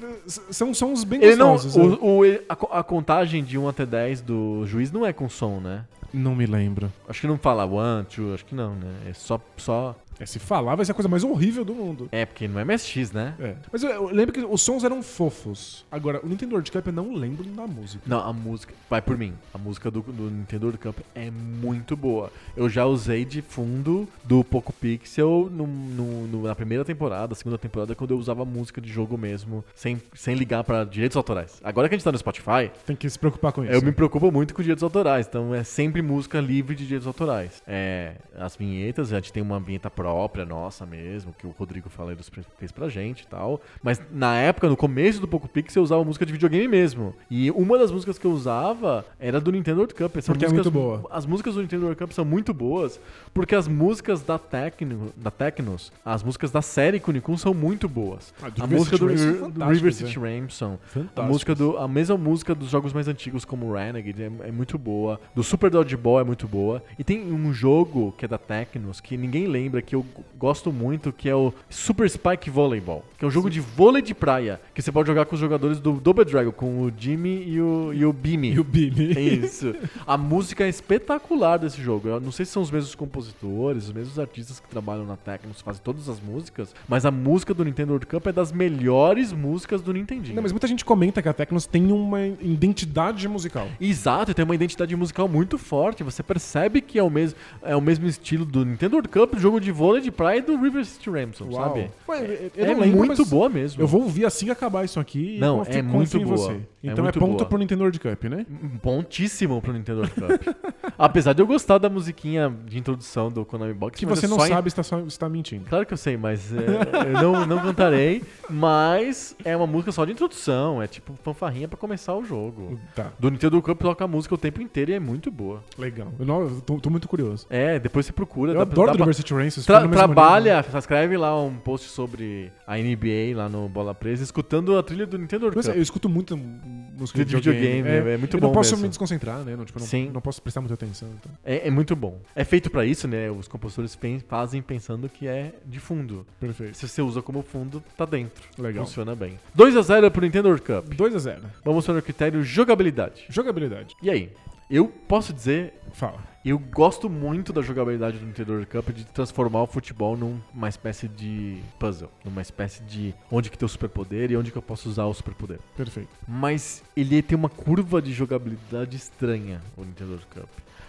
B: São sons bem
A: Ele não,
B: gostosos. né?
A: o, o- ele- a, co- a contagem de 1 até 10 do juiz não é com som, né?
B: Não me lembro.
A: Acho que não fala one, two, acho que não, né? É só. só...
B: É, se falar, vai ser a coisa mais horrível do mundo.
A: É, porque não é MSX, né?
B: É. Mas eu, eu lembro que os sons eram fofos. Agora, o Nintendo World Cup eu não lembro da música.
A: Não, a música. Vai por mim. A música do, do Nintendo World Cup é muito boa. Eu já usei de fundo do Poco Pixel no, no- no- na primeira temporada, segunda temporada, quando eu usava música de jogo mesmo, sem, sem ligar pra direitos autorais. Agora que a gente tá no Spotify,
B: Tem que se preocupar com isso. né?
A: eu me preocupo muito com direitos autorais, então é sempre música livre de direitos autorais. É, as vinhetas, a gente tem uma vinheta própria, nossa mesmo, que o Rodrigo Faleiros pre- fez pra gente e tal. Mas na época, no começo do Poco Pix, eu usava música de videogame mesmo. E uma das músicas que eu usava era do Nintendo World Cup. São
B: Porque é
A: músicas-
B: muito boa.
A: as músicas do Nintendo World Cup são muito boas, porque as músicas da, Tecno, da Tecnos, as músicas da série Kunikun são muito boas.
B: Ah, do
A: a
B: River
A: música
B: City
A: do,
B: Ransom são
A: River- do River
B: fantásticas,
A: City
B: é.
A: Ransom, a
B: Fantásticas.
A: música do, a mesma música dos jogos mais antigos como Renegade é, é muito boa, do Super Dodgeball é muito boa, e tem um jogo que é da Tecnos que ninguém lembra que eu g- gosto muito, que é o Super Spike Volleyball, que é um jogo de vôlei de praia, que você pode jogar com os jogadores do Double Dragon, com o Jimmy e o e o Bimmy.
B: E o Billy.
A: É Isso. A música é espetacular desse jogo. Eu não sei se são os mesmos compositores, os mesmos artistas que trabalham na Tecnos, fazem todas as músicas, mas a música do Nintendo World Cup é das melhores músicas do Nintendinho.
B: Não, mas muita gente comenta que a Tecnos tem uma identidade musical.
A: Exato, e tem uma identidade musical muito forte. Você percebe que é o mesmo, é o mesmo estilo do Nintendo World Cup, do jogo de vôlei de praia e do River City Ramson, sabe?
B: Ué, eu, eu
A: é
B: não lembro,
A: muito
B: mas
A: boa mesmo.
B: Eu vou ouvir assim que acabar isso aqui
A: Não,
B: e confio,
A: é
B: confio
A: muito
B: em
A: boa.
B: você.
A: É
B: Então é,
A: muito
B: ponto
A: boa.
B: pro Nintendo World Cup, né?
A: Um Pontíssimo pro Nintendo World Cup.
B: [laughs]
A: Apesar de eu gostar da musiquinha de introdução do Konami Box,
B: Que
A: mas
B: você
A: é
B: não
A: só em-
B: sabe está, só- está mentindo.
A: Claro que eu sei, mas é, eu não, não cantarei. Mas é uma música só de introdução, é tipo fanfarrinha pra começar o jogo.
B: Tá,
A: Do Nintendo Cup toca a música o tempo inteiro e é muito boa.
B: legal. Eu não- eu tô, tô muito curioso.
A: É, depois você procura.
B: Eu
A: dá pra-
B: adoro
A: dá pra-
B: Diversity Rances.
A: Tra- trabalha,
B: né?
A: escreve lá um post sobre a NBA lá no Bola Presa, escutando a trilha do Nintendo World
B: Pois é,
A: Cup.
B: eu escuto muito música
A: De videogame, é, é muito
B: eu
A: bom
B: não posso
A: mesmo.
B: me desconcentrar, né? Não, tipo, não,
A: Sim.
B: não posso prestar muita atenção. então.
A: É, é muito bom. É feito pra isso, né? Os compositores pen- fazem pensando que é de fundo.
B: Perfeito.
A: Se você usa como fundo, tá dentro.
B: Legal.
A: Funciona bem. 2 a 0 é pro Nintendo World Cup.
B: 2 a 0
A: Vamos para o critério jogabilidade.
B: Jogabilidade.
A: E aí? Eu posso dizer,
B: Fala.
A: eu gosto muito da jogabilidade do Nintendo World Cup de transformar o futebol numa espécie de puzzle, numa espécie de onde que tem o superpoder e onde que eu posso usar o superpoder.
B: Perfeito.
A: Mas ele tem uma curva de jogabilidade estranha, o Nintendo World Cup.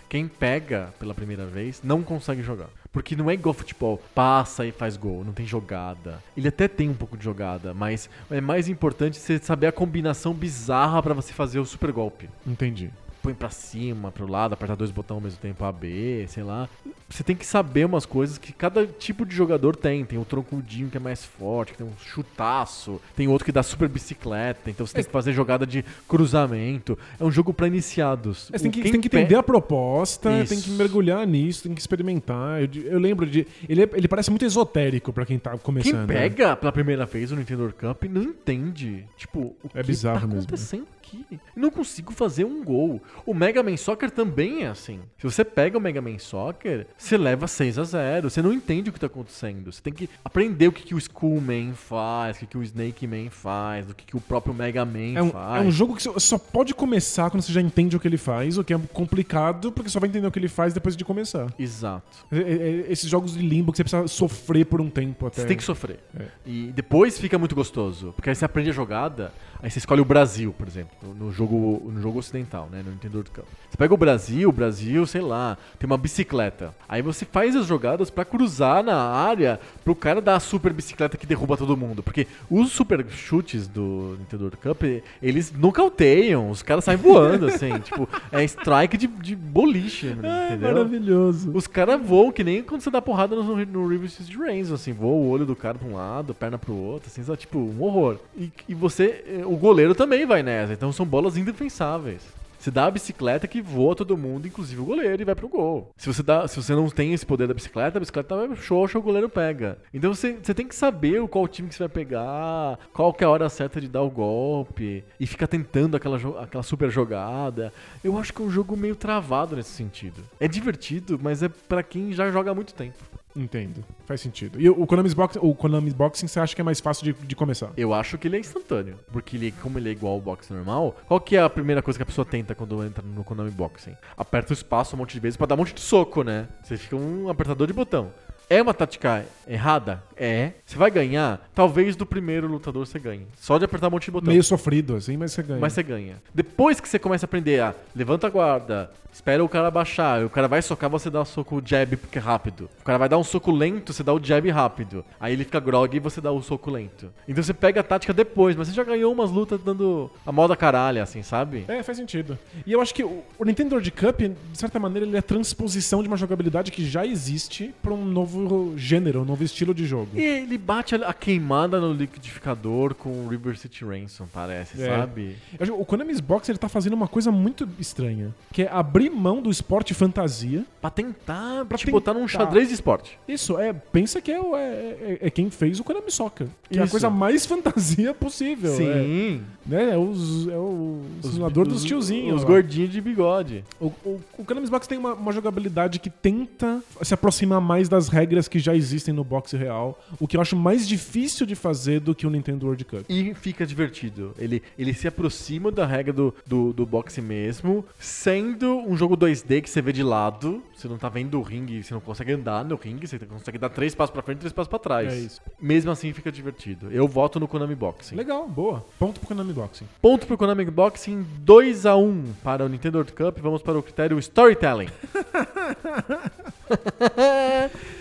A: Quem pega pela primeira vez não consegue jogar. Porque não é igual futebol. Passa e faz gol, não tem jogada. Ele até tem um pouco de jogada, mas é mais importante você saber a combinação bizarra pra você fazer o super golpe.
B: Entendi.
A: Põe pra cima, pro lado, apertar dois botões ao mesmo tempo, A, B, sei lá. Você tem que saber umas coisas que cada tipo de jogador tem. Tem o troncudinho que é mais forte, que tem um chutaço, tem outro que dá super bicicleta, então você
B: É
A: tem que fazer jogada de cruzamento. É um jogo pra iniciados.
B: Mas tem
A: O
B: que,
A: quem
B: tem que
A: pe-
B: entender a proposta,
A: Isso.
B: tem que mergulhar nisso, tem que experimentar. Eu, eu lembro de. Ele, é- ele parece muito esotérico pra quem tá
A: Quem
B: começando. né?
A: pega pela primeira vez o Nintendo World Cup não entende. Tipo, o que
B: É bizarro
A: tá
B: mesmo. né?
A: acontecendo aqui? Eu não consigo fazer um gol. O Mega Man Soccer também é assim. Se você pega o Mega Man Soccer, você leva 6 a 0 Você não entende o que tá acontecendo. Você tem que aprender o que, que o Skullman faz, o que, que o Snake Man faz, o que, que o próprio Mega Man
B: É um,
A: faz.
B: é um jogo que só- só pode começar quando você já entende o que ele faz, o que é complicado, porque só vai entender o que ele faz depois de começar.
A: Exato.
B: É- é- Esses jogos de limbo que você precisa sofrer por um tempo até.
A: Você tem que sofrer.
B: É.
A: E depois fica muito gostoso. Porque aí você aprende a jogada, aí você escolhe o Brasil, por exemplo, no no jogo, no jogo ocidental, né? No Nintendo World Cup. Você pega o Brasil, o Brasil, sei lá, tem uma bicicleta. Aí você faz as jogadas pra cruzar na área pro cara dar a super bicicleta que derruba todo mundo. Porque os super chutes do Nintendo World Cup, eles nocauteiam, os caras saem voando, assim. tipo, é strike de, de boliche, né,
B: É
A: entendeu?
B: maravilhoso.
A: Os caras voam que nem quando você dá porrada no, no River City Rains, assim, voa o olho do cara pra um lado, perna pro outro, assim, sabe? tipo, um horror. E, e você, eh, o goleiro também vai nessa, então são bolas indefensáveis. Você dá a bicicleta que voa todo mundo, inclusive o goleiro, e vai pro gol. Se você, dá, se você não tem esse poder da bicicleta, a bicicleta vai pro xoxa, o goleiro pega. Então você, você tem que saber o qual time que você vai pegar, qual que é a hora certa de dar o golpe, e ficar tentando aquela, jo- aquela super jogada. Eu acho que é um jogo meio travado nesse sentido. É divertido, mas é pra quem já joga há muito tempo.
B: Entendo. Faz sentido. E o Konami's Boxing, o Konami's Boxing você acha que é mais fácil de, de começar?
A: Eu acho que ele é instantâneo. Porque ele, como ele é igual ao boxing normal, qual que é a primeira coisa que a pessoa tenta quando entra no Konami Boxing? Aperta o espaço um monte de vezes pra dar um monte de soco, né? Você fica um apertador de botão. É uma tática errada? É. Você vai ganhar? Talvez do primeiro lutador você ganhe. Só de apertar um monte de botão.
B: Meio sofrido, assim, mas você ganha.
A: Mas você ganha. Depois que você começa a aprender a levanta a guarda, espera o cara baixar, o cara vai socar, você dá um soco jab porque é rápido. O cara vai dar um soco lento, você dá o jab rápido. Aí ele fica grog e você dá o soco lento. Então você pega a tática depois, mas você já ganhou umas lutas dando a moda caralha, assim, sabe?
B: É, faz sentido. E eu acho que o o Nintendo World Cup, de certa maneira, ele é a transposição de uma jogabilidade que já existe pra um novo gênero, um novo estilo de jogo.
A: E ele bate a a queimada no liquidificador com o River City Ransom, parece,
B: É.
A: sabe?
B: Eu acho que O Konami's Box ele tá fazendo uma coisa muito estranha, que é abrir mão do esporte fantasia.
A: Pra tentar
B: Pra
A: te botar num
B: tentar.
A: xadrez de esporte.
B: Isso, é, pensa que é, o- é, é- é quem fez o Konami Soccer. Que é a
A: Isso.
B: coisa mais [laughs] fantasia possível. É,
A: Sim.
B: né? é, os, é o simulador dos tiozinhos.
A: Os
B: lá.
A: gordinhos de bigode.
B: O, o, o Konami's Box tem uma, uma jogabilidade que tenta se aproximar mais das regras que já existem no boxe real, o que eu acho mais difícil de fazer do que o Nintendo World Cup.
A: e fica divertido. Ele, ele se aproxima da regra do, do, do boxe mesmo, sendo um jogo 2D que você vê de lado, você não tá vendo o ringue, você não consegue andar no ringue, você consegue dar três passos pra frente e três passos pra trás.
B: É isso.
A: Mesmo assim fica divertido. Eu voto no Konami Boxing.
B: Legal, boa. Ponto pro Konami Boxing.
A: Ponto pro Konami Boxing, 2x1 para o Nintendo World Cup. Vamos para o critério
B: [laughs]
A: Storytelling.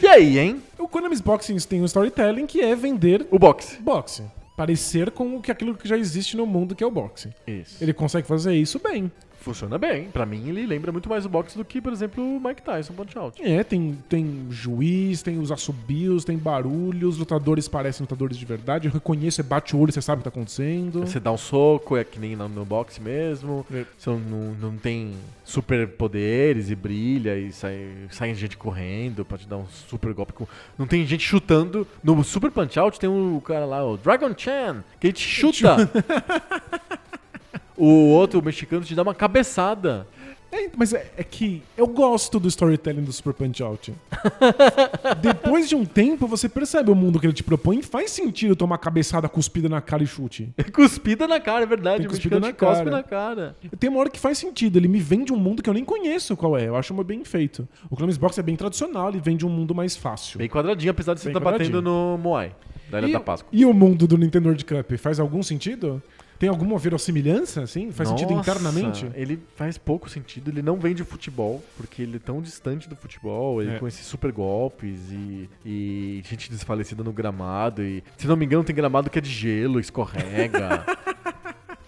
A: e aí, hein?
B: O Konami's Boxing tem um storytelling que é vender
A: O boxe.
B: boxe. Parecer com o que aquilo que já existe no mundo que é o boxe.
A: Isso.
B: Ele consegue fazer isso bem.
A: funciona bem. Pra mim, ele lembra muito mais o boxe do que, por exemplo, o Mike Tyson Punch Out.
B: É, tem, tem juiz, tem os assobios, tem barulhos, lutadores parecem lutadores de verdade. Eu reconheço, você bate o olho, você sabe o que tá acontecendo.
A: Você dá um soco, é que nem no, no boxe mesmo.
B: É.
A: Você não, não tem superpoderes e brilha e sai, sai gente correndo pra te dar um super golpe. com- Não tem gente chutando. No Super Punch Out tem um cara lá, o Dragon Chan, que ele te
B: [laughs]
A: chuta. o outro, o mexicano, te dá uma cabeçada. [laughs]
B: É, mas é, é que eu gosto do storytelling do Super
A: [laughs]
B: Punch Out. Depois de um tempo, você percebe o mundo que ele te propõe e faz sentido tomar cabeçada, cuspida na cara e chute.
A: Cuspida na cara, é verdade.
B: Tem
A: o
B: cuspida
A: mexicano
B: na
A: te cospe
B: cara.
A: na cara.
B: Tem uma hora que faz sentido, ele me vende um mundo que eu nem conheço qual é. Eu acho bem feito. O Clones Box é bem tradicional, ele vende um mundo mais fácil.
A: Bem quadradinho, apesar de você
B: Bem
A: estar batendo
B: quadradinho.
A: no Moai, da Ilha
B: e,
A: da Páscoa.
B: e o mundo do Nintendo World Cup faz algum sentido? Tem alguma verossimilhança, assim? Faz sentido
A: Nossa,
B: internamente?
A: Ele faz pouco sentido, ele não vende o futebol, porque ele é tão distante do futebol, ele
B: É.
A: com esses super golpes e, e gente desfalecida no gramado. E, se não me engano, tem gramado que é de gelo, escorrega.
B: [laughs]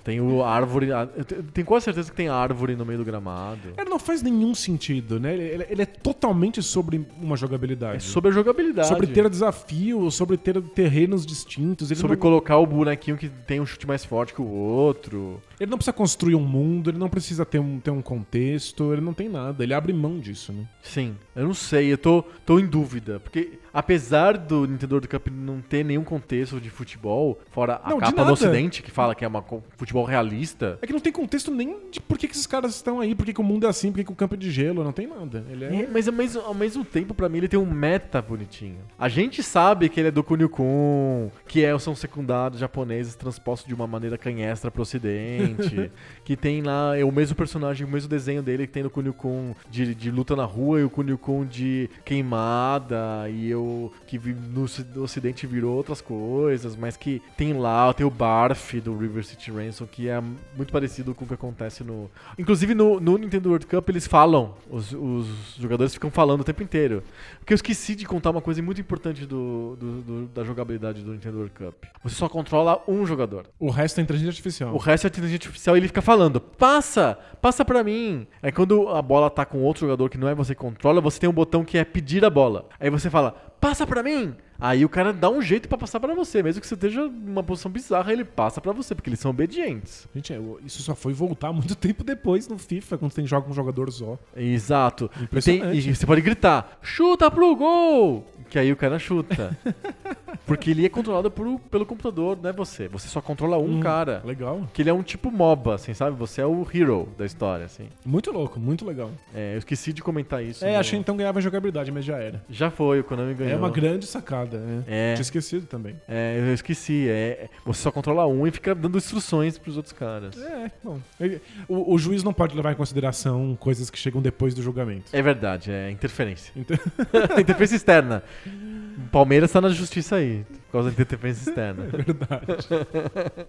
A: tem o árvore. a- eu te- eu Tenho quase certeza que tem árvore no meio do gramado.
B: Ele não faz nenhum sentido, né? Ele, ele- ele é totalmente sobre uma jogabilidade.
A: É sobre a jogabilidade.
B: Sobre ter desafio, sobre ter terrenos distintos. Ele,
A: Sobre
B: não,
A: colocar o bonequinho que tem um chute mais forte que o outro.
B: ele não precisa construir um mundo, ele não precisa ter um, ter um contexto, ele não tem nada. Ele abre mão disso, né?
A: Sim, eu não sei, eu tô, tô em dúvida. Porque apesar do Nintendo World Cup não ter nenhum contexto de futebol, fora a
B: Não, de
A: capa do
B: nada.
A: ocidente, que fala que é uma co- futebol realista,
B: É que não tem contexto nem de por que, que esses caras estão aí, por que, que o mundo é assim, por que, que o campo é de gelo, não tem nada. Ele é...
A: é, mas ao mesmo, ao mesmo tempo, pra mim, ele tem um meta bonitinho. A gente sabe que ele é do Kunio-kun, que é, são secundários japoneses transpostos de uma maneira canhestra pro
B: [laughs]
A: ocidente, que tem lá é o mesmo personagem, o mesmo desenho dele que tem no Kunio-kun de, de luta na rua e o Kunio-kun de queimada e eu que vi- no oci- no ocidente virou outras coisas, mas que tem lá, tem o Barf do River City Ransom, que é muito parecido com o que acontece no... Inclusive no, no Nintendo World Cup eles falam, os, os jogadores ficam falando o tempo inteiro. Porque eu esqueci de contar uma coisa muito importante do, do- do- da jogabilidade do Nintendo World Cup. Você só controla um jogador.
B: O resto é inteligência artificial.
A: O resto é inteligência artificial e ele fica falando: passa, passa pra mim. Aí quando a bola tá com outro jogador que não é você que controla, você tem um botão que é pedir a bola. Aí você fala: passa pra mim. Aí o cara dá um jeito pra passar pra você, mesmo que você esteja numa posição bizarra, ele passa pra você, porque eles são obedientes.
B: Gente, é, o- isso só foi voltar [laughs] muito tempo depois no FIFA, quando tem jogo com um jogador só.
A: Exato. E, tem-
B: Impressionante.
A: e você pode gritar: chuta pro gol! Que aí o cara
B: [laughs]
A: chuta. porque ele é controlado por- pelo computador, não é você. Você só controla um
B: Hum,
A: cara.
B: Legal.
A: Que ele é um tipo MOBA, assim, sabe? Você é o hero da história, assim.
B: Muito louco, muito legal.
A: É, eu esqueci de comentar isso.
B: É,
A: no-
B: achei então ganhava em jogabilidade, mas já era.
A: Já foi, o Konami ganhou.
B: É uma grande sacada, né?
A: É.
B: Tinha esquecido também.
A: É, eu esqueci. É, você só controla um e fica dando instruções pros outros caras.
B: É, bom. Ele- O, o juiz não pode levar em consideração coisas que chegam depois do julgamento.
A: É verdade, é interferência.
B: Então-
A: [laughs] interferência externa. Palmeiras tá na justiça aí, por causa da interferência externa.
B: É Verdade.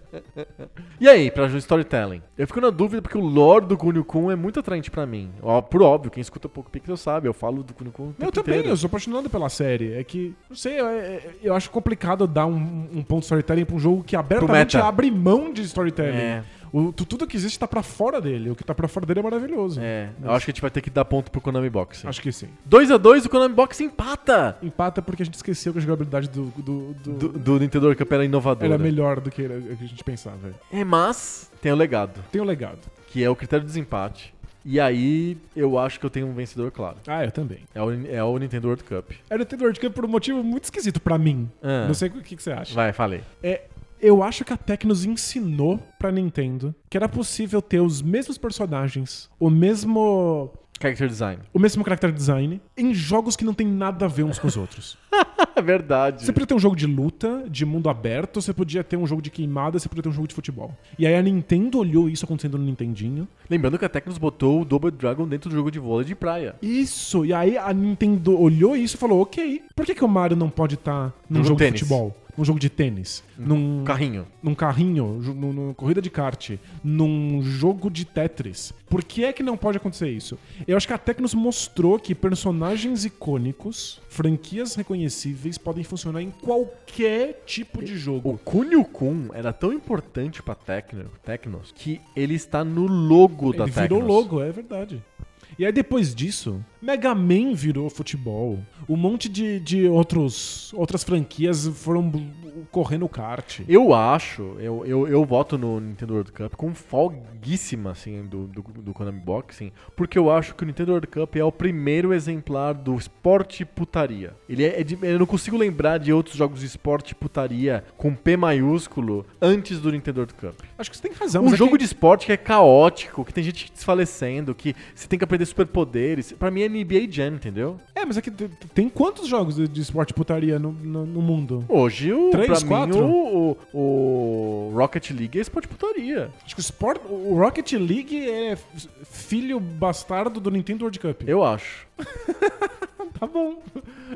A: [laughs] E aí, pra storytelling? Eu fico na dúvida porque o lore do Kunio Kun é muito atraente pra mim. Ó, por óbvio, quem escuta um pouco Pixel sabe, eu falo do Kunio Kun. o
B: eu
A: É, tempo
B: também,
A: inteiro.
B: eu sou apaixonado pela série. É que, não sei, eu, eu acho complicado dar um, um ponto de storytelling pra um jogo que abertamente
A: meta.
B: abre mão de storytelling.
A: É.
B: O- tu- tudo que existe tá pra fora dele. O que tá pra fora dele é maravilhoso.
A: É, eu acho que a gente vai ter que dar ponto pro Konami Boxing.
B: Acho que sim.
A: 2x2, o Konami Boxing empata!
B: Empata porque a gente esqueceu que a jogabilidade do, do, do-
A: Do, do Nintendo World Cup era inovador.
B: era melhor do que era- que a gente pensava.
A: É, mas tem o legado,
B: Tem o legado.
A: que é o critério de desempate. E aí eu acho que eu tenho um vencedor claro.
B: Ah, eu também.
A: É o, é o Nintendo World Cup.
B: Era o Nintendo World Cup por um motivo muito esquisito pra mim.
A: Ah.
B: Não sei o que, que você acha.
A: Vai, falei.
B: É, eu acho que a Tech nos ensinou pra Nintendo que era possível ter os mesmos personagens, o mesmo
A: Character design.
B: o mesmo character design em jogos que não tem nada a ver uns com os outros.
A: [laughs] É verdade.
B: Você podia ter um jogo de luta, de mundo aberto, você podia ter um jogo de queimada, você podia ter um jogo de futebol. E aí a Nintendo olhou isso acontecendo no Nintendinho.
A: Lembrando que a Tecnos botou o Double Dragon dentro do jogo de vôlei de praia.
B: Isso, e aí a Nintendo olhou isso e falou: "OK, por que que o Mario não pode estar num
A: Num
B: jogo
A: tênis.
B: de futebol, num jogo de tênis, num
A: Um carrinho.
B: num carrinho, ju- num- numa corrida de kart, num jogo de Tetris. Por que é que não pode acontecer isso? Eu acho que a Tecnos mostrou que personagens icônicos, franquias reconhecíveis, podem funcionar em qualquer tipo de
A: O
B: jogo.
A: Kunio Kun era tão importante pra Tecno, Tecnos que ele está no logo da
B: Ele
A: Tecnos.
B: virou logo, é verdade. E aí depois disso, Mega Man virou futebol. Um monte de, de outros, outras franquias foram correr no kart.
A: Eu acho, eu, eu, eu voto no Nintendo World Cup com folguíssima, assim, do, do, do Konami Boxing, porque eu acho que o Nintendo World Cup é o primeiro exemplar do esporte putaria. Ele é, é de- eu não consigo lembrar de outros jogos de esporte putaria com P maiúsculo antes do Nintendo World Cup.
B: Acho que você tem razão.
A: um jogo de esporte que é caótico, que tem gente desfalecendo, que você tem que aprender superpoderes. Pra mim é NBA Jam, entendeu?
B: É, mas é que t- t- tem quantos jogos de, de esporte putaria no, no- no mundo?
A: Hoje, o,
B: Três,
A: pra mim,
B: quatro?
A: o, o, o Rocket League é esporte putaria.
B: Acho que o, Sport, o Rocket League é f- filho bastardo do Nintendo World Cup.
A: Eu acho.
B: Tá [laughs] bom.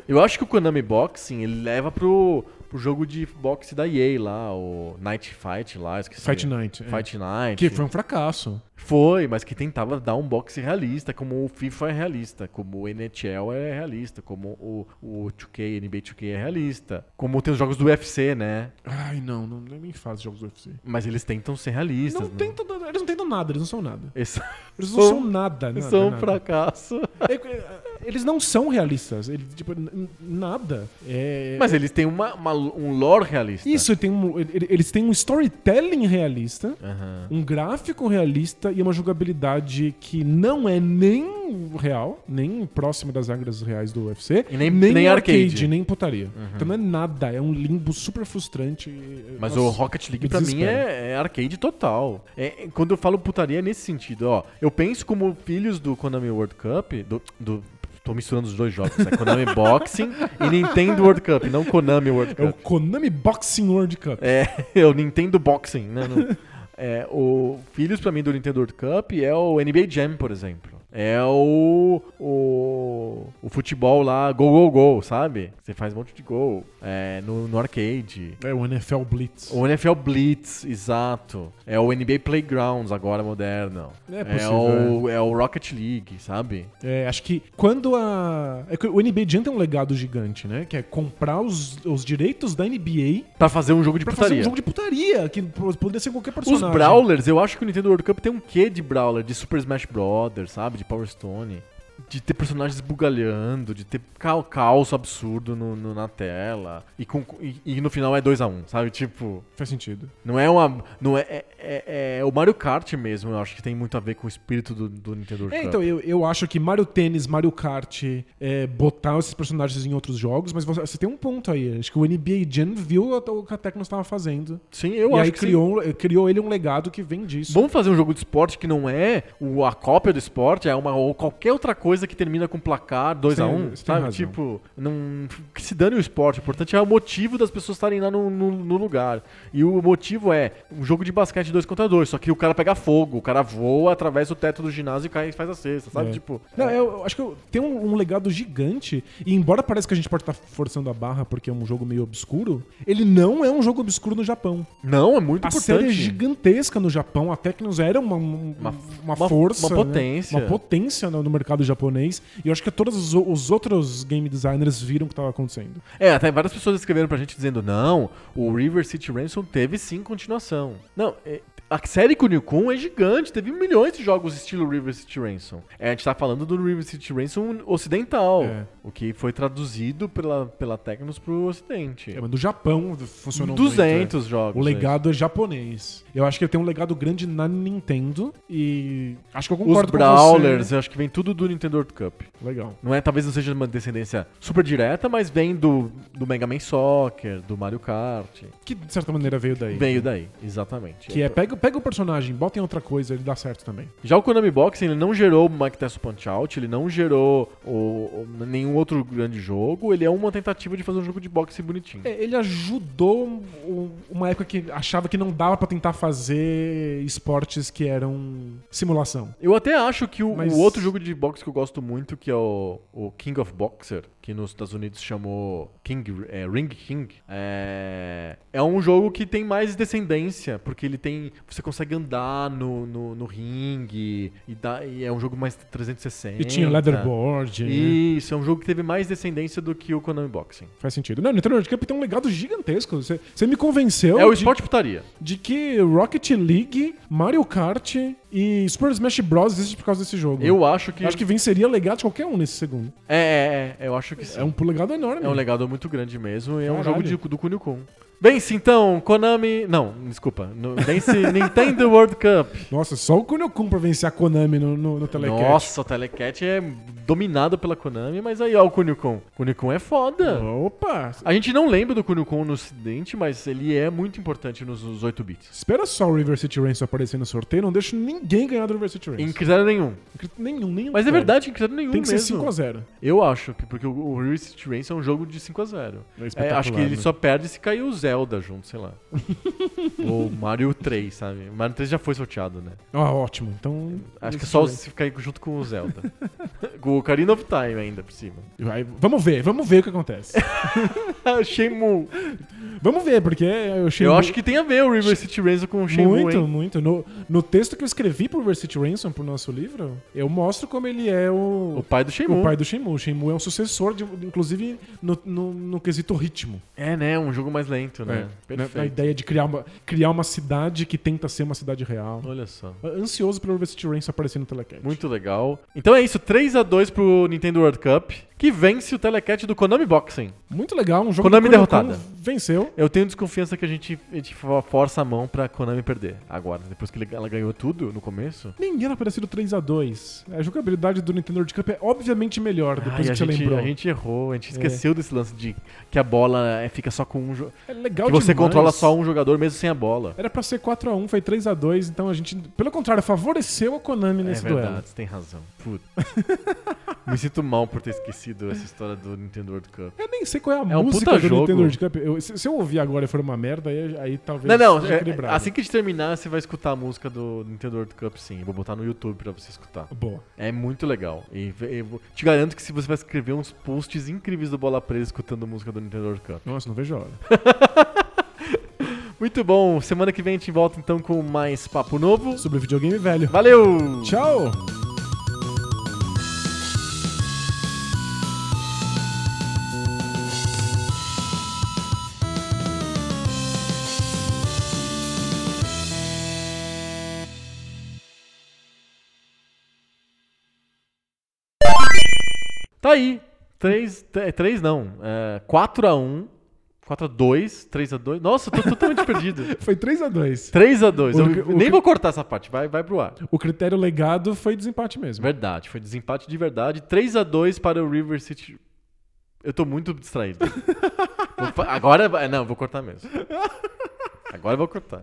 A: Eu acho que o Konami Boxing, ele leva pro, pro jogo de boxe da EA lá, o Night Fight lá, esqueci.
B: Fight Night. é.
A: Fight Night.
B: Que foi um fracasso.
A: Foi, mas que tentava dar um boxe realista, como o FIFA é realista, como o NHL é realista, como o, o 2K, NBA 2K é realista, como tem os jogos do UFC, né?
B: Ai, não, não nem me faz jogos do UFC.
A: Mas eles tentam ser realistas.
B: Não
A: né?
B: tentam, eles não tentam nada, eles não são nada.
A: Eles
B: Eles [laughs] não
A: São-
B: são nada, nada.
A: são um
B: nada.
A: fracasso.
B: É, Eles não são realistas. Eles, tipo, n- n- nada. É-
A: Mas eles têm uma, uma- um lore realista.
B: Isso, tem um- ele- eles têm um storytelling realista,
A: Aham.
B: um gráfico realista e uma jogabilidade que não é nem real, nem próxima das regras reais do UFC.
A: E nem- nem arcade. Uhum.
B: nem putaria. Então não é nada, é um limbo super frustrante. e-
A: Mas
B: nossa,
A: o Rocket League
B: me
A: pra mim
B: desespera.
A: é, é arcade total. É, é- quando eu falo putaria é nesse sentido, ó. Eu penso como filhos do Konami World Cup, do, do- tô misturando os dois jogos, né?
B: [laughs]
A: Konami Boxing e Nintendo World Cup, não Konami World
B: É o
A: Cup.
B: Konami Boxing World Cup.
A: É, [laughs] é o Nintendo Boxing, né? Não- é, o filhos pra mim do Nintendo World Cup é o NBA Jam, por exemplo. É o, o, o futebol lá, gol, gol, gol, sabe? Você faz um monte de gol é, no- no arcade.
B: É o NFL Blitz.
A: O NFL Blitz, exato. É o NBA Playgrounds agora moderno.
B: É possível,
A: o, é o Rocket League, sabe?
B: É, acho que quando a. É que o NBA Jam tem um legado gigante, né? Que é comprar os, os direitos da NBA
A: Pra fazer um jogo de
B: pra fazer
A: putaria.
B: um jogo de putaria, que p- poderia ser qualquer
A: Os
B: personagem.
A: Brawlers, eu acho que o Nintendo World Cup tem um quê de Brawler? De Super Smash Brothers, sabe? De Power Stone. De ter personagens bugalhando, de ter ca- caos absurdo no- no- na tela. E, com- e- e no final é 2x1, sabe? Tipo.
B: Faz sentido.
A: Não é uma. Não é, é, é- é- O Mario Kart mesmo, eu acho que tem muito a ver com o espírito do, do Nintendo World
B: É,
A: Cup.
B: então, eu, eu acho que Mario Tênis, Mario Kart, é, botar esses personagens em outros jogos, mas você, você tem um ponto aí. Acho que o NBA Jam viu o o que a Tecnos estava fazendo.
A: Sim, eu
B: e
A: acho
B: aí
A: que sim.
B: criou, um- criou ele um legado que vem disso.
A: Vamos fazer um jogo de esporte que não é o- a cópia do esporte, é uma ou qualquer outra coisa que termina com placar 2 a
B: Você-
A: 1
B: você tem
A: sabe?
B: razão.
A: Tipo, não que se dane o esporte, o importante é o motivo das pessoas estarem lá no, no- no lugar. E o motivo é um jogo de basquete 2 contra 2, só que o cara pega fogo, o cara voa, atravessa o teto do ginásio e cai e faz a cesta, sabe?
B: É.
A: Tipo,
B: Não, eu, eu acho que eu- tem um, um legado gigante. E embora pareça que a gente pode estar forçando a barra porque é um jogo meio obscuro, ele não é um jogo obscuro no Japão.
A: não, é muito
B: A série é
A: importante.
B: gigantesca no Japão. A Tecnos era uma, um-
A: Uma-
B: uma,
A: uma-
B: força.
A: uma
B: né?
A: potência.
B: Uma potência né, no, no mercado japonês. E eu acho que todos os, os outros game designers viram o que estava acontecendo.
A: É, até várias pessoas escreveram pra gente dizendo: não, o River City Ransom teve sim continuação. Não, é- a série Kunio Kun é gigante, teve milhões de jogos estilo River City Ransom. É, a gente tá falando do River City Ransom ocidental,
B: É.
A: o que foi traduzido pela, pela Tecnos pro ocidente.
B: É, mas no Japão funcionou muito.
A: 200
B: é.
A: jogos.
B: O legado é japonês. Eu acho que ele tem um legado grande na Nintendo. E acho que eu
A: é isso. Os
B: concordo com
A: Brawlers, eu acho que vem tudo do Nintendo World Cup.
B: você. Legal.
A: Não é, talvez não seja uma descendência super direta, mas vem do, do Mega Man Soccer, do Mario Kart.
B: Que de certa maneira veio daí.
A: Veio daí, exatamente.
B: Que é, pega, pega o personagem, bota em outra coisa, ele dá certo também.
A: Já o Konami Boxing, ele não gerou o Mike Tyson Punch Out, ele não gerou o- o- nenhum outro grande jogo, ele é uma tentativa de fazer um jogo de boxe bonitinho.
B: É, ele ajudou um- uma época que achava que não dava pra tentar fazer esportes que eram simulação.
A: Eu até acho que o,
B: Mas-
A: o outro jogo de boxe que eu gosto muito, que é o, o King of Boxer, que nos Estados Unidos chamou King, é, Ring King, é, é um jogo que tem mais descendência, porque ele tem. Você consegue andar no, no, no ringue, e, dá- e é um jogo mais 360.
B: E tinha o leatherboard. né?
A: Isso, é um jogo que teve mais descendência do que o Konami Boxing.
B: Faz sentido. Não, o Nintendo World Cup tem um legado gigantesco. Você você me convenceu
A: É o
B: de-
A: esporte putaria.
B: de, que Rocket League, Mario Kart e Super Smash Bros. existe por causa desse jogo.
A: Eu acho que.
B: Acho que venceria legado de qualquer um nesse segundo.
A: É, é, é. Eu acho acho que sim.
B: É um legado enorme.
A: É um legado muito grande mesmo e é um
B: Caralho.
A: jogo de, do Kunio Kun. Dance, então, Konami. Não, desculpa. No, Dance
B: [laughs]
A: Nintendo World Cup.
B: Nossa, só o Kunio Kun pra vencer a Konami no, no, no Telecat.
A: Nossa, o Telecat é dominado pela Konami, mas aí, ó, o Kunio Kun. Kunio Kun é foda.
B: Opa!
A: A gente não lembra do Kunio Kun no ocidente, mas ele é muito importante nos, nos 8 bits.
B: Espera só o River City Ransom aparecer no sorteio, não deixo ninguém ganhar do River City Ransom.
A: Em critério nenhum.
B: Nenhum, nenhum.
A: Mas é
B: cara.
A: verdade, em critério nenhum
B: Tem que ser
A: mesmo.
B: 5x0.
A: Eu acho, que- porque o- o River City Ransom é um jogo de 5x0.
B: É
A: É,
B: espetacular,
A: acho que ele
B: né?
A: só perde se cair o Zelda junto, sei lá.
B: [laughs]
A: Ou Mario 3, sabe? Mario 3 já foi sorteado, né?
B: Ah, ótimo. Então.
A: Acho que é só se cair junto com o Zelda. [laughs] com o Ocarina of Time ainda por
B: [laughs]
A: cima.
B: Vai- vamos ver, vamos ver o
A: [laughs]
B: que acontece.
A: Shenmue.
B: vamos ver, porque eu achei.
A: Eu
B: mu-
A: acho que tem a ver o River City Ransom com o Shenmue,
B: Muito,
A: hein?
B: muito. No, no texto que eu escrevi pro River City Ransom, pro nosso livro, eu mostro como ele é
A: O
B: o,
A: pai do Shenmue.
B: o pai do Shenmue. O Shenmue é um sucessor, de- inclusive no, no, no quesito ritmo.
A: É, né? Um jogo mais lento, né?
B: É, na,
A: Perfeito.
B: na ideia de criar uma, criar uma cidade que tenta ser uma cidade real.
A: Olha só.
B: Ansioso pelo River City Ransom aparecer no Telecat.
A: Muito legal. Então é isso, 3 a 2 pro Nintendo World Cup, que vence o Telecat do Konami Boxing.
B: Muito legal, um jogo
A: Konami
B: que o Konami
A: derrotada.
B: Kun Venceu.
A: Eu tenho desconfiança que a gente, a gente fo- força a mão pra Konami perder agora, depois que ele- ela ganhou tudo no começo.
B: Ninguém era parecido 3x2. A jogabilidade do Nintendo World Cup é obviamente melhor depois
A: Ai, Ah, a,
B: que você
A: gente,
B: lembrou. É.
A: a gente errou, a gente esqueceu desse lance de que a bola é, fica só com um jogo.
B: É legal
A: Que você
B: demais.
A: controla só um jogador mesmo sem a bola.
B: Era pra ser 4x1, foi 3x2, então a gente, pelo contrário, favoreceu a Konami
A: É
B: nesse
A: verdade,
B: duelo.
A: você tem razão.
B: [laughs]
A: Puta. Me sinto mal por ter esquecido essa história do Nintendo World Cup.
B: Eu nem sei qual é a
A: É um
B: música
A: puta
B: do
A: jogo.
B: Nintendo World Cup. Eu- se, se eu ouvir agora e for uma merda, aí, aí talvez
A: Não, não,
B: seja
A: é-
B: equilibrado.
A: assim que a gente terminar, você vai escutar a música do Nintendo World Cup, sim. Eu Vou botar no YouTube pra você escutar.
B: Boa.
A: É muito legal. E v- eu vou- te garanto que se você vai escrever uns posts incríveis do Bola Presa escutando a música do Nintendo World Cup.
B: Nossa, não vejo a hora.
A: Muito bom. Semana que vem a gente volta então com mais papo novo.
B: Sobre videogame velho.
A: Valeu!
B: Tchau!
A: Tá aí. 3, 3 não. É, 4x1. 4x2. 3x2. Nossa, eu tô totalmente [laughs] perdido.
B: Foi 3x2.
A: Tá. 3x2.
B: O que-
A: Eu
B: o
A: nem
B: que-
A: vou cortar essa parte. Vai, vai pro ar.
B: O critério legado foi desempate mesmo.
A: Verdade. Foi desempate de verdade. 3x2 para o River City. Eu tô muito é, distraído. Vou fa- Agora. vai- Não, vou cortar mesmo. Agora eu vou cortar.